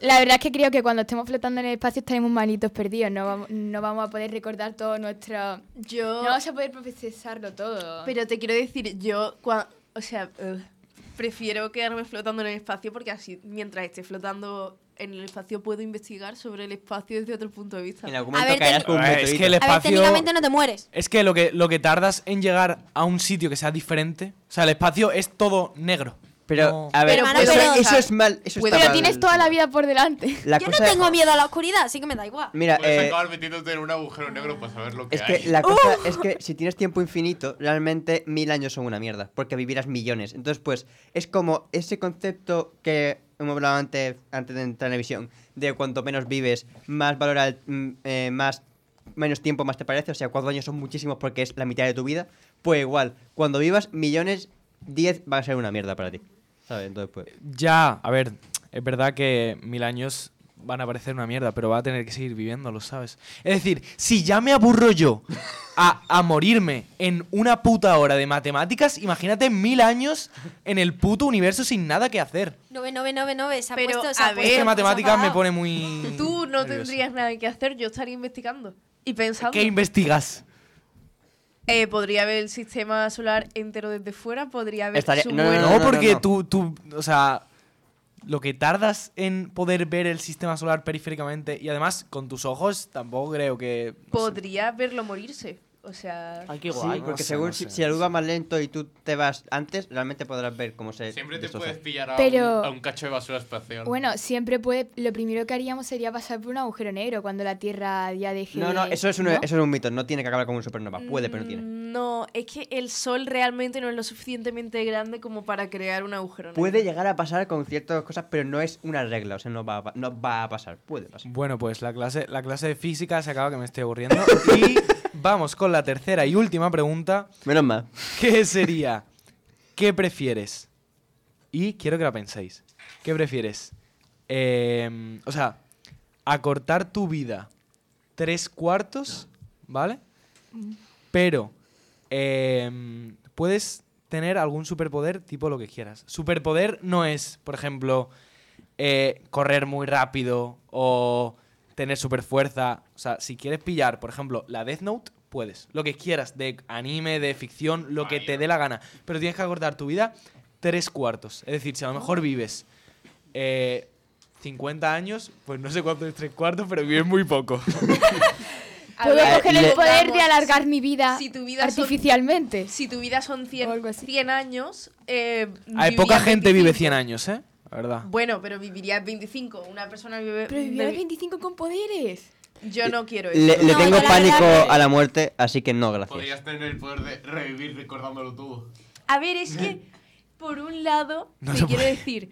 [SPEAKER 6] La verdad es que creo que cuando estemos flotando en el espacio estaremos manitos perdidos. No vamos, no vamos a poder recordar todo nuestro.
[SPEAKER 2] Yo.
[SPEAKER 6] No vamos a poder procesarlo todo.
[SPEAKER 2] Pero te quiero decir, yo, cua- o sea, ugh, prefiero quedarme flotando en el espacio porque así, mientras esté flotando en el espacio, puedo investigar sobre el espacio desde otro punto de vista.
[SPEAKER 3] En algún
[SPEAKER 8] momento caerás con un Ah, es meteorito. que el espacio-
[SPEAKER 4] no te mueres.
[SPEAKER 8] Es que lo, que lo que tardas en llegar a un sitio que sea diferente. O sea, el espacio es todo negro.
[SPEAKER 3] Pero, a ver, Pero, eso- hermano, eso es mal, eso
[SPEAKER 6] Pero tienes toda la vida por delante.
[SPEAKER 3] La
[SPEAKER 4] Yo
[SPEAKER 3] cosa-
[SPEAKER 4] no tengo miedo a la oscuridad, así que me da igual.
[SPEAKER 3] Mira,
[SPEAKER 1] Puedes
[SPEAKER 3] eh,
[SPEAKER 1] acabar metiéndote en un agujero negro para saber lo que
[SPEAKER 3] es
[SPEAKER 1] hay.
[SPEAKER 3] que la cosa
[SPEAKER 1] ¡Oh!
[SPEAKER 3] es que si tienes tiempo infinito, realmente mil años son una mierda, porque vivirás millones. Entonces, pues, es como ese concepto que hemos hablado antes, antes de entrar en televisión, de cuanto menos vives, más valora, el- mm, eh, más, menos tiempo más te parece, o sea, cuatro años son muchísimos porque es la mitad de tu vida, pues igual, cuando vivas millones, diez va a ser una mierda para ti. ¿Sabes? Entonces, pues...
[SPEAKER 8] Ya, a ver, es verdad que mil años van a parecer una mierda, pero va a tener que seguir viviéndolo, ¿sabes? Es decir, si ya me aburro yo a, a morirme en una puta hora de matemáticas, imagínate mil años en el puto universo sin nada que hacer. Pues
[SPEAKER 4] 9999, se ha
[SPEAKER 2] Pero,
[SPEAKER 4] puesto... se
[SPEAKER 2] a
[SPEAKER 4] pues ha
[SPEAKER 2] ver,
[SPEAKER 4] puesto-
[SPEAKER 8] Es que matemáticas me
[SPEAKER 2] apagado.
[SPEAKER 8] pone muy...
[SPEAKER 2] Tú no
[SPEAKER 8] nervioso.
[SPEAKER 2] tendrías nada que hacer, yo estaría investigando y pensando.
[SPEAKER 8] ¿Qué investigas?
[SPEAKER 2] Eh, podría ver el sistema solar entero desde fuera, podría ver
[SPEAKER 8] Estaría-
[SPEAKER 2] su
[SPEAKER 8] no,
[SPEAKER 2] vuelo.
[SPEAKER 8] porque Tú, tú, o sea, lo que tardas en poder ver el sistema solar periféricamente y además con tus ojos, tampoco creo que.
[SPEAKER 2] podría verlo morirse. O sea,
[SPEAKER 3] Sí, porque según si, si algo va más lento y tú te vas antes, realmente podrás ver cómo se.
[SPEAKER 1] Siempre te
[SPEAKER 3] destroza.
[SPEAKER 1] puedes pillar a,
[SPEAKER 6] Pero-
[SPEAKER 1] un, a un cacho de basura espacial.
[SPEAKER 6] Bueno, siempre puede. Lo primero que haríamos sería pasar por un agujero negro cuando la Tierra ya deje.
[SPEAKER 3] No, no,
[SPEAKER 6] de-
[SPEAKER 3] eso es, un,
[SPEAKER 6] ¿no? Mm,
[SPEAKER 3] eso es un mito. No tiene que acabar como un supernova. Puede, pero no tiene.
[SPEAKER 2] no, es que el sol realmente no es lo suficientemente grande como para crear un agujero. negro.
[SPEAKER 3] Puede llegar a pasar con ciertas cosas, pero no es una regla. O sea, no va a, pa- no va a pasar. Puede pasar.
[SPEAKER 8] Bueno, pues la clase, la clase de física se acaba que me estoy (laughs) aburriendo. y vamos con la tercera y última pregunta.
[SPEAKER 3] Menos mal.
[SPEAKER 8] ¿Qué sería? ¿Qué prefieres? Y quiero que la penséis. ¿Qué prefieres? Em, o sea, acortar tu vida tres cuartos, ¿vale? Pero em, puedes tener algún superpoder tipo lo que quieras. Superpoder no es, por ejemplo, eh, correr muy rápido o tener superfuerza. O sea, si quieres pillar, por ejemplo, la Death Note, puedes. Lo que quieras, de anime, de ficción, lo que te dé la gana. Pero tienes que acortar tu vida tres cuartos. Es decir, si a lo mejor vives eh, 50 años, pues no sé cuánto es tres cuartos, pero vives muy poco.
[SPEAKER 6] (laughs) Puedo
[SPEAKER 8] ver,
[SPEAKER 6] coger
[SPEAKER 8] le-
[SPEAKER 6] el poder de
[SPEAKER 2] Vamos,
[SPEAKER 6] alargar mi vida,
[SPEAKER 2] si tu vida son-
[SPEAKER 6] artificialmente.
[SPEAKER 2] Si tu vida son 100, 100 años, eh,
[SPEAKER 8] Hay
[SPEAKER 2] vivirías
[SPEAKER 8] poca gente
[SPEAKER 2] 25.
[SPEAKER 8] vive 100 años, ¿eh? La verdad.
[SPEAKER 2] Bueno, pero vivirías 25. Una persona vive.
[SPEAKER 6] Pero vivirás 25 con poderes.
[SPEAKER 2] Yo no quiero eso.
[SPEAKER 3] Le, le tengo pánico a la muerte, así que no, gracias.
[SPEAKER 1] Podrías tener el poder de revivir recordándolo tú.
[SPEAKER 2] A ver, es
[SPEAKER 3] (laughs)
[SPEAKER 2] que, por un lado,
[SPEAKER 1] No
[SPEAKER 2] te
[SPEAKER 1] se
[SPEAKER 2] quiero
[SPEAKER 1] puede.
[SPEAKER 2] decir,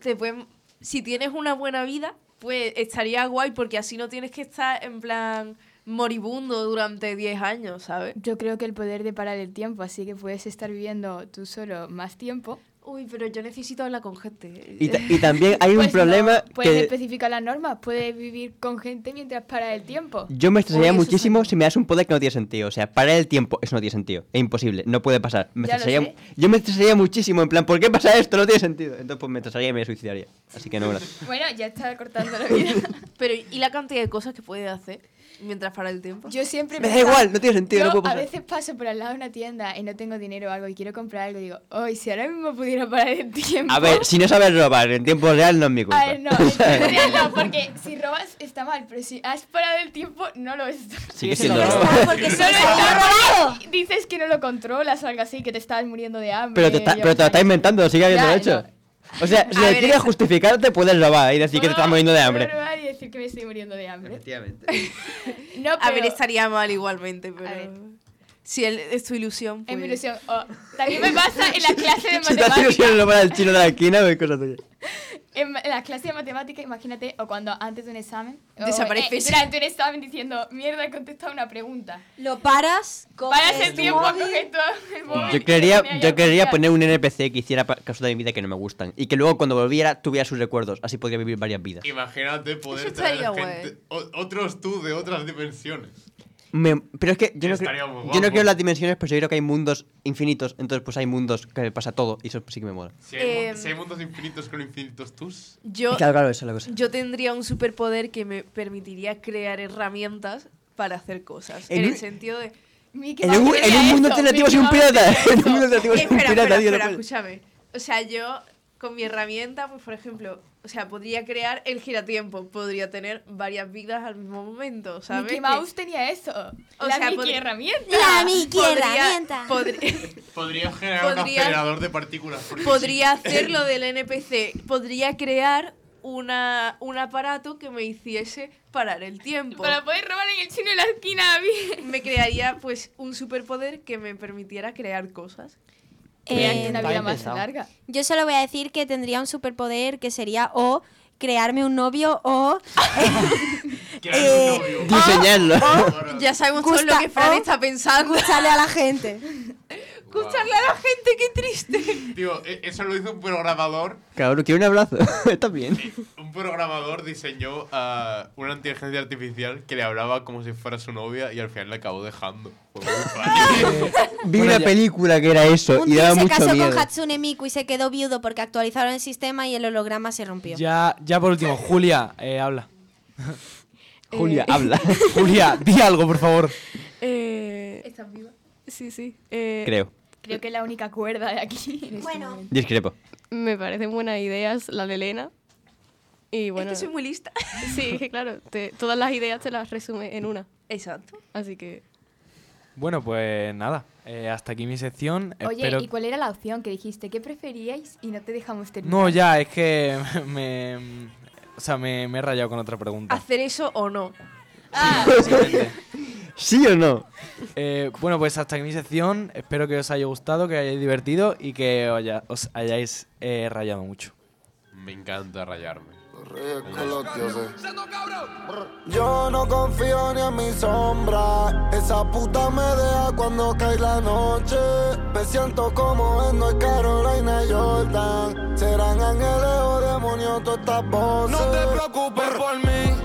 [SPEAKER 2] te pueden- si tienes una buena vida, pues estaría guay, porque así no tienes que estar en plan moribundo durante 10 años, ¿sabes?
[SPEAKER 6] Yo creo que el poder de parar el tiempo, así que puedes estar viviendo tú solo más tiempo.
[SPEAKER 2] Uy, pero yo necesito hablar con gente.
[SPEAKER 3] Y, ta- y también hay un
[SPEAKER 6] Pues no,
[SPEAKER 3] problema
[SPEAKER 6] puedes
[SPEAKER 3] que
[SPEAKER 6] especificar las normas, puedes vivir con gente mientras para el tiempo.
[SPEAKER 3] yo me estresaría
[SPEAKER 6] Uy, eso es-
[SPEAKER 3] muchísimo si me das un poder que no tiene sentido. O sea, parar el tiempo, eso no tiene sentido. Es imposible, no puede pasar. Me
[SPEAKER 6] Ya lo
[SPEAKER 3] estresaría-
[SPEAKER 6] sé.
[SPEAKER 3] yo me estresaría muchísimo, en plan, ¿por qué pasa esto? No tiene sentido. Entonces, pues me estresaría y me suicidaría. Así que no, gracias.
[SPEAKER 6] Bueno, ya está
[SPEAKER 2] (laughs)
[SPEAKER 6] cortando la vida.
[SPEAKER 2] Pero ¿y la cantidad de cosas que puede hacer mientras para el tiempo?
[SPEAKER 3] (laughs)
[SPEAKER 6] Yo siempre
[SPEAKER 3] Me da
[SPEAKER 6] pensaba-
[SPEAKER 3] igual, no tiene sentido,
[SPEAKER 6] yo
[SPEAKER 3] no puede pasar.
[SPEAKER 6] A veces paso por al lado de una tienda y no tengo dinero o algo y quiero comprar algo y digo, hoy si ahora mismo pudiera parar el tiempo.
[SPEAKER 3] A ver, si no sabes robar en tiempo real, no es mi culpa.
[SPEAKER 6] (laughs) A ver, no, en tiempo
[SPEAKER 3] (laughs)
[SPEAKER 6] real no, porque si robas está mal, pero si has parado el tiempo no lo está.
[SPEAKER 3] Sigue siendo No está, robo. porque
[SPEAKER 6] No
[SPEAKER 3] sí
[SPEAKER 6] lo
[SPEAKER 3] está
[SPEAKER 6] está, porque Dices que no lo controlas o algo así, que te estás muriendo de hambre.
[SPEAKER 3] Pero te, está-
[SPEAKER 6] y
[SPEAKER 3] pero te lo
[SPEAKER 6] algo
[SPEAKER 3] estás inventando, lo sigue habiendo
[SPEAKER 6] Ya,
[SPEAKER 3] hecho. O sea, si
[SPEAKER 6] A
[SPEAKER 3] le
[SPEAKER 6] ver,
[SPEAKER 3] quieres
[SPEAKER 6] eso-
[SPEAKER 3] justificar, te puedes robar y decir que te estás muriendo de
[SPEAKER 6] así. (laughs)
[SPEAKER 3] hambre.
[SPEAKER 6] Puedo robar y decir que me estoy muriendo de hambre.
[SPEAKER 3] Efectivamente.
[SPEAKER 6] No,
[SPEAKER 2] A ver,
[SPEAKER 6] pero-
[SPEAKER 2] estaría mal igualmente, pero... Si él- es tu ilusión,
[SPEAKER 6] Es
[SPEAKER 2] pues...
[SPEAKER 6] mi ilusión. O, también me pasa en
[SPEAKER 2] (laughs)
[SPEAKER 6] la clase
[SPEAKER 3] Si
[SPEAKER 6] de
[SPEAKER 3] te hace
[SPEAKER 6] matemáticas.
[SPEAKER 3] ilusión robar al chino de la esquina, es cosa tuya.
[SPEAKER 6] En ma- en las clases de matemáticas, imagínate, o cuando antes de un examen. o,
[SPEAKER 4] Desapareces.
[SPEAKER 6] eh, durante un examen diciendo, mierda, he contestado una pregunta.
[SPEAKER 4] Lo paras, coges
[SPEAKER 6] Paras el
[SPEAKER 4] tu
[SPEAKER 6] tiempo, (laughs)
[SPEAKER 4] móvil.
[SPEAKER 6] coges todo el móvil.
[SPEAKER 3] Yo quería, yo quería poner un NPC que hiciera pa- cosas de mi vida que no me gustan. Y que luego cuando volviera tuviera sus recuerdos. Así podría vivir varias vidas.
[SPEAKER 1] Imagínate poder
[SPEAKER 2] Eso
[SPEAKER 1] traer
[SPEAKER 2] estaría
[SPEAKER 1] gente, o- otros tú de otras dimensiones.
[SPEAKER 3] Me- pero es que yo no, creo,
[SPEAKER 1] Estaría muy
[SPEAKER 3] yo no
[SPEAKER 1] guapo.
[SPEAKER 3] creo las dimensiones, pero yo creo que hay mundos infinitos. Entonces pues hay mundos que pasa todo. Y eso sí que me mola.
[SPEAKER 1] Si hay,
[SPEAKER 6] Eh,
[SPEAKER 1] mu-
[SPEAKER 2] Em.
[SPEAKER 1] si hay mundos infinitos con infinitos tus.
[SPEAKER 2] Yo,
[SPEAKER 3] Claro, claro, esa es la cosa.
[SPEAKER 2] yo tendría un superpoder que me permitiría crear herramientas para hacer cosas.
[SPEAKER 3] En
[SPEAKER 2] En,
[SPEAKER 3] un-
[SPEAKER 2] el sentido de...
[SPEAKER 3] En un, en un mundo alternativo soy un pirata. (laughs) En un mundo alternativo soy un
[SPEAKER 2] espera,
[SPEAKER 3] pirata.
[SPEAKER 2] espera,
[SPEAKER 3] tío, no
[SPEAKER 2] espera,
[SPEAKER 3] puedes.
[SPEAKER 2] escúchame. O sea, yo con mi herramienta, pues por ejemplo, o sea, podría crear el giratiempo, podría tener varias vidas al mismo momento, ¿sabes?
[SPEAKER 6] Mickey
[SPEAKER 2] Que-
[SPEAKER 6] Mouse tenía eso.
[SPEAKER 2] O
[SPEAKER 6] la
[SPEAKER 2] sea,
[SPEAKER 6] Mickey
[SPEAKER 2] podría-
[SPEAKER 6] herramienta.
[SPEAKER 4] La Mickey
[SPEAKER 2] Podría-
[SPEAKER 4] herramienta.
[SPEAKER 2] podría-
[SPEAKER 1] Podría generar un
[SPEAKER 2] Podría-
[SPEAKER 1] acelerador de partículas. porque
[SPEAKER 2] podría
[SPEAKER 1] sí. (laughs)
[SPEAKER 2] hacer lo del NPC, podría crear una, un aparato que me hiciese parar el tiempo.
[SPEAKER 6] Para poder robar en el chino en la esquina. bien.
[SPEAKER 2] Me crearía pues un superpoder que me permitiera crear cosas.
[SPEAKER 4] Eh,
[SPEAKER 6] una vida más larga.
[SPEAKER 4] Yo solo voy a decir que tendría un superpoder que sería o crearme un novio o
[SPEAKER 1] Crear un novio.
[SPEAKER 3] Eh, Diseñarlo.
[SPEAKER 4] ah.
[SPEAKER 2] Ya sabemos
[SPEAKER 4] Gusta-
[SPEAKER 2] todo lo que Fran
[SPEAKER 4] o-
[SPEAKER 2] está pensando.
[SPEAKER 4] escucharle a la gente.
[SPEAKER 2] Escucharle a la gente, qué triste.
[SPEAKER 1] Tío, e- eso lo hizo un programador.
[SPEAKER 3] (laughs) Cabrón, quiero un abrazo. (laughs) Está bien.
[SPEAKER 1] Un programador diseñó a una inteligencia artificial que le hablaba como si fuera su novia y al final la acabó dejando. Fue
[SPEAKER 3] (laughs)
[SPEAKER 1] muy funny.
[SPEAKER 3] Eh, Vi
[SPEAKER 8] Bueno,
[SPEAKER 3] una
[SPEAKER 8] ya-
[SPEAKER 3] película que era eso
[SPEAKER 4] Un
[SPEAKER 3] y
[SPEAKER 4] tío
[SPEAKER 3] daba
[SPEAKER 4] se casó
[SPEAKER 3] mucho miedo.
[SPEAKER 4] con Hatsune Miku y se quedó viudo porque actualizaron el sistema y el holograma se rompió.
[SPEAKER 8] Ya, ya por último, Julia, eh, habla.
[SPEAKER 3] (laughs) Julia,
[SPEAKER 8] Eh, (laughs)
[SPEAKER 3] habla.
[SPEAKER 8] Julia, di algo, por favor.
[SPEAKER 5] Eh,
[SPEAKER 6] ¿Estás viva?
[SPEAKER 5] sí, sí. eh,
[SPEAKER 3] Creo.
[SPEAKER 6] Creo que es la única cuerda de aquí. en este
[SPEAKER 4] Bueno.
[SPEAKER 6] momento.
[SPEAKER 3] Discrepo.
[SPEAKER 5] Me parecen buenas ideas la de Elena. Y bueno,
[SPEAKER 2] Es que soy muy lista.
[SPEAKER 5] sí, es que claro, te- todas las ideas te las resume en una.
[SPEAKER 2] Exacto.
[SPEAKER 5] Así que
[SPEAKER 8] Bueno, pues nada. eh, hasta aquí mi sección.
[SPEAKER 6] Oye,
[SPEAKER 8] Espero...
[SPEAKER 6] ¿y cuál era la opción que dijiste? ¿Qué preferíais? Y no te dejamos terminar.
[SPEAKER 8] No, ya, es que (laughs) me. O sea, me, me he rayado con otra
[SPEAKER 3] Ah,
[SPEAKER 8] pregunta.
[SPEAKER 2] Hacer eso o no. Ah.
[SPEAKER 8] básicamente.
[SPEAKER 3] ¿Sí o no?
[SPEAKER 8] Eh, bueno, pues hasta aquí mi sección. Espero que os haya gustado, que os hayáis divertido y que os, haya- os hayáis eh, rayado mucho.
[SPEAKER 1] Me encanta rayarme.
[SPEAKER 19] Con los dioses. Yo no confío ni en mi sombra. Esa puta me deja cuando cae la noche. Me siento como en North Carolina Jordan. Serán ángeles o demonios todas estas voces.
[SPEAKER 20] No te preocupes por mí.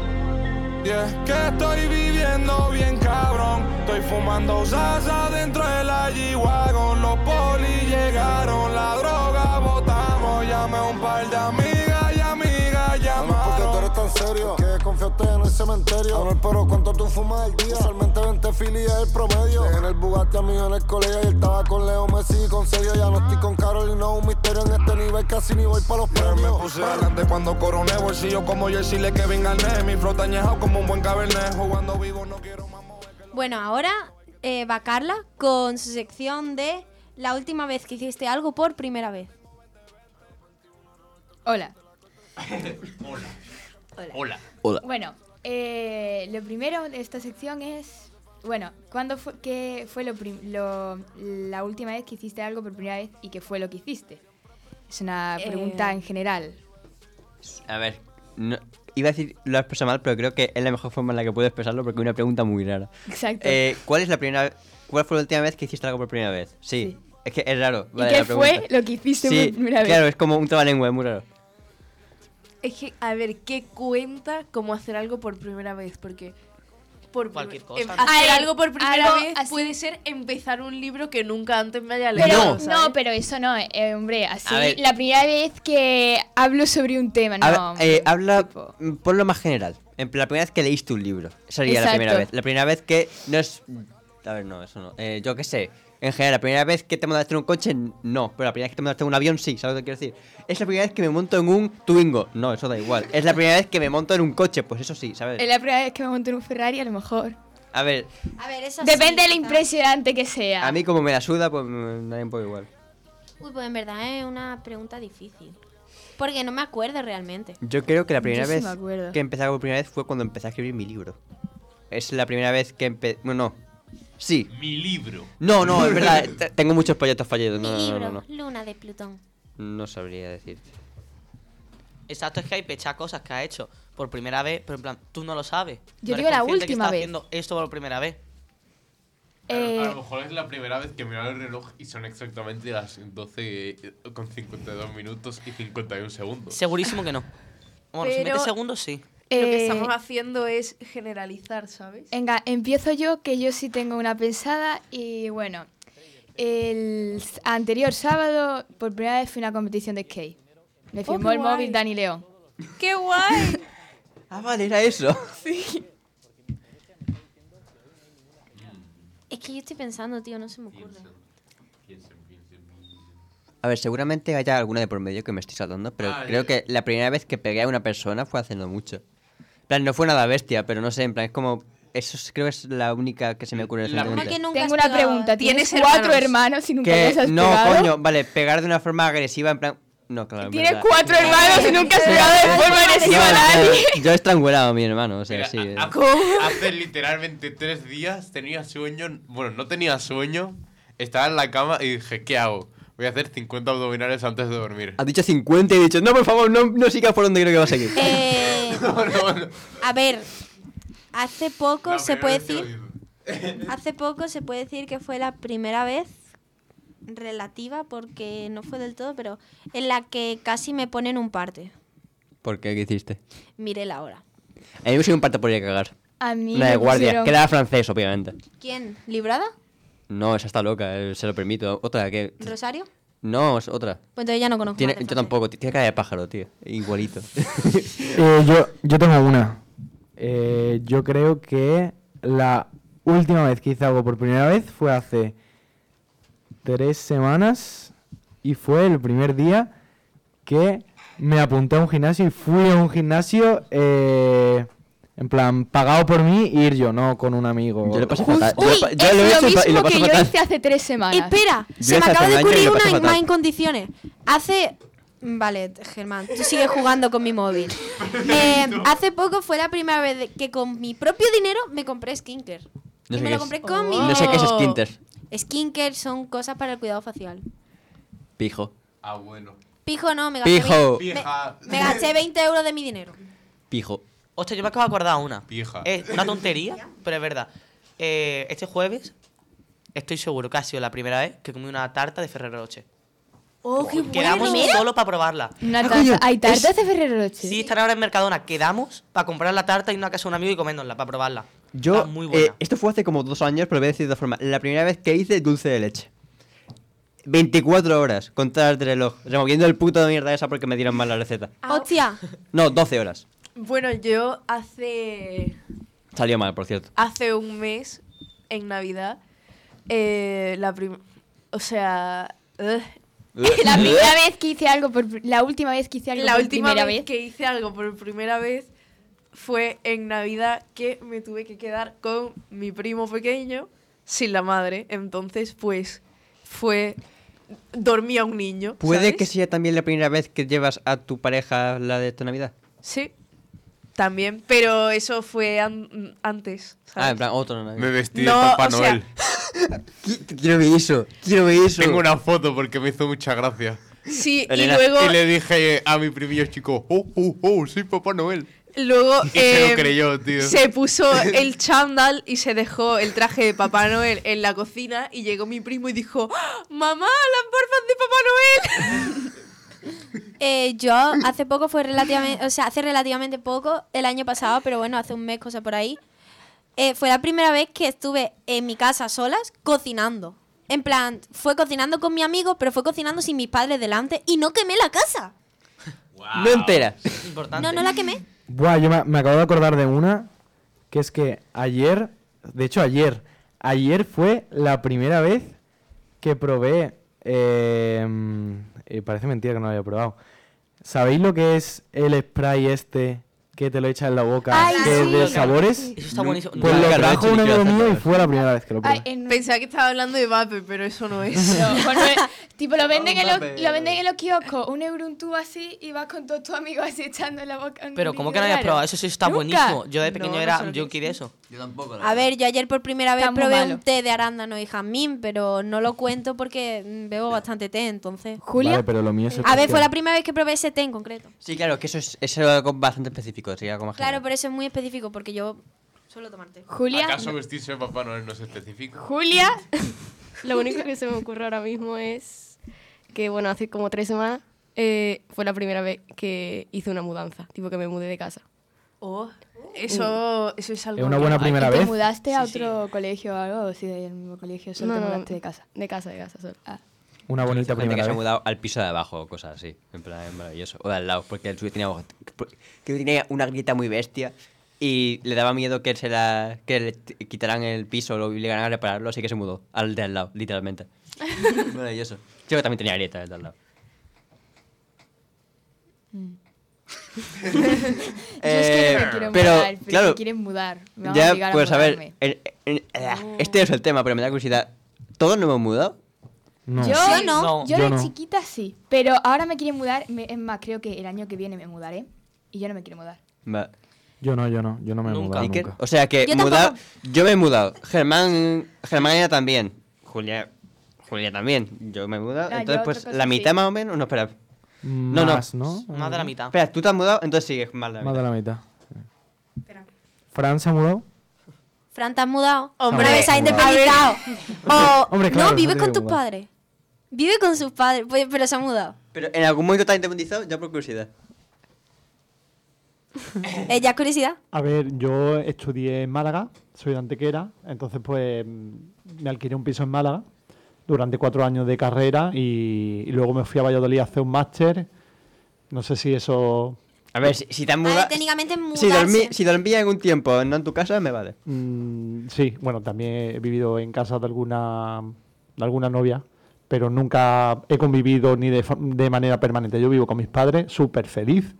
[SPEAKER 20] Y es que estoy viviendo bien cabrón. Estoy fumando salsa dentro del G-Wagon. Los polis llegaron, la droga botamos. Llamé a un par de amigas y amigas
[SPEAKER 19] porque tú
[SPEAKER 20] llamaron.
[SPEAKER 19] eres tan serio que confiaste en el cementerio. Amor, pero ¿cuánto tú fumas al día? Usualmente 20 filis es el promedio. En el Bugatti a mí en el colegio y estaba con Leo Messi y con Sergio. Ya no estoy con Carol y no un misterio en este nivel. Casi ni voy para los
[SPEAKER 20] Ya
[SPEAKER 19] premios.
[SPEAKER 20] me puse adelante cuando coroné bolsillo como yo decirle que venga el Mi flota añejao como un buen cabernet. Jugando vivo no quiero más.
[SPEAKER 4] Bueno, ahora eh, va Carla con su sección de la última vez que hiciste algo por primera vez.
[SPEAKER 6] Hola.
[SPEAKER 1] Hola.
[SPEAKER 3] Hola.
[SPEAKER 6] Bueno, eh, lo primero de esta sección es, bueno, ¿cuándo fue, qué fue lo prim- lo- la última vez que hiciste algo por primera vez y qué fue lo que hiciste? Es una
[SPEAKER 4] Eh.
[SPEAKER 6] pregunta en general.
[SPEAKER 3] A ver, no- iba a decir lo he expresado mal, pero creo que es la mejor forma en la que puedo expresarlo porque es una pregunta muy rara.
[SPEAKER 6] Exacto.
[SPEAKER 3] Eh, ¿Cuál es la primera ¿Cuál fue la última vez que hiciste algo por primera vez? Sí. Es que es raro.
[SPEAKER 6] ¿Y
[SPEAKER 3] vale,
[SPEAKER 6] qué
[SPEAKER 3] la pregunta.
[SPEAKER 6] fue lo que hiciste
[SPEAKER 3] Sí,
[SPEAKER 6] por primera vez?
[SPEAKER 3] Claro, es como un trabalengua, es muy raro.
[SPEAKER 2] Es que, a ver, ¿qué cuenta como hacer algo por primera vez? Porque por
[SPEAKER 7] Cualquier
[SPEAKER 2] prim- em-
[SPEAKER 7] cosa.
[SPEAKER 2] hacer
[SPEAKER 6] Ay,
[SPEAKER 2] algo por primera
[SPEAKER 6] algo
[SPEAKER 2] vez
[SPEAKER 6] así.
[SPEAKER 2] puede ser empezar un libro que nunca antes me haya leído.
[SPEAKER 6] Pero, no.
[SPEAKER 2] ¿sabes?
[SPEAKER 6] pero eso no, eh, hombre, así
[SPEAKER 3] A ver.
[SPEAKER 6] la primera vez que hablo sobre un tema, no.
[SPEAKER 3] A ver, eh, habla, mm, ponlo más general. En plan, la primera vez que leíste un libro. Esa sería la primera
[SPEAKER 6] Exacto.
[SPEAKER 3] vez. La primera vez que no es. A ver, no, eso no. Eh, yo qué sé. En general, la primera vez que te montaste en un coche, no. Pero la primera vez que te montaste en un avión, sí. ¿Sabes lo que quiero decir? Es la primera vez que me monto en un Twingo. No, eso da igual. Es la primera vez que me monto en un coche, pues eso sí, ¿sabes?
[SPEAKER 6] Es la primera vez que me monto en un Ferrari, a lo mejor.
[SPEAKER 3] A ver,
[SPEAKER 6] Depende de lo impresionante que sea.
[SPEAKER 3] a mí como me la suda, pues me me da un poco igual.
[SPEAKER 4] Uy, pues en verdad es una pregunta difícil. Porque no me acuerdo realmente.
[SPEAKER 3] Yo creo que la primera
[SPEAKER 4] Yo sí
[SPEAKER 3] vez
[SPEAKER 4] me acuerdo.
[SPEAKER 3] que empecé algo por primera vez fue cuando empecé a escribir mi libro. Es la primera vez que empecé... Bueno, no. Sí.
[SPEAKER 1] Mi libro.
[SPEAKER 3] No, no,
[SPEAKER 1] (laughs)
[SPEAKER 3] es verdad. te- Tengo muchos proyectos fallidos. No,
[SPEAKER 4] Mi
[SPEAKER 3] no,
[SPEAKER 4] libro,
[SPEAKER 3] no, no.
[SPEAKER 4] Luna de Plutón.
[SPEAKER 3] No sabría decirte.
[SPEAKER 7] Exacto, es que hay pecha cosas que ha hecho por primera vez, pero en plan, tú no lo sabes.
[SPEAKER 6] Yo
[SPEAKER 7] No eres
[SPEAKER 6] digo la
[SPEAKER 7] consciente que
[SPEAKER 6] última
[SPEAKER 7] estás
[SPEAKER 6] vez. Eh,
[SPEAKER 7] haciendo esto por primera vez.
[SPEAKER 1] A lo mejor es la primera vez que miro el reloj y son exactamente las 12 con 52 minutos y 51 segundos.
[SPEAKER 7] Segurísimo que no. Bueno, si
[SPEAKER 2] Pero-
[SPEAKER 7] metes segundos, sí.
[SPEAKER 2] Lo que
[SPEAKER 6] Eh,
[SPEAKER 2] estamos haciendo es generalizar, ¿sabes?
[SPEAKER 6] Venga, empiezo yo, que yo sí tengo una pensada y bueno. El s- anterior sábado, por primera vez, fui a una competición de skate. Me firmó
[SPEAKER 2] qué
[SPEAKER 6] el
[SPEAKER 2] guay.
[SPEAKER 6] móvil Dani León.
[SPEAKER 2] ¡Qué guay!
[SPEAKER 3] Ah, vale, era eso. (laughs)
[SPEAKER 4] Es que yo estoy pensando, tío, no se me ocurre.
[SPEAKER 3] A ver, seguramente haya alguna de por medio que me estoy saltando, pero
[SPEAKER 1] Ah,
[SPEAKER 3] creo
[SPEAKER 1] ya.
[SPEAKER 3] que la primera vez que pegué a una persona fue haciendo mucho. En plan, no fue nada bestia, pero no sé, en plan, es como... Eso es- creo que es la única Ah, que se me ocurre. recientemente.
[SPEAKER 6] Tengo una pregunta. ¿Tienes, cuatro hermanos y nunca
[SPEAKER 3] Que
[SPEAKER 6] los has
[SPEAKER 3] no,
[SPEAKER 6] pegado?
[SPEAKER 3] coño, vale, pegar de una forma agresiva en plan. No, claro. en
[SPEAKER 6] Tienes
[SPEAKER 3] verdad.
[SPEAKER 6] cuatro hermanos y nunca has pegado de forma agresiva a
[SPEAKER 3] No,
[SPEAKER 6] nadie.
[SPEAKER 3] pero Yo he estrangulado a mi hermano, o sea, sí. eh.
[SPEAKER 1] Hace, hace literalmente tres días tenía sueño. Bueno, no tenía sueño. Estaba en la cama y dije, ¿qué hago? Voy a hacer 50 abdominales antes de dormir.
[SPEAKER 3] Has dicho 50 y he dicho, no, por favor, no, no sigas por donde creo que vas a seguir.
[SPEAKER 4] Eh,
[SPEAKER 1] (laughs) No, no, no.
[SPEAKER 4] a ver, hace poco
[SPEAKER 1] La
[SPEAKER 4] se
[SPEAKER 1] primera
[SPEAKER 4] puede
[SPEAKER 1] vez que lo
[SPEAKER 4] decir. (laughs) Hace poco se puede decir que fue la primera vez relativa, porque no fue del todo, pero en la que casi me ponen un parte.
[SPEAKER 3] ¿Por qué? ¿Qué hiciste?
[SPEAKER 4] Miré la hora.
[SPEAKER 3] A mí me pusieron un parto por ir a cagar.
[SPEAKER 6] A mí
[SPEAKER 3] Una
[SPEAKER 6] me
[SPEAKER 3] de guardia,
[SPEAKER 6] pusieron-
[SPEAKER 3] que era francés, obviamente.
[SPEAKER 4] ¿Quién? ¿Librada?
[SPEAKER 3] No, esa está loca, eh, se lo permito. Otra que.
[SPEAKER 4] ¿Rosario?
[SPEAKER 3] No, es otra.
[SPEAKER 4] Pues entonces ya no conozco.
[SPEAKER 3] Tiene-
[SPEAKER 4] más de
[SPEAKER 3] yo tampoco, t- tiene cara de pájaro, tío. Igualito. (laughs)
[SPEAKER 8] Eh, yo, yo tengo una. Eh, yo creo que la última vez que hice algo por primera vez fue hace tres semanas y fue el primer día que me apunté a un gimnasio y fui a un gimnasio eh, en plan pagado por mí y ir yo, no con un amigo.
[SPEAKER 3] Yo lo pasé
[SPEAKER 8] Jus-
[SPEAKER 3] fatal.
[SPEAKER 6] Uy,
[SPEAKER 3] Yo pa- yo
[SPEAKER 6] es
[SPEAKER 3] lo
[SPEAKER 6] lo,
[SPEAKER 3] he hecho y pa- y
[SPEAKER 6] mismo
[SPEAKER 3] lo paso
[SPEAKER 6] que yo
[SPEAKER 3] fatal.
[SPEAKER 6] hice hace tres semanas.
[SPEAKER 4] Espera,
[SPEAKER 3] Yo
[SPEAKER 4] se me
[SPEAKER 3] hice hace
[SPEAKER 4] acaba de
[SPEAKER 3] un año y
[SPEAKER 4] ocurrir
[SPEAKER 3] lo pasé
[SPEAKER 4] una más
[SPEAKER 3] fatal.
[SPEAKER 4] en condiciones. Hace. mm, Vale, Germán, tú sigues jugando con mi móvil. Eh, hace poco fue la primera vez de- que con mi propio dinero me compré skinker.
[SPEAKER 3] No
[SPEAKER 4] y
[SPEAKER 3] sé qué
[SPEAKER 4] me lo
[SPEAKER 3] es.
[SPEAKER 4] compré con mi
[SPEAKER 3] No sé qué es Skinter.
[SPEAKER 4] Skinker son cosas para el cuidado facial.
[SPEAKER 3] Pijo.
[SPEAKER 1] Ah, bueno.
[SPEAKER 4] Pijo no, me gasté,
[SPEAKER 3] Pijo.
[SPEAKER 4] vein-
[SPEAKER 1] Pija.
[SPEAKER 4] Me, me gasté 20 euros de mi dinero.
[SPEAKER 3] Pijo.
[SPEAKER 7] Hostia, yo me acabo de acordar una.
[SPEAKER 1] Pija.
[SPEAKER 7] Es una tontería, pero es verdad. Eh, este jueves, estoy seguro que ha sido la primera vez que comí una tarta de Ferrero Rocher.
[SPEAKER 4] Oh, qué
[SPEAKER 7] Quedamos solo para probarla. Ah,
[SPEAKER 6] Una tarta. ¿Hay tartas de Ferrero Rocher?
[SPEAKER 7] Sí, están ahora en Mercadona. Quedamos para comprar la tarta y una casa de un amigo y comernosla para probarla.
[SPEAKER 3] Yo,
[SPEAKER 7] Está muy
[SPEAKER 3] eh,
[SPEAKER 7] buena.
[SPEAKER 3] esto fue hace como dos años, pero voy a decir de otra forma. La primera vez que hice dulce de leche. 24 horas contra el reloj, removiendo el puto de mierda esa porque me dieron mal la receta.
[SPEAKER 4] Hostia.
[SPEAKER 3] No, 12 horas.
[SPEAKER 2] Ah, Bueno, yo hace
[SPEAKER 3] Salió mal, por cierto.
[SPEAKER 2] hace un mes, en Navidad, eh, la prim- O sea. eh, ugh,
[SPEAKER 3] Eh.
[SPEAKER 6] la primera vez que hice algo por pri- la última vez que hice algo
[SPEAKER 2] la
[SPEAKER 6] por
[SPEAKER 2] última
[SPEAKER 6] primera
[SPEAKER 2] vez,
[SPEAKER 6] vez.
[SPEAKER 2] que hice algo por primera vez fue en Navidad que me tuve que quedar con mi primo pequeño sin la madre. Entonces, pues, fue. Dormía un niño.
[SPEAKER 3] ¿Puede
[SPEAKER 2] ¿sabes?
[SPEAKER 3] que sea también la primera vez que llevas a tu pareja la de esta Navidad?
[SPEAKER 2] Sí, también. Pero eso fue an- antes. ¿sabes?
[SPEAKER 3] Ah, en plan, otra Navidad.
[SPEAKER 1] Me vestí
[SPEAKER 2] No,
[SPEAKER 1] de Papá
[SPEAKER 2] o sea-
[SPEAKER 1] Noel.
[SPEAKER 3] Qui- Quiero ver eso, quiero ver eso.
[SPEAKER 1] Tengo una foto porque me hizo mucha gracia.
[SPEAKER 2] (laughs) Sí,
[SPEAKER 1] Elena,
[SPEAKER 2] y luego.
[SPEAKER 1] le dije a mi primillo chico, oh, oh, oh, soy Papá Noel. (laughs)
[SPEAKER 2] Luego
[SPEAKER 1] Y se lo
[SPEAKER 2] em,
[SPEAKER 1] creyó, tío. (laughs)
[SPEAKER 2] se puso el chándal y se dejó el traje de Papá Noel en la cocina y llegó mi primo y dijo, "¡Ah! mamá, las barbas de Papá Noel.
[SPEAKER 4] Eh, yo hace poco fue relativamente, o sea, hace relativamente poco, el año pasado, pero bueno, hace un mes, cosa por ahí. eh, fue la primera vez que estuve en mi casa solas cocinando. En plan, fue cocinando con mi amigo, pero fue cocinando sin mis padres delante y no quemé la casa.
[SPEAKER 3] No enteras.
[SPEAKER 7] Importante.
[SPEAKER 4] No, no la quemé.
[SPEAKER 8] Buah, yo me, me acabo de acordar de una, que es que ayer, de hecho ayer, ayer fue la primera vez que probé, eh, mm, eh, parece mentira que no lo haya probado. ¿Sabéis lo que es el spray este que te lo echas en la boca,
[SPEAKER 2] Ay,
[SPEAKER 8] que es
[SPEAKER 2] sí.
[SPEAKER 8] de
[SPEAKER 2] Sí.
[SPEAKER 8] sabores?
[SPEAKER 7] Eso está buenísimo.
[SPEAKER 8] Pues
[SPEAKER 7] Nunca lo
[SPEAKER 8] lo
[SPEAKER 7] he
[SPEAKER 8] trajo
[SPEAKER 7] hecho
[SPEAKER 8] un
[SPEAKER 7] ni quiero
[SPEAKER 8] amigo mío y
[SPEAKER 7] hacerlo.
[SPEAKER 8] fue la primera vez que lo probé.
[SPEAKER 6] Ay, en-
[SPEAKER 2] Pensaba que estaba hablando de vape, pero eso no es.
[SPEAKER 1] (laughs)
[SPEAKER 6] No, bueno, eh, tipo, lo venden, en los,
[SPEAKER 7] Hombre.
[SPEAKER 6] lo venden en los kioscos, un euro, un tubo así, y vas con todos tus amigos así echando en la boca. un
[SPEAKER 7] Pero ¿cómo que
[SPEAKER 6] líquido
[SPEAKER 7] no habías
[SPEAKER 6] raro.
[SPEAKER 7] probado? Eso sí está
[SPEAKER 6] Nunca.
[SPEAKER 7] buenísimo. Yo de pequeño
[SPEAKER 6] No, no
[SPEAKER 7] era
[SPEAKER 6] sé lo que
[SPEAKER 7] yunky de eso.
[SPEAKER 21] Yo tampoco.
[SPEAKER 4] A ver, yo ayer por primera vez
[SPEAKER 6] Está muy
[SPEAKER 4] probé
[SPEAKER 6] malo.
[SPEAKER 4] un té de arándano y jazmín, pero no lo cuento porque mm, bebo bastante té, entonces.
[SPEAKER 6] Julia.
[SPEAKER 8] Vale, pero lo mío es
[SPEAKER 4] eh, A ver,
[SPEAKER 8] especial.
[SPEAKER 4] fue la primera vez que probé ese té en concreto.
[SPEAKER 3] Sí, claro, que eso es, eso es algo bastante específico. sería algo más
[SPEAKER 4] Claro,
[SPEAKER 3] general.
[SPEAKER 4] pero eso es muy específico porque yo suelo tomar té.
[SPEAKER 6] Julia.
[SPEAKER 1] ¿Acaso vestirse de Papá Noel no es específico?
[SPEAKER 6] Julia.
[SPEAKER 5] (laughs) Lo único que se me ocurre ahora mismo es que, bueno, hace como tres semanas eh, fue la primera vez que hice una mudanza, tipo que me mudé de casa. Mm.
[SPEAKER 2] Oh, eso, eso es algo.
[SPEAKER 8] Es una buena
[SPEAKER 6] Ay,
[SPEAKER 8] primera
[SPEAKER 6] ¿y ¿Te
[SPEAKER 8] vez.
[SPEAKER 6] mudaste a otro colegio o algo? ¿O sí, del mismo colegio? Solo
[SPEAKER 5] No,
[SPEAKER 6] te
[SPEAKER 5] no,
[SPEAKER 6] mudaste de casa. Ah.
[SPEAKER 5] De casa, de casa solo.
[SPEAKER 8] Una
[SPEAKER 3] Gente
[SPEAKER 8] bonita
[SPEAKER 3] que se
[SPEAKER 8] primera
[SPEAKER 3] ha
[SPEAKER 8] vez.
[SPEAKER 3] mudado al piso de abajo o cosas así. Ah, En plan, es maravilloso. O de al lado, porque el suyo tenía, ojo- que tenía una grieta muy bestia y le daba miedo que, se la, que le t- quitaran el piso o lo obligaran a repararlo, así que se mudó al de al lado, literalmente. maravilloso. Yo que también tenía grieta el de al lado.
[SPEAKER 6] Mm. (laughs) Yo es que no
[SPEAKER 3] Eh,
[SPEAKER 6] me quiero
[SPEAKER 3] pero,
[SPEAKER 6] mudar, pero
[SPEAKER 3] claro,
[SPEAKER 6] me quieren mudar. Me van a
[SPEAKER 3] ya,
[SPEAKER 6] obligar a
[SPEAKER 3] pues a, ver,
[SPEAKER 6] mudarme.
[SPEAKER 3] el- el- el- este es el tema, pero me da curiosidad. ¿Todos nos hemos mudado?
[SPEAKER 8] No.
[SPEAKER 6] Yo,
[SPEAKER 4] Yo no.
[SPEAKER 7] No.
[SPEAKER 6] yo
[SPEAKER 8] Yo
[SPEAKER 6] de
[SPEAKER 8] no.
[SPEAKER 6] chiquita sí, pero ahora me quieren mudar. me- es más, creo que el año que viene me mudaré y yo no me quiero mudar.
[SPEAKER 3] Va.
[SPEAKER 8] Yo no, yo no, yo no me he
[SPEAKER 7] Nunca.
[SPEAKER 8] mudado
[SPEAKER 3] Iker.
[SPEAKER 8] nunca.
[SPEAKER 3] O sea que
[SPEAKER 4] Yo
[SPEAKER 3] mudar.
[SPEAKER 4] tampoco.
[SPEAKER 3] Yo me he mudado. Germán. Germán ya también. Julia. Julia también. Yo me he mudado.
[SPEAKER 6] Ah, yo
[SPEAKER 3] Entonces,
[SPEAKER 6] otra
[SPEAKER 3] pues,
[SPEAKER 6] cosa
[SPEAKER 3] la
[SPEAKER 6] sí.
[SPEAKER 3] mitad más o menos. No, espera. No, no.
[SPEAKER 8] Más, ¿no?
[SPEAKER 7] Más de la mitad.
[SPEAKER 3] Espera, tú te has mudado, entonces sigues más de la
[SPEAKER 8] Más
[SPEAKER 3] mitad.
[SPEAKER 8] de la mitad. ¿Fran se ha mudado?
[SPEAKER 4] Fran, te has mudado.
[SPEAKER 2] Hombre,
[SPEAKER 4] Una vez has
[SPEAKER 8] Hombre.
[SPEAKER 4] independizado. O,
[SPEAKER 8] (laughs) Hombre, claro,
[SPEAKER 4] no, vive
[SPEAKER 8] no
[SPEAKER 4] con
[SPEAKER 8] digo
[SPEAKER 4] tus
[SPEAKER 8] más.
[SPEAKER 4] padres. Vive con sus padres, pues, pero se ha mudado.
[SPEAKER 3] Pero en algún momento te has independizado, ya por curiosidad.
[SPEAKER 4] Eh, ya es curiosidad.
[SPEAKER 22] A ver, yo estudié en Málaga, soy de Antequera, entonces pues mm, me alquilé un piso en Málaga durante cuatro años de carrera y, y luego me fui a Valladolid a hacer un máster. No sé si eso...
[SPEAKER 3] A ver, si, si te has
[SPEAKER 4] A ver,
[SPEAKER 3] mudado.
[SPEAKER 4] técnicamente
[SPEAKER 3] Si
[SPEAKER 4] mudarse.
[SPEAKER 3] dormí, si dormí algún tiempo, no en tu casa, me vale.
[SPEAKER 22] mm, sí, bueno, también he vivido en casa de alguna, de alguna novia, pero nunca he convivido ni de, fa- de manera permanente. Yo vivo con mis padres, súper feliz,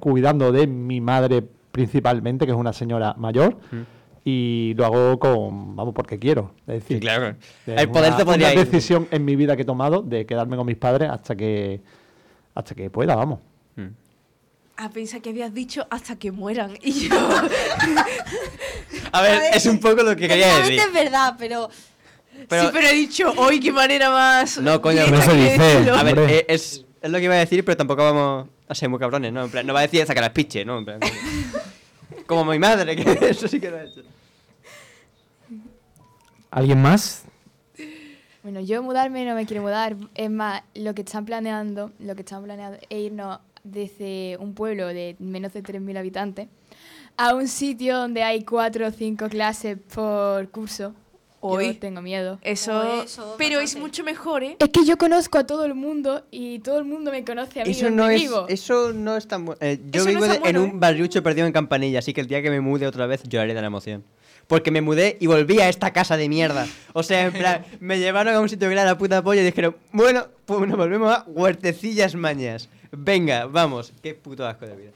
[SPEAKER 22] cuidando de mi madre principalmente, que es una señora mayor.
[SPEAKER 3] Mm.
[SPEAKER 22] Y lo hago con, vamos, porque quiero. Es decir,
[SPEAKER 3] claro.
[SPEAKER 22] es
[SPEAKER 3] El poder
[SPEAKER 22] una-
[SPEAKER 3] te podría
[SPEAKER 22] una
[SPEAKER 3] ir.
[SPEAKER 22] decisión en mi vida que he tomado de quedarme con mis padres hasta que hasta que pueda, vamos.
[SPEAKER 2] Ah, pensaba que habías dicho hasta que mueran.
[SPEAKER 1] (laughs)
[SPEAKER 2] Y yo. (laughs)
[SPEAKER 3] A ver, es un poco lo que quería
[SPEAKER 4] Técnicamente
[SPEAKER 3] decir.
[SPEAKER 4] es verdad, pero.
[SPEAKER 3] Pero-
[SPEAKER 2] sí, pero he dicho, hoy qué manera más.
[SPEAKER 3] No, coño,
[SPEAKER 2] directa
[SPEAKER 8] no se
[SPEAKER 2] que (laughs)
[SPEAKER 8] dice.
[SPEAKER 2] decirlo".
[SPEAKER 3] A ver,
[SPEAKER 8] Hombre.
[SPEAKER 3] eh, es, es lo que iba a decir, pero tampoco vamos a ser muy cabrones, ¿no? En plan, no va a decir sacar las piches, ¿no? En plan, como- como mi madre, que (laughs) eso sí que lo ha hecho.
[SPEAKER 8] ¿Alguien más?
[SPEAKER 6] Bueno, yo mudarme no me quiero mudar. Es más, lo que están planeando, lo que están planeando es irnos desde un pueblo de menos de 3.000 habitantes a un sitio donde hay cuatro o cinco clases por curso.
[SPEAKER 2] Hoy.
[SPEAKER 6] Yo tengo miedo.
[SPEAKER 2] Eso.
[SPEAKER 4] Eso,
[SPEAKER 2] pero es
[SPEAKER 4] bastante.
[SPEAKER 2] mucho mejor, ¿eh?
[SPEAKER 6] Es que yo conozco a todo el mundo y todo el mundo me conoce a mí
[SPEAKER 3] Eso
[SPEAKER 6] donde
[SPEAKER 3] no, es,
[SPEAKER 6] vivo.
[SPEAKER 3] eso no es tan bueno. Eh, yo
[SPEAKER 2] Eso no
[SPEAKER 3] vivo
[SPEAKER 2] es
[SPEAKER 3] de-
[SPEAKER 2] tan bueno,
[SPEAKER 3] en un
[SPEAKER 2] ¿eh?
[SPEAKER 3] barriucho perdido en campanilla, así que el día que me mude otra vez lloraré de la emoción. Porque me mudé y volví a esta casa de mierda. O sea, en
[SPEAKER 2] (laughs)
[SPEAKER 3] plan, me llevaron a un sitio que era la puta polla y dijeron, bueno, pues nos volvemos a huertecillas mañas. Venga, vamos. Qué puto asco de vida.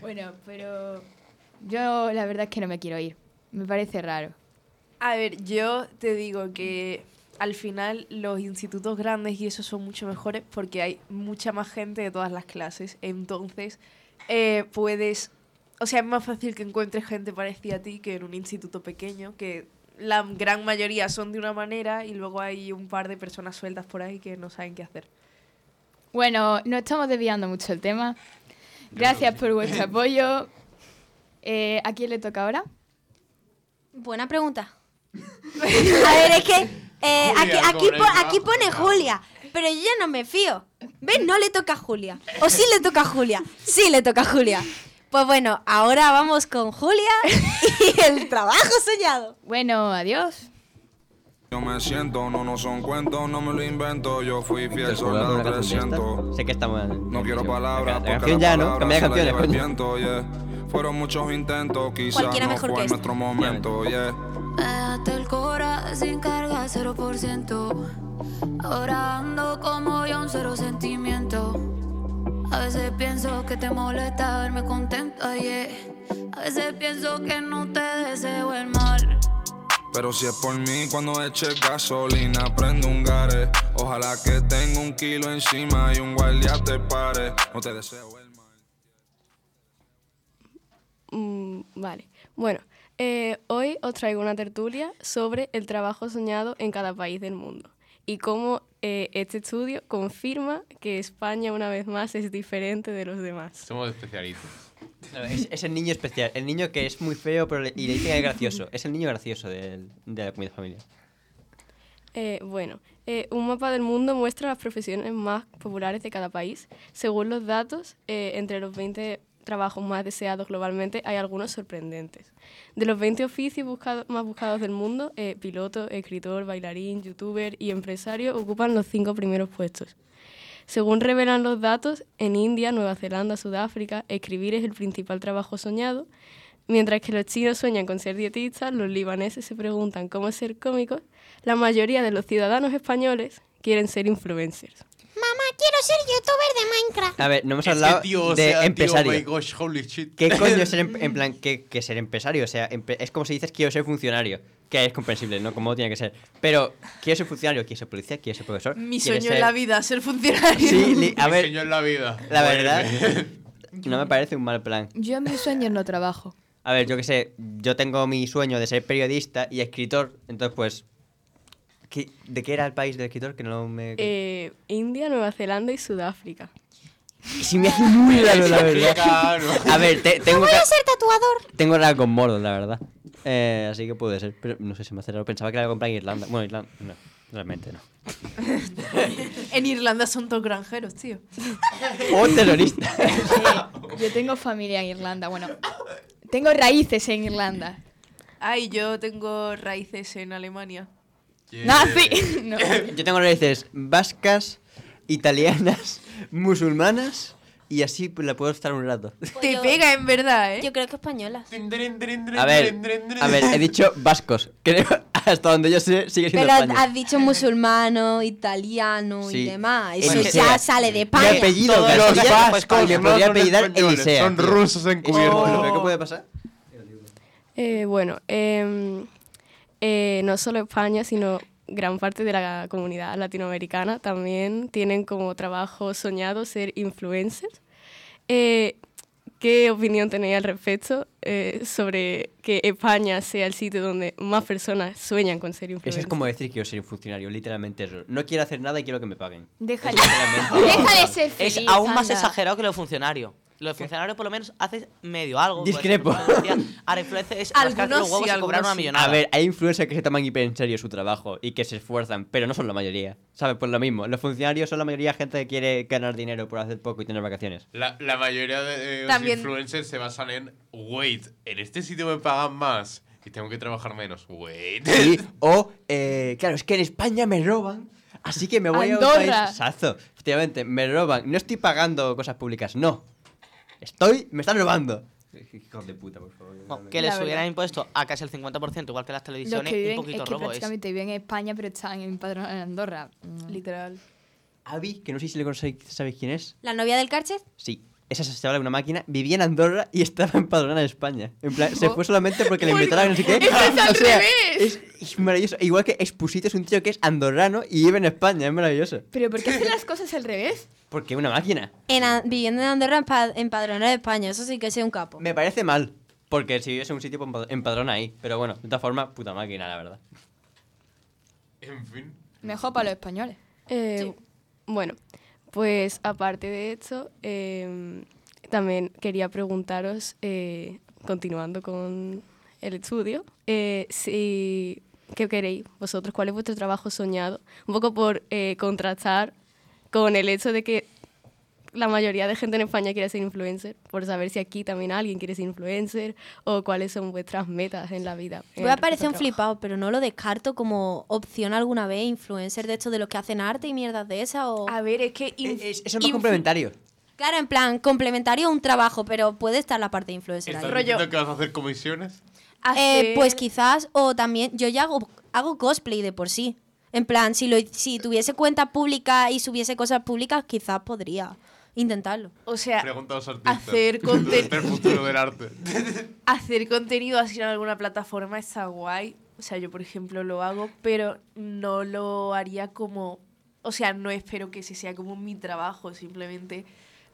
[SPEAKER 6] Bueno, pues pero yo la verdad es que no me quiero ir. Me parece raro.
[SPEAKER 2] A ver, yo te digo que al final los institutos grandes y esos son mucho mejores porque hay mucha más gente de todas las clases. Entonces, eh, puedes. O sea, es más fácil que encuentres gente parecida a ti que en un instituto pequeño, que la gran mayoría son de una manera y luego hay un par de personas sueltas por ahí que no saben qué hacer.
[SPEAKER 6] Bueno, no estamos desviando mucho el tema. Gracias por vuestro apoyo. Eh, ¿A quién le toca ahora?
[SPEAKER 4] Buena pregunta. (laughs) A ver, es que eh, aquí,
[SPEAKER 6] Julia,
[SPEAKER 4] aquí,
[SPEAKER 6] con
[SPEAKER 4] po-
[SPEAKER 6] ella.
[SPEAKER 4] aquí pone Julia, pero yo ya no me fío. ¿Ves? No le toca a Julia. O sí le toca a Julia. Sí le toca a Julia. Pues bueno, ahora vamos con Julia y el trabajo soñado.
[SPEAKER 6] Bueno, adiós.
[SPEAKER 20] Yo me siento, no, no son cuentos, no me lo invento. Yo fui fiel
[SPEAKER 3] Mientras jugaba
[SPEAKER 20] soldado
[SPEAKER 3] con la canción de
[SPEAKER 20] 300.
[SPEAKER 3] Sé que estamos. en-
[SPEAKER 20] No quiero
[SPEAKER 3] La
[SPEAKER 20] palabras,
[SPEAKER 3] ca-
[SPEAKER 20] porque
[SPEAKER 3] La canción ya,
[SPEAKER 20] las
[SPEAKER 3] ¿no? Cambia
[SPEAKER 20] palabras
[SPEAKER 3] de
[SPEAKER 20] se las
[SPEAKER 3] canciones, pues.
[SPEAKER 20] lleva el
[SPEAKER 3] coño.
[SPEAKER 20] viento, yeah. Fueron muchos intentos, quizás
[SPEAKER 23] Cualquiera
[SPEAKER 20] no
[SPEAKER 23] mejor
[SPEAKER 20] fue
[SPEAKER 23] que este.
[SPEAKER 20] el
[SPEAKER 23] esta.
[SPEAKER 20] nuestro momento, yeah.
[SPEAKER 23] Déjate el cora sin carga 0%. Ahora ando como yo un cero sentimiento. A veces pienso que te molesta verme contenta, yeah. A veces pienso que no te deseo el mal.
[SPEAKER 20] Pero si es por mí, cuando eche gasolina, prendo un gare. Ojalá que tenga un kilo encima y un guardia te pare. No te deseo eh. el
[SPEAKER 5] Mm, vale. Bueno, eh, hoy os traigo una tertulia sobre el trabajo soñado en cada país del mundo y cómo eh, este estudio confirma que España una vez más es diferente de los demás.
[SPEAKER 1] Somos especialistas.
[SPEAKER 3] No, Es, es el niño especial, el niño que es muy feo pero le, y le dicen que es gracioso. Es el niño gracioso del- de la comida familiar.
[SPEAKER 5] Eh, bueno, eh, un mapa del mundo muestra las profesiones más populares de cada país. Según los datos, eh, entre los 20 trabajos más deseados globalmente hay algunos sorprendentes. De los 20 oficios buscado- más buscados del mundo, eh, piloto, escritor, bailarín, youtuber y empresario ocupan los cinco primeros puestos. Según revelan los datos, en India, Nueva Zelanda, Sudáfrica, escribir es el principal trabajo soñado. Mientras que los chinos sueñan con ser dietistas, los libaneses se preguntan cómo ser cómicos, la mayoría de los ciudadanos españoles quieren ser influencers.
[SPEAKER 24] Mamá, quiero ser youtuber de Minecraft.
[SPEAKER 3] A ver, no hemos
[SPEAKER 1] (laughs) Ese
[SPEAKER 3] hablado
[SPEAKER 1] tío, o
[SPEAKER 3] de
[SPEAKER 1] sea, tío, oh
[SPEAKER 3] empresario.
[SPEAKER 1] my gosh, holy shit. (laughs)
[SPEAKER 3] ¿Qué coño es ser em- en plan que, que ser empresario? O sea, empre- es como si dices quiero ser funcionario, que es comprensible, ¿no? Como tiene que ser. Pero quiero ser funcionario, quiero ser policía, quiero ser profesor.
[SPEAKER 2] Mi
[SPEAKER 3] quiero
[SPEAKER 2] sueño
[SPEAKER 3] ser-
[SPEAKER 2] en la vida, ser funcionario.
[SPEAKER 3] Sí, li- a ver.
[SPEAKER 1] sueño en la vida.
[SPEAKER 3] La verdad,
[SPEAKER 1] (laughs)
[SPEAKER 3] no me parece un mal plan.
[SPEAKER 6] Yo en mis sueños no trabajo.
[SPEAKER 3] A ver, yo qué sé, yo tengo mi sueño de ser periodista y escritor, entonces pues... ¿qué- ¿De qué era el país del escritor? Que no me... (laughs)
[SPEAKER 5] Eh, India, Nueva Zelanda y Sudáfrica.
[SPEAKER 3] (laughs) Si me hace muy
[SPEAKER 1] (laughs)
[SPEAKER 3] raro, la (laughs) verdad.
[SPEAKER 5] Claro.
[SPEAKER 3] A ver, te-
[SPEAKER 2] (laughs)
[SPEAKER 3] tengo,
[SPEAKER 5] voy
[SPEAKER 3] ca-
[SPEAKER 5] a ser
[SPEAKER 4] tatuador.
[SPEAKER 3] tengo algo con Mordor, la verdad. Eh, así que puede ser, pero no sé si me hace raro. Pensaba que era algo en plan Irlanda. Bueno, Irlanda, no, realmente no.
[SPEAKER 2] en Irlanda son todos granjeros, tío.
[SPEAKER 3] O terrorista.
[SPEAKER 6] Yo tengo familia en Irlanda, bueno, tengo raíces en Irlanda.
[SPEAKER 2] Ay, yo tengo raíces en Alemania.
[SPEAKER 3] Ah, (laughs)
[SPEAKER 4] Ah, (laughs)
[SPEAKER 6] Nazi. No.
[SPEAKER 3] Yo tengo raíces vascas, italianas, musulmanas y así pues, la puedo estar un rato.
[SPEAKER 4] Pues
[SPEAKER 2] Te pega, en verdad, ¿eh?
[SPEAKER 4] Yo creo que españolas.
[SPEAKER 3] (laughs) A ver, a ver,
[SPEAKER 4] (laughs)
[SPEAKER 3] he dicho vascos. Creo hasta donde yo sé sigue siendo
[SPEAKER 4] Pero
[SPEAKER 3] España.
[SPEAKER 4] has dicho musulmano, italiano
[SPEAKER 3] Sí.
[SPEAKER 4] y demás.
[SPEAKER 3] Bueno,
[SPEAKER 4] Eso
[SPEAKER 3] que
[SPEAKER 4] ya
[SPEAKER 3] sea.
[SPEAKER 4] sale de
[SPEAKER 3] Mi
[SPEAKER 4] España.
[SPEAKER 3] apellido,
[SPEAKER 4] Todo
[SPEAKER 3] García,
[SPEAKER 4] eso ya-
[SPEAKER 3] Pascual, me podría apellidar Elisea.
[SPEAKER 1] Son
[SPEAKER 3] tío.
[SPEAKER 1] rusos encubiertos.
[SPEAKER 3] Oh. ¿Qué puede pasar?
[SPEAKER 5] Eh, bueno, em, eh, no solo España, sino gran parte de la comunidad latinoamericana también tienen como trabajo soñado ser influencers. Eh, ¿Qué opinión tenéis al respecto eh, sobre que España sea el sitio donde más personas sueñan con ser
[SPEAKER 3] Eso
[SPEAKER 5] influencers?
[SPEAKER 3] es como decir que quiero ser un funcionario, literalmente eso. No quiero hacer nada y quiero que me paguen.
[SPEAKER 6] Déjale. (laughs)
[SPEAKER 3] Literalmente.
[SPEAKER 6] Deja de ser
[SPEAKER 7] Es
[SPEAKER 6] feliz,
[SPEAKER 7] aún más
[SPEAKER 6] anda.
[SPEAKER 7] exagerado que lo de funcionario. Lo de funcionario por lo menos haces medio algo.
[SPEAKER 3] Discrepo.
[SPEAKER 7] Ahora influencer es rascarte los
[SPEAKER 2] Algunos
[SPEAKER 7] huevos
[SPEAKER 2] sí,
[SPEAKER 7] y
[SPEAKER 2] algunos
[SPEAKER 7] cobrar una
[SPEAKER 2] sí.
[SPEAKER 7] millonada.
[SPEAKER 3] A ver, hay influencers que se toman hiper en serio su trabajo y que se esfuerzan, pero no son la mayoría. ¿Sabes? Pues lo mismo. Los funcionarios son la mayoría gente que quiere ganar dinero por hacer poco y tener
[SPEAKER 1] (laughs)
[SPEAKER 3] vacaciones.
[SPEAKER 1] La, la mayoría de eh, los
[SPEAKER 2] También-
[SPEAKER 1] influencers se basan en, wait, en este sitio me pagan más y tengo que trabajar menos, wait. (laughs)
[SPEAKER 3] Sí, o, eh, claro, es que en España me roban, así que me voy a un
[SPEAKER 1] Andorra.
[SPEAKER 3] país... Exacto, efectivamente, me roban. No estoy pagando cosas públicas, no. Estoy... Me están robando. (laughs) Hijos de puta, por favor.
[SPEAKER 7] No, que le
[SPEAKER 6] La verdad.
[SPEAKER 7] subieran impuesto a casi el 50%, igual que las
[SPEAKER 6] Los
[SPEAKER 7] televisiones,
[SPEAKER 6] que
[SPEAKER 7] y un
[SPEAKER 6] viven, es
[SPEAKER 7] poquito
[SPEAKER 6] que
[SPEAKER 7] robo es.
[SPEAKER 6] prácticamente viven en España, pero están empadronados en Andorra.
[SPEAKER 2] Literal.
[SPEAKER 3] Avi, que no sé si le conocéis, ¿sabéis quién es?
[SPEAKER 4] ¿La novia del Carchet?
[SPEAKER 3] Sí. Esa se habla de una máquina, vivía en Andorra y estaba empadronada en España. En plan, se
[SPEAKER 4] Oh.
[SPEAKER 3] fue solamente porque le
[SPEAKER 4] Bueno,
[SPEAKER 3] invitaron a no sé qué. (laughs)
[SPEAKER 4] esto es al
[SPEAKER 3] es, es maravilloso. Igual que Expusito es un tío que es andorrano y vive en España, es maravilloso.
[SPEAKER 6] Pero ¿por qué hacen las cosas al revés?
[SPEAKER 3] Porque una máquina.
[SPEAKER 4] En, An- viviendo en Andorra empa- empadronado de España. Eso sí que soy un capo.
[SPEAKER 3] Me parece mal. Porque si vives en un sitio, pues empa- empadrona ahí. Pero bueno, de todas formas, puta máquina, la verdad.
[SPEAKER 1] En fin.
[SPEAKER 6] Mejor para los españoles.
[SPEAKER 5] Eh, Bueno, pues aparte de esto, em, También quería preguntaros, eh, continuando con el estudio, eh, si, ¿qué queréis vosotros? ¿Cuál es vuestro trabajo soñado? Un poco por eh, contrastar con el hecho de que la mayoría de gente en España quiere ser influencer, por saber si aquí también alguien quiere ser influencer o cuáles son vuestras metas en la vida. en
[SPEAKER 4] Voy a
[SPEAKER 5] vuestro
[SPEAKER 4] parecer un
[SPEAKER 5] trabajo.
[SPEAKER 4] flipado, pero no lo descarto como opción alguna vez, influencer de estos de los que hacen arte y mierdas de esas. O... A
[SPEAKER 2] ver, es que.
[SPEAKER 3] Eh, Eso es más complementario.
[SPEAKER 4] Claro, en plan, complementario a un trabajo, pero puede estar la parte de influencer ahí.
[SPEAKER 1] ¿Estás diciendo que vas a hacer comisiones?
[SPEAKER 4] Eh, pues quizás, o también, yo ya hago, hago cosplay de por sí. En plan, si, lo, si tuviese cuenta pública y subiese cosas públicas, quizás podría intentarlo.
[SPEAKER 2] O sea,
[SPEAKER 1] Pregunta a los artistas. (laughs)
[SPEAKER 2] hacer
[SPEAKER 1] contenido.
[SPEAKER 2] conten-
[SPEAKER 1] el futuro del arte.
[SPEAKER 2] (laughs)
[SPEAKER 1] (laughs)
[SPEAKER 2] hacer contenido así en alguna plataforma está guay. O sea, yo, por ejemplo, lo hago, pero no lo haría como... O sea, no espero que ese sea como mi trabajo, simplemente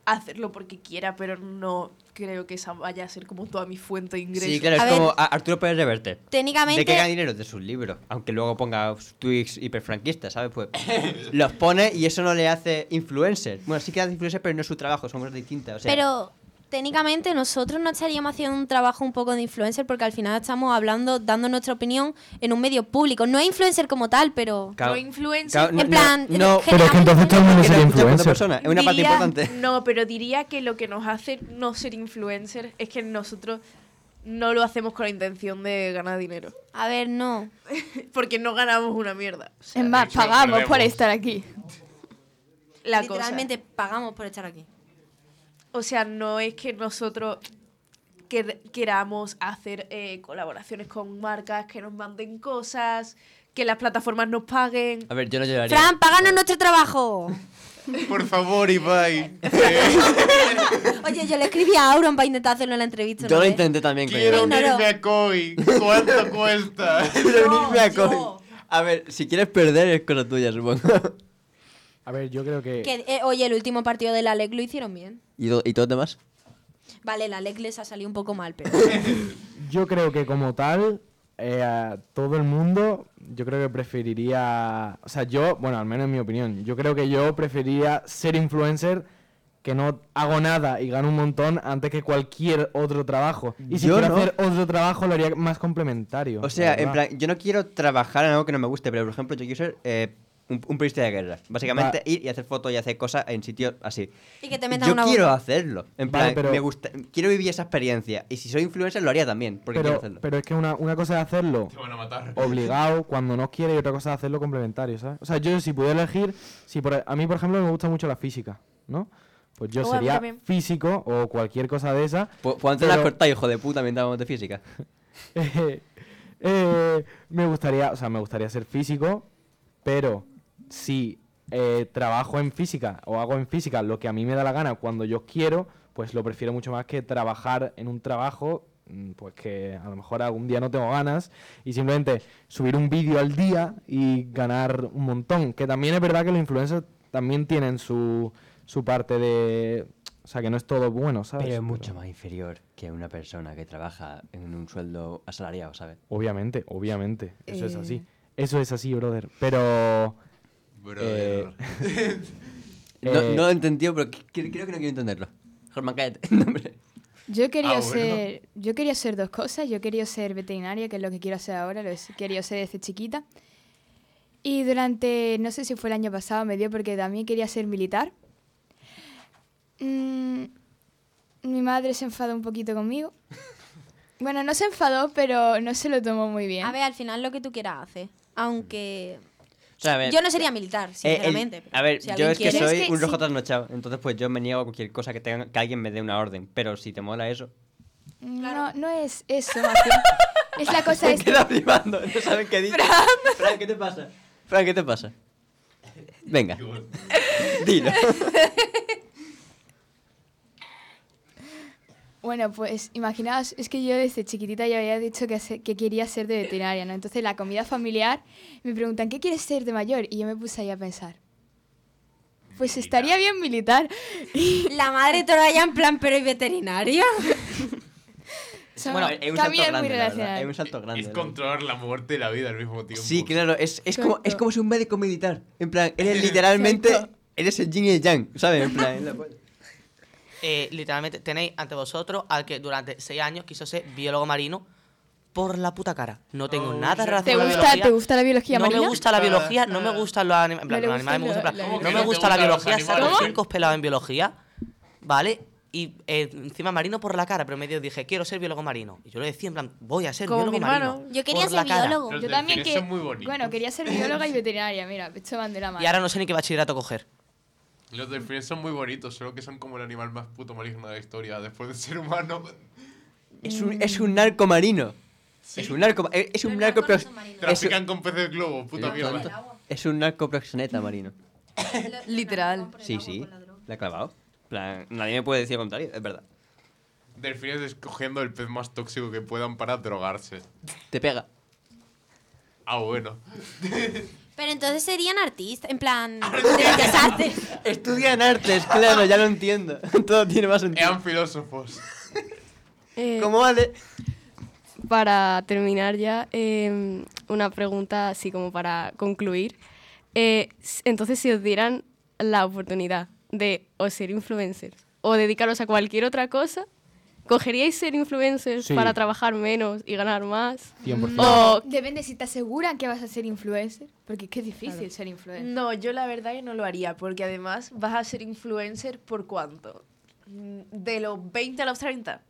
[SPEAKER 2] hacerlo porque quiera, pero no creo que esa vaya a ser como toda mi fuente de ingreso.
[SPEAKER 3] Sí, claro, es como a- Arturo Pérez Reverte.
[SPEAKER 4] técnicamente-
[SPEAKER 3] ¿De qué gana dinero? De sus libros. Aunque luego ponga tweets hiperfranquistas, ¿sabes? Pues los pone y eso no le hace influencer. Bueno, sí que hace influencer, pero no es su trabajo, somos distintas. O sea,
[SPEAKER 4] Pero técnicamente nosotros no estaríamos haciendo un trabajo un poco de influencer porque al final estamos hablando, dando nuestra opinión en un medio público. No es influencer como tal, pero...
[SPEAKER 3] Claro,
[SPEAKER 4] no influencer.
[SPEAKER 3] claro,
[SPEAKER 4] en plan...
[SPEAKER 3] no,
[SPEAKER 22] Pero es que entonces todo el mundo sería influencer.
[SPEAKER 3] persona, es una parte
[SPEAKER 2] Diría-
[SPEAKER 3] importante.
[SPEAKER 2] (laughs) No, pero diría que lo que nos hace no ser influencers es que nosotros no lo hacemos con la intención de ganar dinero.
[SPEAKER 4] A ver, no.
[SPEAKER 2] (laughs) Porque no ganamos una mierda. O sea,
[SPEAKER 6] Es más, pagamos por estar aquí.
[SPEAKER 2] La cosa.
[SPEAKER 4] Literalmente pagamos por estar aquí.
[SPEAKER 2] O sea, no es que nosotros quer- queramos hacer eh, colaboraciones con marcas que nos manden cosas, que las plataformas nos paguen.
[SPEAKER 3] A ver, yo no lloraría.
[SPEAKER 4] Fran, páganos nuestro trabajo.
[SPEAKER 1] Por favor, Ibai.
[SPEAKER 4] Oye, yo le escribí a Auron para intentar hacerlo en la entrevista.
[SPEAKER 3] Yo
[SPEAKER 4] ¿no
[SPEAKER 3] lo
[SPEAKER 4] ves?
[SPEAKER 3] intenté también. coño.
[SPEAKER 1] Quiero
[SPEAKER 4] Ignoro.
[SPEAKER 1] unirme a COI. ¿Cuánto cuesta?
[SPEAKER 3] (laughs) Quiero unirme a Coin. A ver, si quieres perder es cosa tuya, supongo.
[SPEAKER 8] A ver, yo creo
[SPEAKER 4] Que, eh, oye, el último partido de la LEC lo hicieron bien.
[SPEAKER 3] ¿Y, todo y todo demás?
[SPEAKER 4] Vale, la LEC les ha salido un poco mal, pero...
[SPEAKER 8] Yo creo que como tal, eh, a todo el mundo, yo creo que preferiría, o sea, yo, bueno, al menos en mi opinión, yo creo que yo preferiría ser influencer que no hago nada y gano un montón antes que cualquier otro trabajo. Y si
[SPEAKER 3] Yo
[SPEAKER 8] quiero
[SPEAKER 3] no.
[SPEAKER 8] hacer otro trabajo, lo haría más complementario.
[SPEAKER 3] O
[SPEAKER 8] la
[SPEAKER 3] sea, en
[SPEAKER 8] verdad.
[SPEAKER 3] plan, yo no quiero trabajar en algo que no me guste, pero por ejemplo, yo quiero ser eh, un, un periodista de guerra. Básicamente
[SPEAKER 8] Va-
[SPEAKER 3] ir y hacer fotos y hacer cosas en sitios así.
[SPEAKER 4] Y que te metan
[SPEAKER 3] yo
[SPEAKER 4] una
[SPEAKER 3] quiero
[SPEAKER 4] bomba.
[SPEAKER 3] hacerlo. En plan,
[SPEAKER 8] Vale, pero-
[SPEAKER 3] me gusta, quiero vivir esa experiencia. Y si soy influencer, lo haría también, porque quiero
[SPEAKER 8] Pero,
[SPEAKER 3] hacerlo.
[SPEAKER 8] pero es que una, una cosa es hacerlo obligado cuando no quiere y otra cosa es hacerlo complementario, ¿sabes? O sea, yo si pudiera elegir, si por- a mí por ejemplo me gusta mucho la física, ¿no? Pues yo
[SPEAKER 3] Oh, a mí
[SPEAKER 8] sería
[SPEAKER 3] también.
[SPEAKER 8] físico o cualquier cosa de esa.
[SPEAKER 3] Pues pues antes la
[SPEAKER 8] pero-
[SPEAKER 3] cortáis, hijo de puta, mientras vamos de física.
[SPEAKER 8] eh, (laughs) eh, me gustaría, o sea, me gustaría ser físico, pero si eh, trabajo en física o hago en física lo que a mí me da la gana cuando yo quiero, pues lo prefiero mucho más que trabajar en un trabajo, mm, pues que a lo mejor algún día no tengo ganas y simplemente subir un vídeo al día y ganar un montón. Que también es verdad que los influencers también tienen su, su parte de... O sea, que no es todo bueno, ¿sabes?
[SPEAKER 3] Pero es mucho más inferior que una persona que trabaja en un sueldo asalariado, ¿sabes?
[SPEAKER 8] Obviamente, obviamente. Eso es
[SPEAKER 3] Eh.
[SPEAKER 8] así. Eso es así, brother. Pero.
[SPEAKER 3] Brother.
[SPEAKER 8] eh,
[SPEAKER 3] (laughs) No,
[SPEAKER 8] eh,
[SPEAKER 3] no lo he entendido, pero qu- creo, creo que no quiero entenderlo. Germán, cállate. (laughs) No, hombre.
[SPEAKER 6] Yo quería
[SPEAKER 3] Ah, bueno.
[SPEAKER 6] ser, yo quería ser dos cosas. Yo quería ser veterinaria, que es lo que quiero hacer ahora, lo he querido ser desde chiquita. Y durante, no sé si fue el año pasado, me dio porque también quería ser militar. Mm, mi madre se enfadó un
[SPEAKER 3] (laughs)
[SPEAKER 6] poquito conmigo. Bueno, no se enfadó, pero no se lo tomó muy bien.
[SPEAKER 4] A ver, al final lo que tú quieras hacer. Aunque...
[SPEAKER 3] O sea, a ver,
[SPEAKER 4] Yo no sería militar,
[SPEAKER 3] Eh, el-
[SPEAKER 4] sinceramente. pero
[SPEAKER 3] a ver,
[SPEAKER 4] si
[SPEAKER 3] yo
[SPEAKER 4] alguien
[SPEAKER 3] es que
[SPEAKER 4] quiere-
[SPEAKER 3] soy un rojo trasnochado, entonces pues yo me niego a cualquier cosa que tenga, que alguien me dé una orden. Pero si te mola eso, (laughs)
[SPEAKER 6] No, no es
[SPEAKER 4] (laughs)
[SPEAKER 6] eso, más bien. Es la cosa (laughs) esta.
[SPEAKER 3] queda flipando, no saben qué dices. Fran, ¿qué te pasa? Fran, ¿qué te pasa? Venga. (laughs) Dilo.
[SPEAKER 6] (laughs) Bueno, pues imaginaos, es que yo desde chiquitita ya había dicho que, se- que quería ser de veterinaria, ¿no? Entonces la comida familiar me preguntan, ¿qué quieres ser de mayor? Y yo me puse ahí a pensar, pues estaría bien militar.
[SPEAKER 4] La madre todavía en plan, pero
[SPEAKER 3] (laughs)
[SPEAKER 4] ¿y veterinaria?
[SPEAKER 1] Bueno,
[SPEAKER 3] es
[SPEAKER 1] también
[SPEAKER 3] un salto
[SPEAKER 1] es muy
[SPEAKER 3] grande, la verdad.
[SPEAKER 1] relacional.
[SPEAKER 3] Es un salto grande.
[SPEAKER 1] Es
[SPEAKER 3] la
[SPEAKER 1] controlar la muerte y la vida al mismo tiempo.
[SPEAKER 3] Sí, claro, es, es, como, es como si un médico militar. En plan, eres literalmente. Eres el yin y el yang, ¿sabes? En plan, es la-
[SPEAKER 7] eh, literalmente tenéis ante vosotros al que durante seis años quiso ser biólogo marino por la puta cara. No tengo nada
[SPEAKER 6] ¿Te
[SPEAKER 7] relacionado con
[SPEAKER 6] gusta-
[SPEAKER 7] biología.
[SPEAKER 6] te gusta la biología
[SPEAKER 7] No me
[SPEAKER 6] marina?
[SPEAKER 7] gusta la biología, no me gustan los animales. En plan,
[SPEAKER 6] No le
[SPEAKER 7] los
[SPEAKER 6] gustan
[SPEAKER 7] animales me gustan, en
[SPEAKER 6] los-
[SPEAKER 7] plan,
[SPEAKER 6] los-
[SPEAKER 7] No
[SPEAKER 6] ¿Cómo
[SPEAKER 7] me
[SPEAKER 6] que
[SPEAKER 7] gusta la
[SPEAKER 6] no Ah. te gustan los
[SPEAKER 7] biología, saco
[SPEAKER 6] animales?
[SPEAKER 7] cinco pelados en biología, ¿vale? Y eh, encima marino por la cara, pero medio dije, quiero ser biólogo marino. Y yo lo decía, en plan, voy a ser
[SPEAKER 6] Como
[SPEAKER 7] biólogo
[SPEAKER 6] mi hermano.
[SPEAKER 7] marino.
[SPEAKER 6] Yo quería
[SPEAKER 7] por
[SPEAKER 6] ser
[SPEAKER 7] la cara.
[SPEAKER 6] biólogo. Yo Los también delfines que- son muy bonitos. bueno, quería ser bióloga y veterinaria, mira, esto van de la mano.
[SPEAKER 7] Y ahora no sé ni qué bachillerato coger.
[SPEAKER 1] Los delfines son muy bonitos, solo que son como el animal más puto maligno de la historia. Después del ser humano.
[SPEAKER 3] Es un, es un narco marino. Es un narco. Es es un narco. pro-
[SPEAKER 1] Trafican
[SPEAKER 3] es-
[SPEAKER 1] con peces globo, puta
[SPEAKER 3] Sí,
[SPEAKER 1] mierda.
[SPEAKER 3] tonto. Es un narco proxeneta marino.
[SPEAKER 2] (laughs) Literal.
[SPEAKER 3] Sí, sí. La ha clavado. En plan, nadie me puede decir lo contrario, es verdad.
[SPEAKER 1] Delfines escogiendo el pez más tóxico que puedan para drogarse.
[SPEAKER 3] Te pega.
[SPEAKER 1] Ah, bueno.
[SPEAKER 4] Pero entonces serían artistas, en plan, de bellas artes.
[SPEAKER 3] Estudian artes, claro, ya lo entiendo. (laughs) Todo tiene más sentido.
[SPEAKER 1] Eran filósofos.
[SPEAKER 3] ¿Cómo vale?
[SPEAKER 5] Eh, Para terminar ya, eh, una pregunta así como para concluir. Eh, s- entonces, si os dieran la oportunidad de o ser influencer o dedicaros a cualquier otra cosa, ¿cogeríais ser influencers
[SPEAKER 8] Sí.
[SPEAKER 5] para trabajar menos y ganar más?
[SPEAKER 8] 100%.
[SPEAKER 5] O
[SPEAKER 6] Depende si te aseguran que vas a ser influencer, porque es que es difícil ser influencer.
[SPEAKER 2] No, yo la verdad que no lo haría, porque además vas a ser influencer por cuánto? Mm, De los 20 a los 30.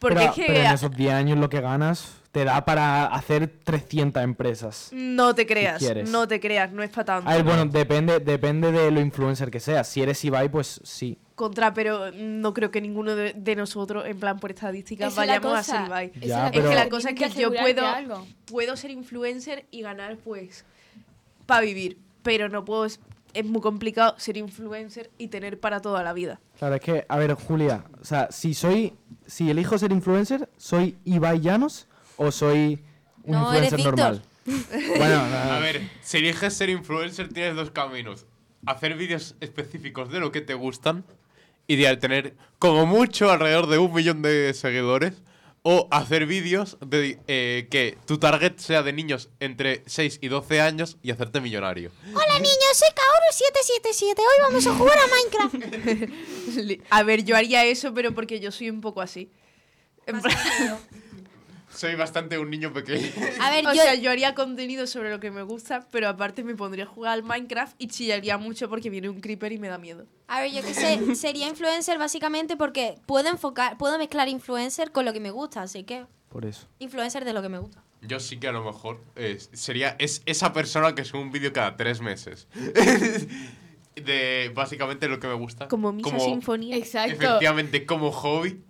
[SPEAKER 2] Porque
[SPEAKER 8] pero,
[SPEAKER 2] es que
[SPEAKER 8] pero en esos 10 años lo que ganas te da para hacer 300 empresas.
[SPEAKER 2] no te creas,
[SPEAKER 8] Si quieres.
[SPEAKER 2] no te creas, no es para tanto.
[SPEAKER 8] A ver, bueno, depende, depende de lo influencer que seas. Si eres Ibai, pues sí.
[SPEAKER 2] Contra, pero no creo que ninguno de, de nosotros, en plan por estadísticas,
[SPEAKER 6] Esa es la
[SPEAKER 2] vayamos a
[SPEAKER 6] cosa,
[SPEAKER 2] ser Ibai.
[SPEAKER 8] esa es Ya, la
[SPEAKER 2] es
[SPEAKER 8] cosa,
[SPEAKER 2] que la
[SPEAKER 8] que
[SPEAKER 2] cosa es
[SPEAKER 6] tienes
[SPEAKER 2] que
[SPEAKER 6] que
[SPEAKER 2] yo
[SPEAKER 6] asegurarte
[SPEAKER 2] puedo,
[SPEAKER 6] algo.
[SPEAKER 2] puedo ser influencer y ganar, pues, para vivir. Pero no puedo, es muy complicado ser influencer y tener para toda la vida.
[SPEAKER 8] Claro, es que, a ver, Julia, o sea, si soy, si elijo ser influencer, ¿soy Ibai Llanos o soy un
[SPEAKER 4] No, eres
[SPEAKER 8] influencer
[SPEAKER 4] Víctor.
[SPEAKER 8] normal?
[SPEAKER 1] (laughs)
[SPEAKER 8] Bueno, no, no.
[SPEAKER 1] A ver, si eliges ser influencer tienes dos caminos. Hacer vídeos específicos de lo que te gustan y de tener como mucho alrededor de un millón de seguidores. O hacer vídeos de eh, que tu target sea de niños entre 6 y 12 años y hacerte millonario.
[SPEAKER 25] Hola niños, soy Kaoru777. Hoy vamos a jugar a Minecraft.
[SPEAKER 2] (laughs) Li- A ver, yo haría eso, pero porque yo soy un poco así. En (laughs) plan-
[SPEAKER 1] Soy bastante un niño pequeño.
[SPEAKER 4] A ver,
[SPEAKER 2] o
[SPEAKER 4] yo-
[SPEAKER 2] sea, yo haría contenido sobre lo que me gusta, pero aparte me pondría a jugar al Minecraft y chillaría mucho porque viene un creeper y me da miedo.
[SPEAKER 4] A ver, yo qué sé, sería influencer básicamente porque puedo enfocar, puedo mezclar influencer con lo que me gusta, así que
[SPEAKER 8] Por eso.
[SPEAKER 4] influencer de lo que me gusta.
[SPEAKER 1] Yo sí que a lo mejor eh, sería es esa persona que sube un vídeo cada tres (laughs) meses. de básicamente lo que me gusta.
[SPEAKER 2] Como misa sinfonía.
[SPEAKER 6] Exacto.
[SPEAKER 1] Ah, Efectivamente, como hobby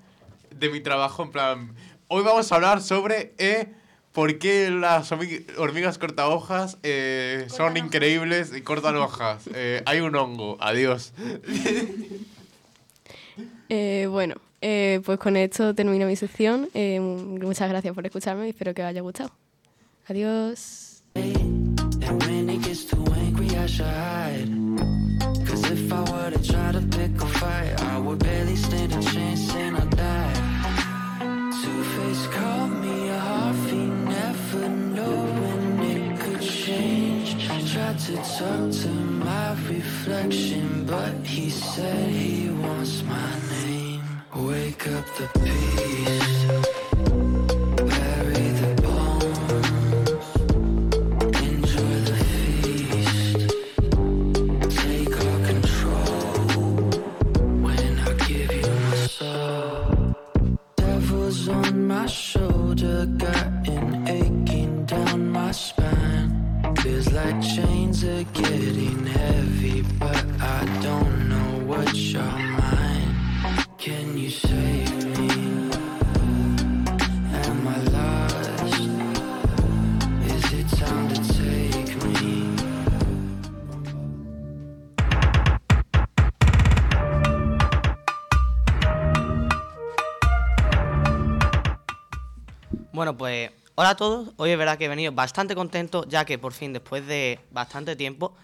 [SPEAKER 1] de mi trabajo, en plan, hoy vamos a hablar sobre eh, por qué las hormi- hormigas cortahojas eh, son increíbles y cortan hojas. Eh, hay un hongo, adiós.
[SPEAKER 5] Eh, bueno, eh, pues con esto termino mi sección. Eh, muchas gracias por escucharme y espero que os haya gustado. Adiós.
[SPEAKER 26] And when it gets too angry, I should hide. Cause if I were to try to pick a fight, I would barely stand a chance and I'd die. Two Face called me a hard fiend, never know when it could change. I tried to talk to my reflection, but he said he wants my name. Wake up the beast, bury the bones. Enjoy the feast. Take all control when I give you my soul. Devils on my shoulder, got an aching down my spine. Feels like chains are getting heavy, but I don't know what's your mind. Can you save me? Am I lost? Is it time to take me?
[SPEAKER 7] Bueno, pues hola a todos. Hoy es verdad que he venido bastante contento, ya que por fin, después de bastante tiempo,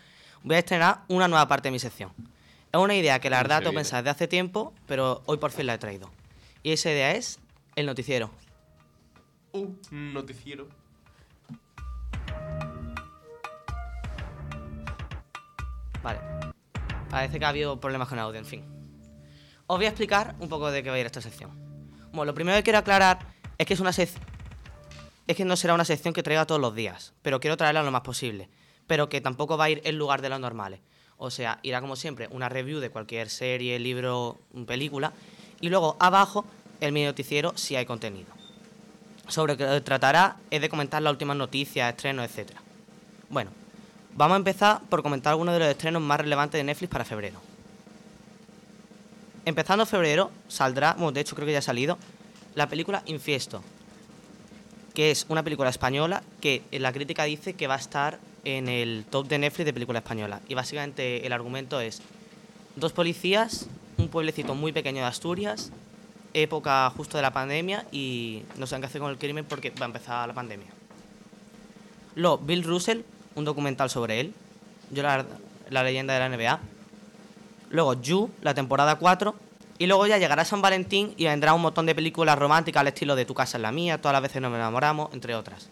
[SPEAKER 7] voy a estrenar una nueva parte de mi sección. Es una idea que la
[SPEAKER 14] Uy,
[SPEAKER 7] verdad
[SPEAKER 14] se
[SPEAKER 7] tengo
[SPEAKER 14] viene.
[SPEAKER 7] pensada desde hace tiempo, pero hoy por fin la he traído. Y esa idea es el noticiero.
[SPEAKER 1] Un noticiero.
[SPEAKER 7] Vale. Parece que ha habido problemas con audio, en fin. Os voy a explicar un poco de qué va a ir esta sección. Bueno, lo primero que quiero aclarar es que es una sección. Es que no será una sección que traiga todos los días, pero quiero traerla lo más posible. Pero que tampoco va a ir en lugar de los normales. O sea, irá como siempre una review de cualquier serie, libro, película. Y luego abajo el mini noticiero si hay contenido. Sobre lo que tratará es de comentar las últimas noticias, estrenos, etc. Bueno, vamos a empezar por comentar algunos de los estrenos más relevantes de Netflix para febrero. Empezando febrero saldrá, bueno, de hecho creo que ya ha salido, la película Infiesto, que es una película española que en la crítica dice que va a estar en el top de Netflix de película española. Y básicamente el argumento es dos policías, un pueblecito muy pequeño de Asturias, época justo de la pandemia y no saben qué hacer con el crimen porque va a empezar la pandemia. Lo, Bill Russell, un documental sobre él. Yo la, la leyenda de la NBA. Luego You, la temporada 4. Y luego ya llegará San Valentín y vendrá un montón de películas románticas al estilo de Tu casa es la mía, Todas las veces nos enamoramos, entre otras.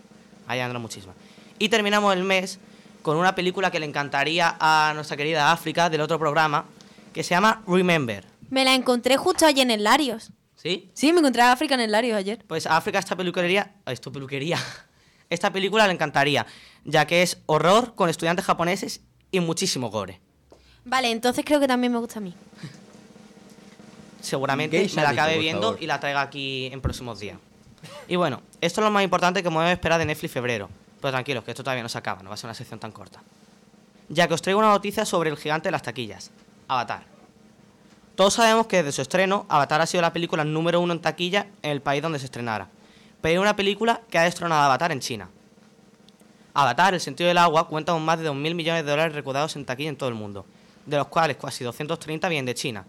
[SPEAKER 7] Ahí andan muchísimas. Y terminamos el mes con una película que le encantaría a nuestra querida África del otro programa, que se llama Remember.
[SPEAKER 4] Me la encontré justo ayer en el Larios.
[SPEAKER 7] ¿Sí?
[SPEAKER 4] Sí, me encontré a África en el Larios ayer.
[SPEAKER 7] Pues a África esta peluquería, esto peluquería, (laughs) esta película le encantaría, ya que es horror con estudiantes japoneses y muchísimo gore.
[SPEAKER 4] Vale, entonces creo que también me gusta a mí.
[SPEAKER 7] Seguramente
[SPEAKER 14] Gay
[SPEAKER 7] me la
[SPEAKER 14] Magic,
[SPEAKER 7] acabe
[SPEAKER 14] por
[SPEAKER 7] viendo
[SPEAKER 14] favor.
[SPEAKER 7] y la traiga aquí en próximos días. Y bueno, esto es lo más importante que me voy a esperar de Netflix febrero. Pero tranquilos, que esto todavía no se acaba, no va a ser una sección tan corta. Ya que os traigo una noticia sobre el gigante de las taquillas, Avatar. Todos sabemos que desde su estreno, Avatar ha sido la película número uno en taquilla en el país donde se estrenara. Pero es una película que ha destronado a Avatar en China. Avatar, el sentido del agua, cuenta con más de 2.000 millones de dólares recaudados en taquilla en todo el mundo, de los cuales casi 230 vienen de China,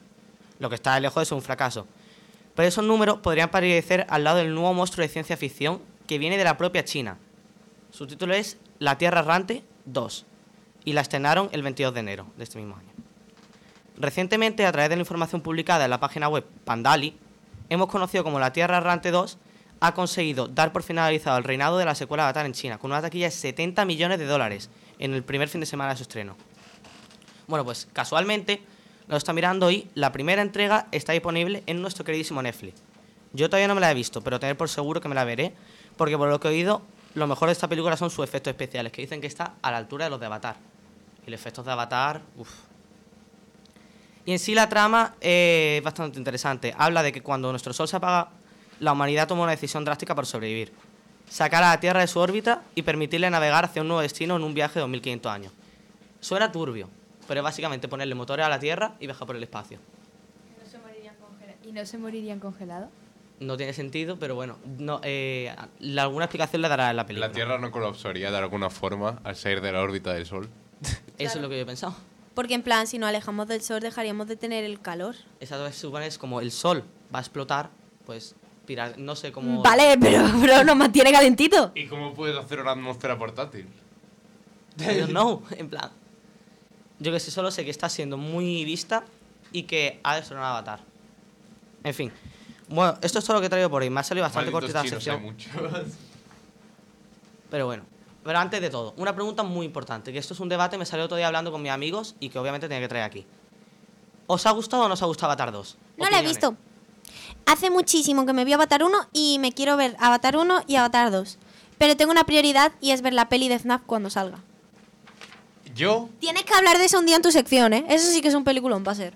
[SPEAKER 7] lo que está lejos de ser un fracaso. Pero esos números podrían parecer al lado del nuevo monstruo de ciencia ficción que viene de la propia China. Su título es La Tierra Errante 2 y la estrenaron el 22 de enero de este mismo año. Recientemente, a través de la información publicada en la página web Pandali, hemos conocido como La Tierra Errante 2 ha conseguido dar por finalizado el reinado de la secuela Avatar en China, con una taquilla de 70 millones de dólares en el primer fin de semana de su estreno. Bueno, pues casualmente lo está mirando y la primera entrega está disponible en nuestro queridísimo Netflix. Yo todavía no me la he visto, pero tener por seguro que me la veré, porque por lo que he oído, lo mejor de esta película son sus efectos especiales, que dicen que está a la altura de los de Avatar. Y los efectos de Avatar, uff. Y en sí la trama eh, es bastante interesante. Habla de que cuando nuestro sol se apaga, la humanidad toma una decisión drástica para sobrevivir. Sacar a la Tierra de su órbita y permitirle navegar hacia un nuevo destino en un viaje de 2500 años. Suena turbio, pero es básicamente ponerle motores a la Tierra y viajar por el espacio.
[SPEAKER 6] No se morirían congelados. ¿Y no se morirían congelados?
[SPEAKER 7] No tiene sentido, pero bueno, no, eh, la- alguna explicación le dará en la película.
[SPEAKER 1] La Tierra no colapsaría de alguna forma al salir de la órbita del Sol.
[SPEAKER 7] Eso es lo que yo he pensado.
[SPEAKER 4] Porque en plan, si nos alejamos del sol dejaríamos de tener el calor.
[SPEAKER 7] Esa se supone es como el sol va a explotar, pues pirar, no sé cómo.
[SPEAKER 4] Vale, pero, pero nos mantiene calentito.
[SPEAKER 1] ¿Y cómo puedes hacer una atmósfera portátil?
[SPEAKER 7] I don't know, en plan. Yo que sé, solo sé que está siendo muy vista y que ha destronado a Avatar. En fin. Bueno, esto es todo lo que he traído por hoy. Me ha salido bastante
[SPEAKER 1] Malditos
[SPEAKER 7] cortita la
[SPEAKER 1] chinos, hay
[SPEAKER 7] sección.
[SPEAKER 1] muchos.
[SPEAKER 7] Pero bueno. Pero antes de todo, una pregunta muy importante, que esto es un debate, me salió otro día hablando con mis amigos y que obviamente tenía que traer aquí. ¿Os ha gustado o no os ha gustado Avatar 2?
[SPEAKER 4] No la he
[SPEAKER 7] Opiniones.
[SPEAKER 4] visto. Hace muchísimo que me vi Avatar 1 y me quiero ver Avatar 1 y Avatar 2. Pero tengo una prioridad y es ver la peli de FNAF cuando salga.
[SPEAKER 1] Yo,
[SPEAKER 4] Tienes que hablar de eso un día en tu sección, ¿eh? Eso sí que es un peliculón, va a ser.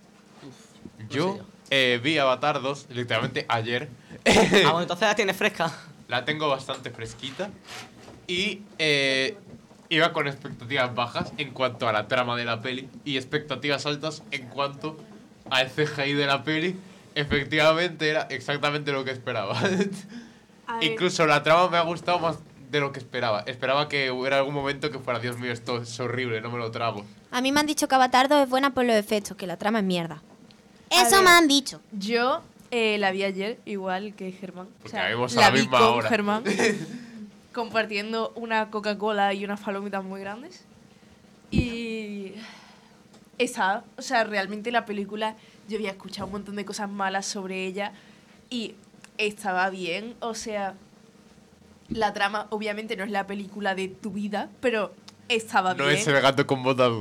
[SPEAKER 1] yo eh, vi Avatar 2 literalmente ayer.
[SPEAKER 7] Ah, bueno, entonces la tienes fresca.
[SPEAKER 1] La tengo bastante fresquita. Y eh, iba con expectativas bajas en cuanto a la trama de la peli y expectativas altas en cuanto al CGI de la peli. Efectivamente era exactamente lo que esperaba.
[SPEAKER 2] A ver,
[SPEAKER 1] Incluso la trama me ha gustado más de lo que esperaba. Esperaba que hubiera algún momento que fuera, Dios mío, esto es horrible, no me lo trago.
[SPEAKER 4] A mí me han dicho que Avatar 2 es buena por los efectos, que la trama es mierda. Eso
[SPEAKER 2] ver.
[SPEAKER 4] me han dicho.
[SPEAKER 2] Yo eh, la vi ayer, igual que Germán. O sea,
[SPEAKER 1] la vimos a
[SPEAKER 2] la
[SPEAKER 1] la
[SPEAKER 2] vi
[SPEAKER 1] misma
[SPEAKER 2] con
[SPEAKER 1] hora. (laughs)
[SPEAKER 2] Germán, compartiendo una Coca-Cola y unas palomitas muy grandes. Y esa, o sea, realmente la película, yo había escuchado un montón de cosas malas sobre ella y estaba bien, o sea, la trama obviamente no es la película de tu vida, pero estaba
[SPEAKER 1] No
[SPEAKER 2] bien.
[SPEAKER 7] (laughs)
[SPEAKER 1] es el gato con botas.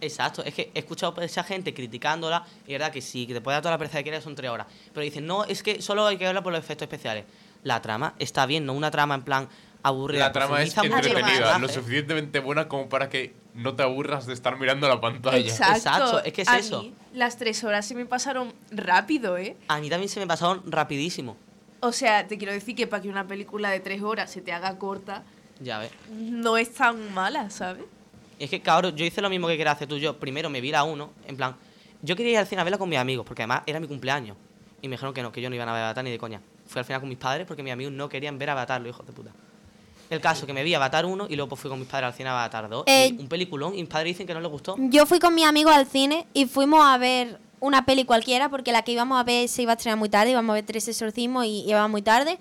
[SPEAKER 7] Exacto, es que he escuchado a esa gente criticándola y es verdad que sí, que te puede dar toda la pereza que quieras, son tres horas. Pero dicen, no, es que solo hay que hablar por los efectos especiales. La trama está bien, no una trama en plan aburrida.
[SPEAKER 1] La trama es
[SPEAKER 7] profundiza mucho los
[SPEAKER 1] entretenida, lo
[SPEAKER 7] personajes.
[SPEAKER 1] suficientemente buena como para que no te aburras de estar mirando la pantalla.
[SPEAKER 2] Exacto. A mí las tres horas se me pasaron rápido, ¿eh?
[SPEAKER 7] A mí también se me pasaron rapidísimo.
[SPEAKER 2] O sea, te quiero decir que para que una película de tres horas se te haga corta,
[SPEAKER 7] Ya ves.
[SPEAKER 2] no es tan mala, ¿sabes?
[SPEAKER 7] Es que, cabrón, yo hice lo mismo que querías hacer tú. Yo primero me vi la 1, en plan, yo quería ir al cine a verla con mis amigos, porque además era mi cumpleaños. Y me dijeron que no, que yo no iba a ver Avatar ni de coña. Fui al final con mis padres porque mis amigos no querían ver Avatar, los hijos de puta. El caso que me vi Avatar 1 y luego pues, fui con mis padres al cine a Avatar 2. y
[SPEAKER 4] Eh,
[SPEAKER 7] un peliculón y mis padres dicen que no les gustó.
[SPEAKER 4] Yo fui con mi amigo al cine y fuimos a ver una peli cualquiera porque la que íbamos a ver se iba a estrenar muy tarde, íbamos a ver tres exorcismos y iba muy tarde.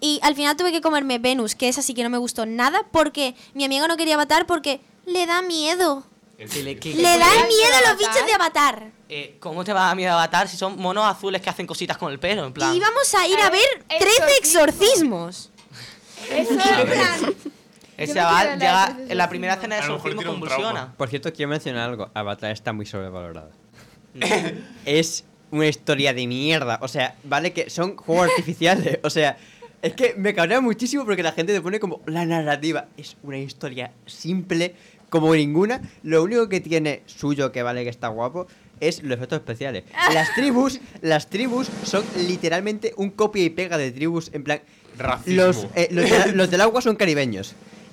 [SPEAKER 4] Y al final tuve que comerme Venus, que esa sí que no me gustó nada porque mi amigo no quería avatar porque le da miedo.
[SPEAKER 7] Que le, que-
[SPEAKER 4] Le da miedo a los bichos de avatar.
[SPEAKER 7] Eh, ¿Cómo te va a miedo Avatar si son monos azules que hacen cositas con el pelo? En plan.
[SPEAKER 4] Y íbamos a ir a ver tres exorcismos. Yo me
[SPEAKER 7] Ese chaval
[SPEAKER 4] quiero la
[SPEAKER 7] llega
[SPEAKER 4] de
[SPEAKER 7] en la primera escena de
[SPEAKER 3] A lo mejor
[SPEAKER 7] exorcismo
[SPEAKER 3] tiene un
[SPEAKER 7] convulsiona.
[SPEAKER 3] Por cierto, quiero mencionar algo. Avatar está muy sobrevalorada. (laughs) es una historia de mierda. O sea, vale que son juegos artificiales. O sea, es que me cabrea muchísimo porque la gente te pone como la narrativa. Es una historia simple como ninguna. Lo único que tiene suyo que vale que está guapo es los efectos especiales. Las tribus, las tribus son literalmente un copia y pega de tribus en plan
[SPEAKER 1] Racismo.
[SPEAKER 3] los, eh, los,
[SPEAKER 1] (laughs)
[SPEAKER 3] de- los del agua son caribeños.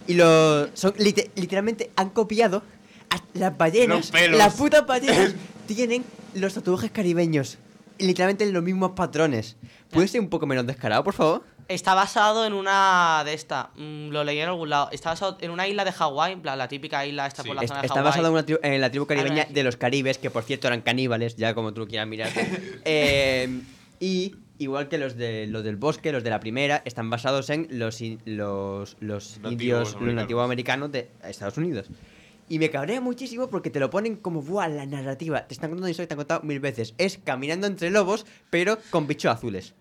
[SPEAKER 3] Y los. Son, lite- literalmente han copiado a las ballenas.
[SPEAKER 1] Los pelos.
[SPEAKER 3] Las
[SPEAKER 1] (laughs)
[SPEAKER 3] putas ballenas tienen los tatuajes caribeños. Y Literalmente en los mismos patrones. ¿Puede ser un poco menos descarado, por favor?
[SPEAKER 7] Está basado en una de esta. mm, lo leí en algún lado. Está basado en una isla de Hawái, en plan, la típica isla esta por la
[SPEAKER 3] Es-
[SPEAKER 7] zona de
[SPEAKER 3] está
[SPEAKER 7] Hawái.
[SPEAKER 3] basado en, una tribu- en la tribu caribeña
[SPEAKER 7] Ahora-
[SPEAKER 3] de los caribes, que por cierto eran caníbales, ya como tú lo quieras mirar. Eh, y igual que los, de, los del bosque, los de la primera, están basados en los, in- los, los
[SPEAKER 1] Nativos
[SPEAKER 3] indios, los
[SPEAKER 1] americanos.
[SPEAKER 3] nativos americanos de Estados Unidos. Y me cabrea muchísimo porque te lo ponen como, buah, la narrativa. Te están contando una historia que te han contado mil veces. Es caminando entre lobos, pero con bichos azules.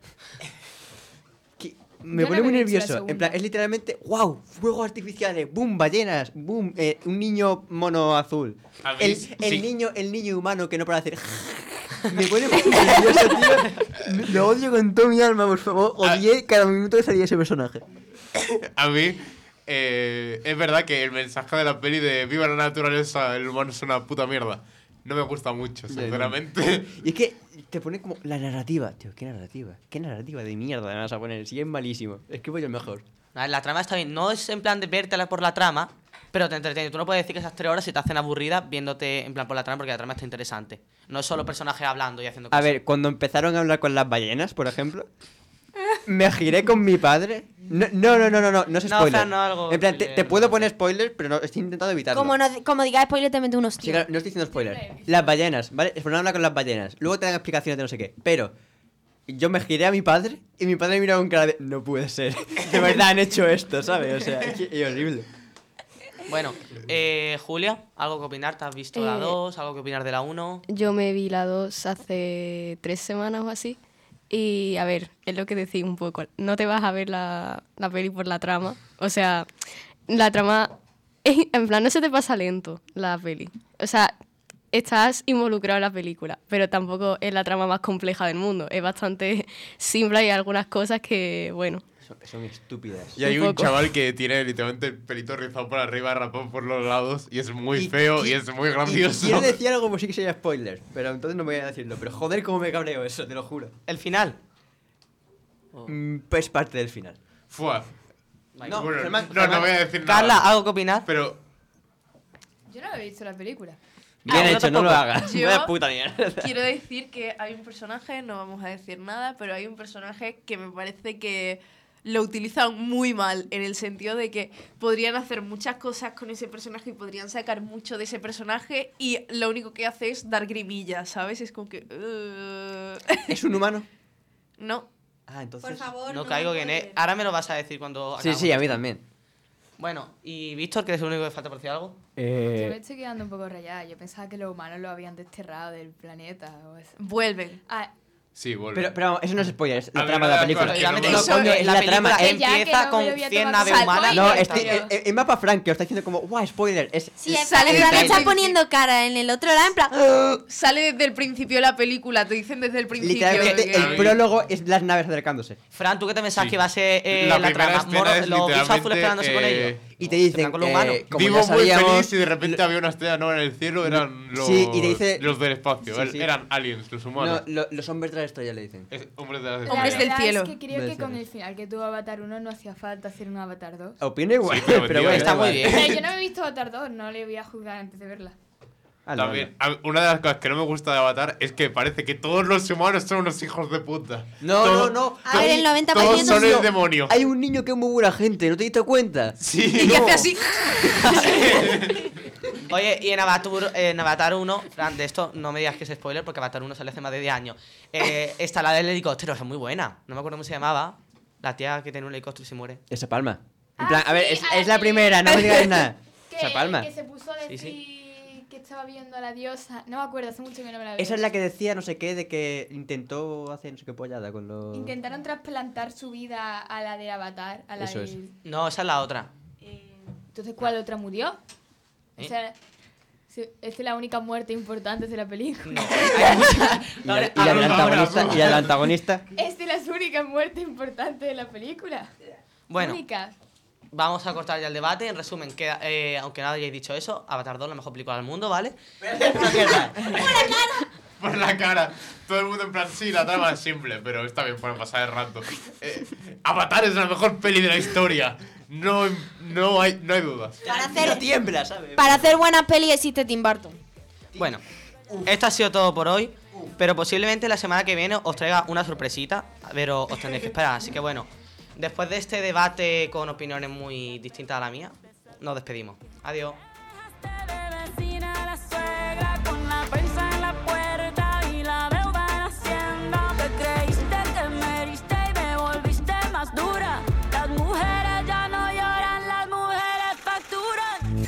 [SPEAKER 3] Que me
[SPEAKER 10] Yo no
[SPEAKER 3] pone muy
[SPEAKER 10] me he visto la
[SPEAKER 3] nervioso. En
[SPEAKER 10] segunda.
[SPEAKER 3] plan, es literalmente, wow, fuegos artificiales, boom, ballenas, boom, eh, un niño mono azul.
[SPEAKER 1] A mí
[SPEAKER 3] El,
[SPEAKER 1] sí.
[SPEAKER 3] el
[SPEAKER 1] Sí.
[SPEAKER 3] niño, el niño humano que no para
[SPEAKER 1] (laughs)
[SPEAKER 3] de hacer. me pone muy nervioso, tío. Lo odio con toda mi alma, por favor.
[SPEAKER 1] Ah.
[SPEAKER 3] Odié cada minuto que salía ese personaje.
[SPEAKER 1] A mí, eh, es verdad que el mensaje de la peli de viva la naturaleza, el humano es una puta mierda, no me gusta mucho, sinceramente.
[SPEAKER 3] Y es que te pone como la narrativa, tío, qué narrativa, qué narrativa de mierda me vas a poner, si es malísimo, escribo yo mejor.
[SPEAKER 7] A ver, La trama está bien. No es en plan de vértela por la trama, pero te entretiene. Tú no puedes decir que esas tres horas se te hacen aburridas viéndote en plan por la trama porque la trama está interesante. No es solo personajes hablando y haciendo
[SPEAKER 3] A
[SPEAKER 7] cosas.
[SPEAKER 3] ver, cuando empezaron a hablar con las ballenas, por ejemplo, me giré con mi padre. No, no, no, no, no, no, no es
[SPEAKER 7] No,
[SPEAKER 3] spoiler.
[SPEAKER 7] Fran, no, algo
[SPEAKER 3] en plan, te, te puedo poner spoilers, pero no, estoy intentando evitarlo.
[SPEAKER 4] Como, no, como diga spoiler, te mete unos
[SPEAKER 3] Sí, claro, no estoy diciendo spoiler. Las ballenas, ¿vale? Empezaron a hablar con las ballenas. Luego te dan explicaciones de no sé qué. Pero yo me giré a mi padre y mi padre me miró con cara de... No puede ser. (laughs) De verdad han hecho esto, ¿sabes? O sea, es que- es horrible.
[SPEAKER 7] Bueno, eh, Julia, ¿algo que opinar? ¿Te has visto la
[SPEAKER 5] Eh,
[SPEAKER 7] 2? ¿Algo que opinar de la 1?
[SPEAKER 5] Yo me vi la 2 hace tres semanas o así. Y a ver, es lo que decís un poco. No te vas a ver la, la peli por la trama. O sea, la trama. En plan, no se te pasa lento la peli. O sea, estás involucrado en la película, pero tampoco es la trama más compleja del mundo. Es bastante (laughs) simple y hay algunas cosas que, bueno.
[SPEAKER 3] Son, son estúpidas.
[SPEAKER 1] Y hay un
[SPEAKER 5] poco.
[SPEAKER 1] chaval que tiene literalmente el pelito rizado por arriba, rapado por los lados, y es muy feo y, es muy gracioso.
[SPEAKER 3] Y quiero decir algo como si que sería spoiler, pero entonces no voy a decirlo. Pero joder, cómo me cabreo eso, te lo juro. Mm,
[SPEAKER 7] ¿El final?
[SPEAKER 3] Es parte del final.
[SPEAKER 1] Fua.
[SPEAKER 7] No,
[SPEAKER 1] Bueno,
[SPEAKER 7] Germán,
[SPEAKER 1] no, no
[SPEAKER 7] Germán.
[SPEAKER 1] voy a decir nada.
[SPEAKER 3] ah,
[SPEAKER 7] Carla, ¿algo que opinar?
[SPEAKER 1] Pero
[SPEAKER 6] Yo no había visto la película.
[SPEAKER 3] Bien
[SPEAKER 7] Ah, yo
[SPEAKER 3] hecho, no lo
[SPEAKER 7] tampoco.
[SPEAKER 3] hagas.
[SPEAKER 2] Yo-
[SPEAKER 3] Vaya (laughs) puta mierda.
[SPEAKER 2] Quiero decir que hay un personaje, no vamos a decir nada, pero hay un personaje que me parece que lo utilizan muy mal, en el sentido de que podrían hacer muchas cosas con ese personaje y podrían sacar mucho de ese personaje y lo único que hace es dar grimillas, ¿sabes? Es como que... "Uh".
[SPEAKER 3] ¿Es un humano?
[SPEAKER 2] (laughs) no.
[SPEAKER 3] Ah, entonces...
[SPEAKER 7] no caigo que en él. Ahora me lo vas a decir cuando.
[SPEAKER 3] Sí,
[SPEAKER 7] acabemos.
[SPEAKER 3] sí, a mí también.
[SPEAKER 7] Bueno, ¿y Víctor, que eres el único que falta por decir algo?
[SPEAKER 3] Eh,
[SPEAKER 6] Yo me estoy quedando un poco rayada. Yo pensaba que los humanos lo habían desterrado del planeta. O eso.
[SPEAKER 2] Vuelven.
[SPEAKER 6] Ah,
[SPEAKER 1] Sí, vuelve.
[SPEAKER 3] Pero, pero vamos, eso no es spoiler, es
[SPEAKER 1] A
[SPEAKER 3] la
[SPEAKER 1] mí me
[SPEAKER 3] trama de la
[SPEAKER 1] da
[SPEAKER 3] película.
[SPEAKER 1] igual, que no me- Eso es,
[SPEAKER 3] la,
[SPEAKER 1] la
[SPEAKER 3] trama
[SPEAKER 1] película Ya, que empieza no me lo con voy a 100 tomar naves como humanas.
[SPEAKER 3] No,
[SPEAKER 1] spoiler.
[SPEAKER 3] estoy, el, el- el mapa Frank que lo está diciendo como, ¡guau, spoiler! Es,
[SPEAKER 4] Sí,
[SPEAKER 3] es-
[SPEAKER 4] sale
[SPEAKER 3] es-
[SPEAKER 4] Fran
[SPEAKER 3] es-
[SPEAKER 4] está poniendo cara en el otro lado en plan...
[SPEAKER 27] Ah.
[SPEAKER 2] Sale desde el principio la película, te dicen desde el principio.
[SPEAKER 3] Literalmente,
[SPEAKER 2] que-
[SPEAKER 3] el prólogo es las naves acercándose.
[SPEAKER 7] Fran, ¿tú qué te pensabas que iba a ser eh,
[SPEAKER 3] La
[SPEAKER 7] la,
[SPEAKER 3] primera
[SPEAKER 7] trama?
[SPEAKER 3] escena
[SPEAKER 7] Moros-
[SPEAKER 3] es
[SPEAKER 7] los bichos azules
[SPEAKER 1] literalmente,
[SPEAKER 7] peleándose con
[SPEAKER 1] eh,
[SPEAKER 7] ellos.
[SPEAKER 3] Y te dicen,
[SPEAKER 7] con los humanos.
[SPEAKER 3] eh, como
[SPEAKER 1] Vivo
[SPEAKER 3] ya sabíamos-
[SPEAKER 1] muy feliz y de repente había una estrella no en el cielo, eran los,
[SPEAKER 3] Sí, y te dice-
[SPEAKER 1] los del espacio,
[SPEAKER 3] Sí,
[SPEAKER 1] er-
[SPEAKER 3] sí.
[SPEAKER 1] eran aliens, los humanos.
[SPEAKER 3] No, lo- los hombres de las estrellas le dicen.
[SPEAKER 1] Es- hombres de las
[SPEAKER 6] La
[SPEAKER 1] estrellas.
[SPEAKER 6] verdad
[SPEAKER 1] cielo.
[SPEAKER 6] Es que creo
[SPEAKER 3] Del
[SPEAKER 6] que con
[SPEAKER 3] cielo.
[SPEAKER 6] el final que tuvo Avatar 1 no hacía falta hacer un Avatar 2.
[SPEAKER 3] Opino igual,
[SPEAKER 1] Sí, pero
[SPEAKER 3] (laughs) pero,
[SPEAKER 1] tío,
[SPEAKER 3] bueno.
[SPEAKER 1] está
[SPEAKER 3] da
[SPEAKER 1] muy
[SPEAKER 3] igual.
[SPEAKER 6] Pero yo no me he visto Avatar 2, no le voy a juzgar antes de verla.
[SPEAKER 3] Ah,
[SPEAKER 1] También, a mí- una de las cosas que no me gusta de Avatar es que parece que todos los humanos son unos hijos de puta.
[SPEAKER 3] No,
[SPEAKER 1] Todo-
[SPEAKER 3] no, no.
[SPEAKER 1] to- Todos son el demonio.
[SPEAKER 3] Hay un niño que es muy buena gente, ¿no te diste cuenta?
[SPEAKER 1] Sí.
[SPEAKER 7] (laughs) Y que hace
[SPEAKER 3] así.
[SPEAKER 7] Oye, y en Avatar, en Avatar 1, Fran, de esto no me digas que es spoiler porque Avatar 1 sale hace más de 10 años. Eh, (laughs) está la del helicóptero, es muy buena. No me acuerdo cómo se llamaba. La tía que tiene un helicóptero y se muere.
[SPEAKER 3] Esa palma.
[SPEAKER 6] Ah,
[SPEAKER 3] En plan, a ver, es, es la primera, no me digas nada.
[SPEAKER 6] (laughs) Que,
[SPEAKER 3] Esa palma.
[SPEAKER 6] que se puso a
[SPEAKER 7] Sí,
[SPEAKER 6] decir que estaba viendo a la diosa. No me acuerdo, hace mucho que no me la veo.
[SPEAKER 3] Esa es la que decía no sé qué, de que intentó hacer no sé qué pollada con los...
[SPEAKER 6] Intentaron trasplantar su vida a la de Avatar. A la
[SPEAKER 3] Eso
[SPEAKER 6] de-
[SPEAKER 3] es.
[SPEAKER 7] No, esa es la otra.
[SPEAKER 6] Entonces, ¿cuál otra murió? O
[SPEAKER 7] ¿Eh?
[SPEAKER 6] sea, se- esta es la única muerte importante de la película.
[SPEAKER 3] Y la, y la del antagonista, y la del antagonista.
[SPEAKER 6] Esta es la única muerte importante de la película.
[SPEAKER 7] Bueno.
[SPEAKER 6] Única.
[SPEAKER 7] Vamos a cortar ya el debate. En resumen, que, eh, aunque no hayáis dicho eso, Avatar 2 la mejor película del mundo, (laughs) ¿vale?
[SPEAKER 1] Por la cara. Todo el mundo en plan, sí, la trama es simple, pero está bien para pasar el rato. Eh, Avatar es la mejor peli de la historia. No, no, hay, no hay dudas.
[SPEAKER 3] Para hacer... Tiembla, ¿sabes?
[SPEAKER 4] Para hacer buenas pelis existe Tim Burton.
[SPEAKER 7] Bueno, esto ha sido todo por hoy. Pero posiblemente la semana que viene os traiga una sorpresita, pero os tendréis que esperar. Así que bueno, después de este debate con opiniones muy distintas a la mía, nos despedimos. Adiós.
[SPEAKER 27] vecina, la suegra con la prensa en la puerta y la deuda en hacienda. Te creíste que me heriste y me volviste más dura. Las mujeres ya no lloran, las mujeres facturan.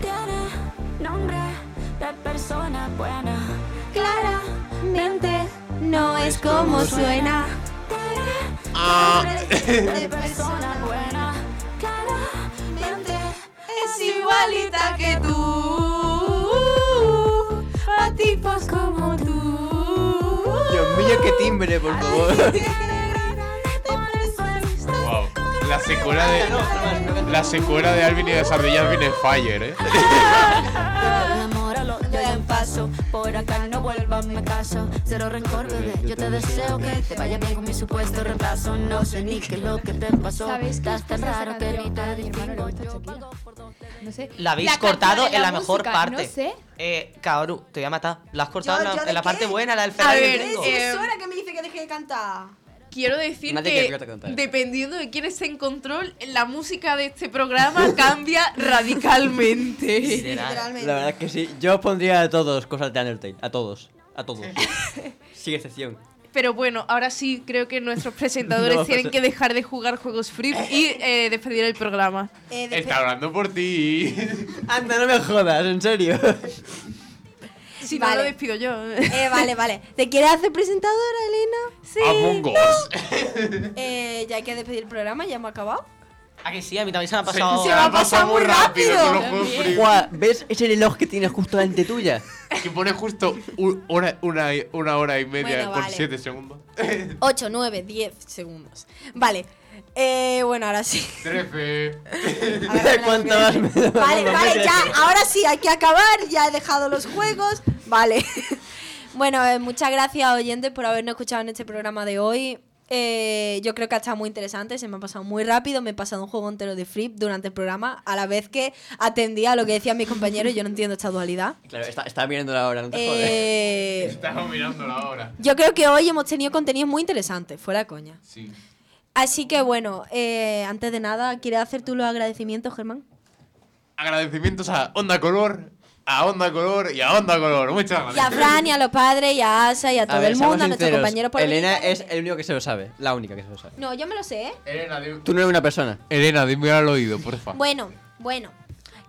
[SPEAKER 27] Tiene nombre de persona buena.
[SPEAKER 4] Claramente no es como suena.
[SPEAKER 27] Ah. De persona buena. Claramente es igualita que tú. A tipos como tú.
[SPEAKER 3] (laughs) Dios mío, qué timbre,
[SPEAKER 6] Ah,
[SPEAKER 3] por favor.
[SPEAKER 1] Wow. La secuela de. La secuela de Alvin y de Sardillas viene Fire, eh.
[SPEAKER 27] (laughs) Enamóralo, yo ya en paso. Por acá no vuelvas, me caso. Cero rencor, bebé. Yo te deseo que te vaya bien con mi supuesto reemplazo. No sé ni qué es lo que te pasó.
[SPEAKER 6] ¿Sabes qué
[SPEAKER 27] Estás tan
[SPEAKER 6] pasa esa
[SPEAKER 27] raro que ni
[SPEAKER 6] canción?
[SPEAKER 27] te
[SPEAKER 6] A mi hermano le
[SPEAKER 27] distingo.
[SPEAKER 6] gusta
[SPEAKER 27] Yo
[SPEAKER 6] Shakira. No sé.
[SPEAKER 7] La habéis
[SPEAKER 6] canción
[SPEAKER 7] cortado
[SPEAKER 6] de
[SPEAKER 7] en la mejor
[SPEAKER 6] música,
[SPEAKER 7] parte.
[SPEAKER 6] No sé.
[SPEAKER 7] Eh, Kaoru, te voy a matar. La has cortado
[SPEAKER 2] ¿Yo-
[SPEAKER 7] en la-
[SPEAKER 2] yo
[SPEAKER 7] en
[SPEAKER 2] de
[SPEAKER 7] la
[SPEAKER 2] qué?
[SPEAKER 7] parte buena, la del
[SPEAKER 2] A
[SPEAKER 7] Ferrari.
[SPEAKER 2] ver,
[SPEAKER 7] Domingo.
[SPEAKER 2] eh,
[SPEAKER 4] Ahora que me dice que deje de cantar.
[SPEAKER 2] Quiero decir
[SPEAKER 7] Nadie
[SPEAKER 2] que,
[SPEAKER 7] quería cantar.
[SPEAKER 2] dependiendo de quién esté en control, la música de este programa (laughs) cambia radicalmente.
[SPEAKER 3] La verdad es que sí. Yo os pondría a todos cosas de Undertale. A todos. A todos. (laughs) Sin excepción.
[SPEAKER 2] Pero bueno, ahora sí creo que
[SPEAKER 3] (laughs)
[SPEAKER 2] nuestros presentadores
[SPEAKER 3] No,
[SPEAKER 2] tienen
[SPEAKER 3] pero-
[SPEAKER 2] que dejar de jugar juegos free y eh, despedir el programa.
[SPEAKER 1] Está hablando por ti.
[SPEAKER 3] Anda, no me jodas,
[SPEAKER 1] (laughs)
[SPEAKER 3] en serio.
[SPEAKER 2] Si
[SPEAKER 4] Vale.
[SPEAKER 2] no lo despido yo.
[SPEAKER 4] Eh, vale, vale.
[SPEAKER 2] (laughs)
[SPEAKER 4] ¿Te quieres hacer presentadora, Elena? Sí.
[SPEAKER 1] Among Us.
[SPEAKER 4] Eh, ya hay que despedir el programa, ya hemos acabado.
[SPEAKER 7] ¿A que sí? A mí también se me ha pasado.
[SPEAKER 4] se me ha pasado muy rápido.
[SPEAKER 3] Guau, ¿ves ese reloj que tienes justo delante tuya?
[SPEAKER 1] Que pone justo un- una, una- una hora y media
[SPEAKER 4] Bueno,
[SPEAKER 1] con
[SPEAKER 4] vale.
[SPEAKER 1] 7 segundos.
[SPEAKER 4] 8, 9, 10 segundos. Vale. Eh, bueno, ahora sí. (laughs)
[SPEAKER 1] 13.
[SPEAKER 3] (laughs) ¿Cuánto más me da?
[SPEAKER 4] Vale, vale, ya. Ahora sí, hay que acabar. Ya he dejado los juegos. Vale. (laughs) Bueno, eh, muchas gracias, oyentes, por habernos escuchado en este programa de hoy. Eh, yo creo que ha estado muy interesante, se me ha pasado muy rápido, me he pasado un juego entero de flip durante el programa, a la vez que atendía a lo que decían mis compañeros, yo no entiendo esta dualidad.
[SPEAKER 3] Claro, está- estaba mirando la hora, no te jodas.
[SPEAKER 4] Eh,
[SPEAKER 1] Estamos mirando la hora.
[SPEAKER 4] Yo creo que hoy hemos tenido contenidos muy interesantes, fuera coña.
[SPEAKER 1] Sí.
[SPEAKER 4] Así que bueno, eh, antes de nada, ¿quieres hacer tú los agradecimientos, Germán?
[SPEAKER 1] Agradecimientos a Onda Color, a Onda Color y a Onda Color. Muchas
[SPEAKER 4] Y a
[SPEAKER 1] gracias.
[SPEAKER 4] Fran, y a los padres, y a Asa, y a todo
[SPEAKER 3] ver,
[SPEAKER 4] el
[SPEAKER 3] seamos
[SPEAKER 4] mundo, a nuestros
[SPEAKER 3] sinceros,
[SPEAKER 4] compañeros por
[SPEAKER 3] Elena es el único que se lo sabe, la única que se lo sabe.
[SPEAKER 4] No, yo me lo sé, ¿eh?
[SPEAKER 3] Tú no eres una persona.
[SPEAKER 1] Elena, dime al oído, porfa.
[SPEAKER 4] Bueno, bueno.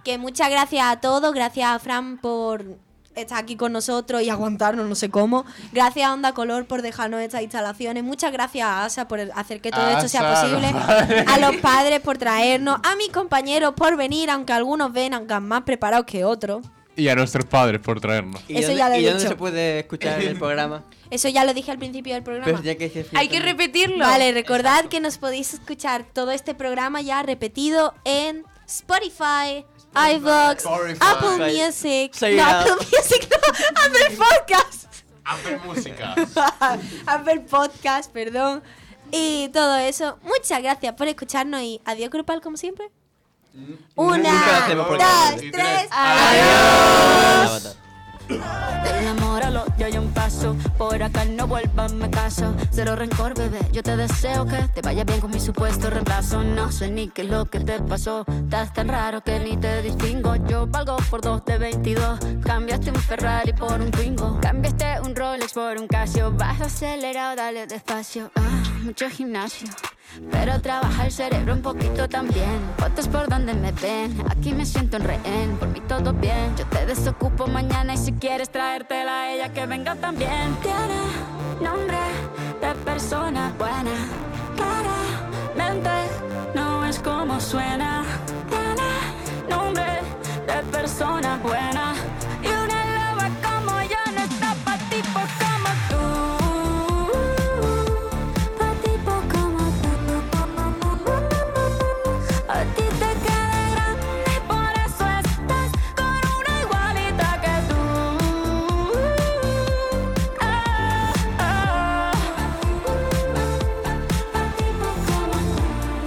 [SPEAKER 4] Que muchas gracias a todos. Gracias a Fran por estar aquí con nosotros y aguantarnos, no sé cómo. Gracias a Onda Color por dejarnos estas instalaciones. Muchas gracias a ASA por hacer que todo
[SPEAKER 25] A
[SPEAKER 4] esto sea
[SPEAKER 25] ASA, a los
[SPEAKER 4] posible.
[SPEAKER 25] padres.
[SPEAKER 4] A los padres por traernos. A mis compañeros por venir, aunque algunos vengan más preparados que otros.
[SPEAKER 1] Y a nuestros padres por traernos.
[SPEAKER 4] ¿Y Eso dónde- ya lo he y dónde dicho. se
[SPEAKER 10] puede
[SPEAKER 4] (laughs)
[SPEAKER 10] escuchar el programa?
[SPEAKER 4] Eso ya lo dije al principio del programa.
[SPEAKER 3] Pues
[SPEAKER 10] Pero tenía que decir Hay que también.
[SPEAKER 4] repetirlo. Vale, recordad que nos podéis escuchar todo este programa ya repetido en Spotify, iVoox,
[SPEAKER 1] Spotify.
[SPEAKER 4] Apple Music, no,
[SPEAKER 1] Seguirá.
[SPEAKER 4] Apple Music, no, (laughs) Apple Podcast,
[SPEAKER 1] Apple Música.
[SPEAKER 10] (laughs)
[SPEAKER 4] Apple Podcast, perdón, y todo eso. Muchas gracias por escucharnos y adiós grupal como siempre. Una, dos, tres,
[SPEAKER 25] Adiós.
[SPEAKER 27] El amor a lo yo hay un paso, por acá no vuelvanme caso. Cero rencor, bebé, yo te deseo que te vaya bien con mi supuesto reemplazo. No sé ni qué es lo que te pasó, estás tan raro que ni te distingo. Yo valgo por dos de 22, cambiaste un Ferrari por un Twingo. Cambiaste un Rolex por un Casio, vas acelerado, dale despacio. Ah, mucho gimnasio. Pero trabaja el cerebro un poquito también. Fotos por donde me ven, aquí me siento en rehén. Por mí todo bien, yo te desocupo mañana y si quieres traértela a ella que venga también. Tiene nombre de persona buena, claramente no es como suena. pues pues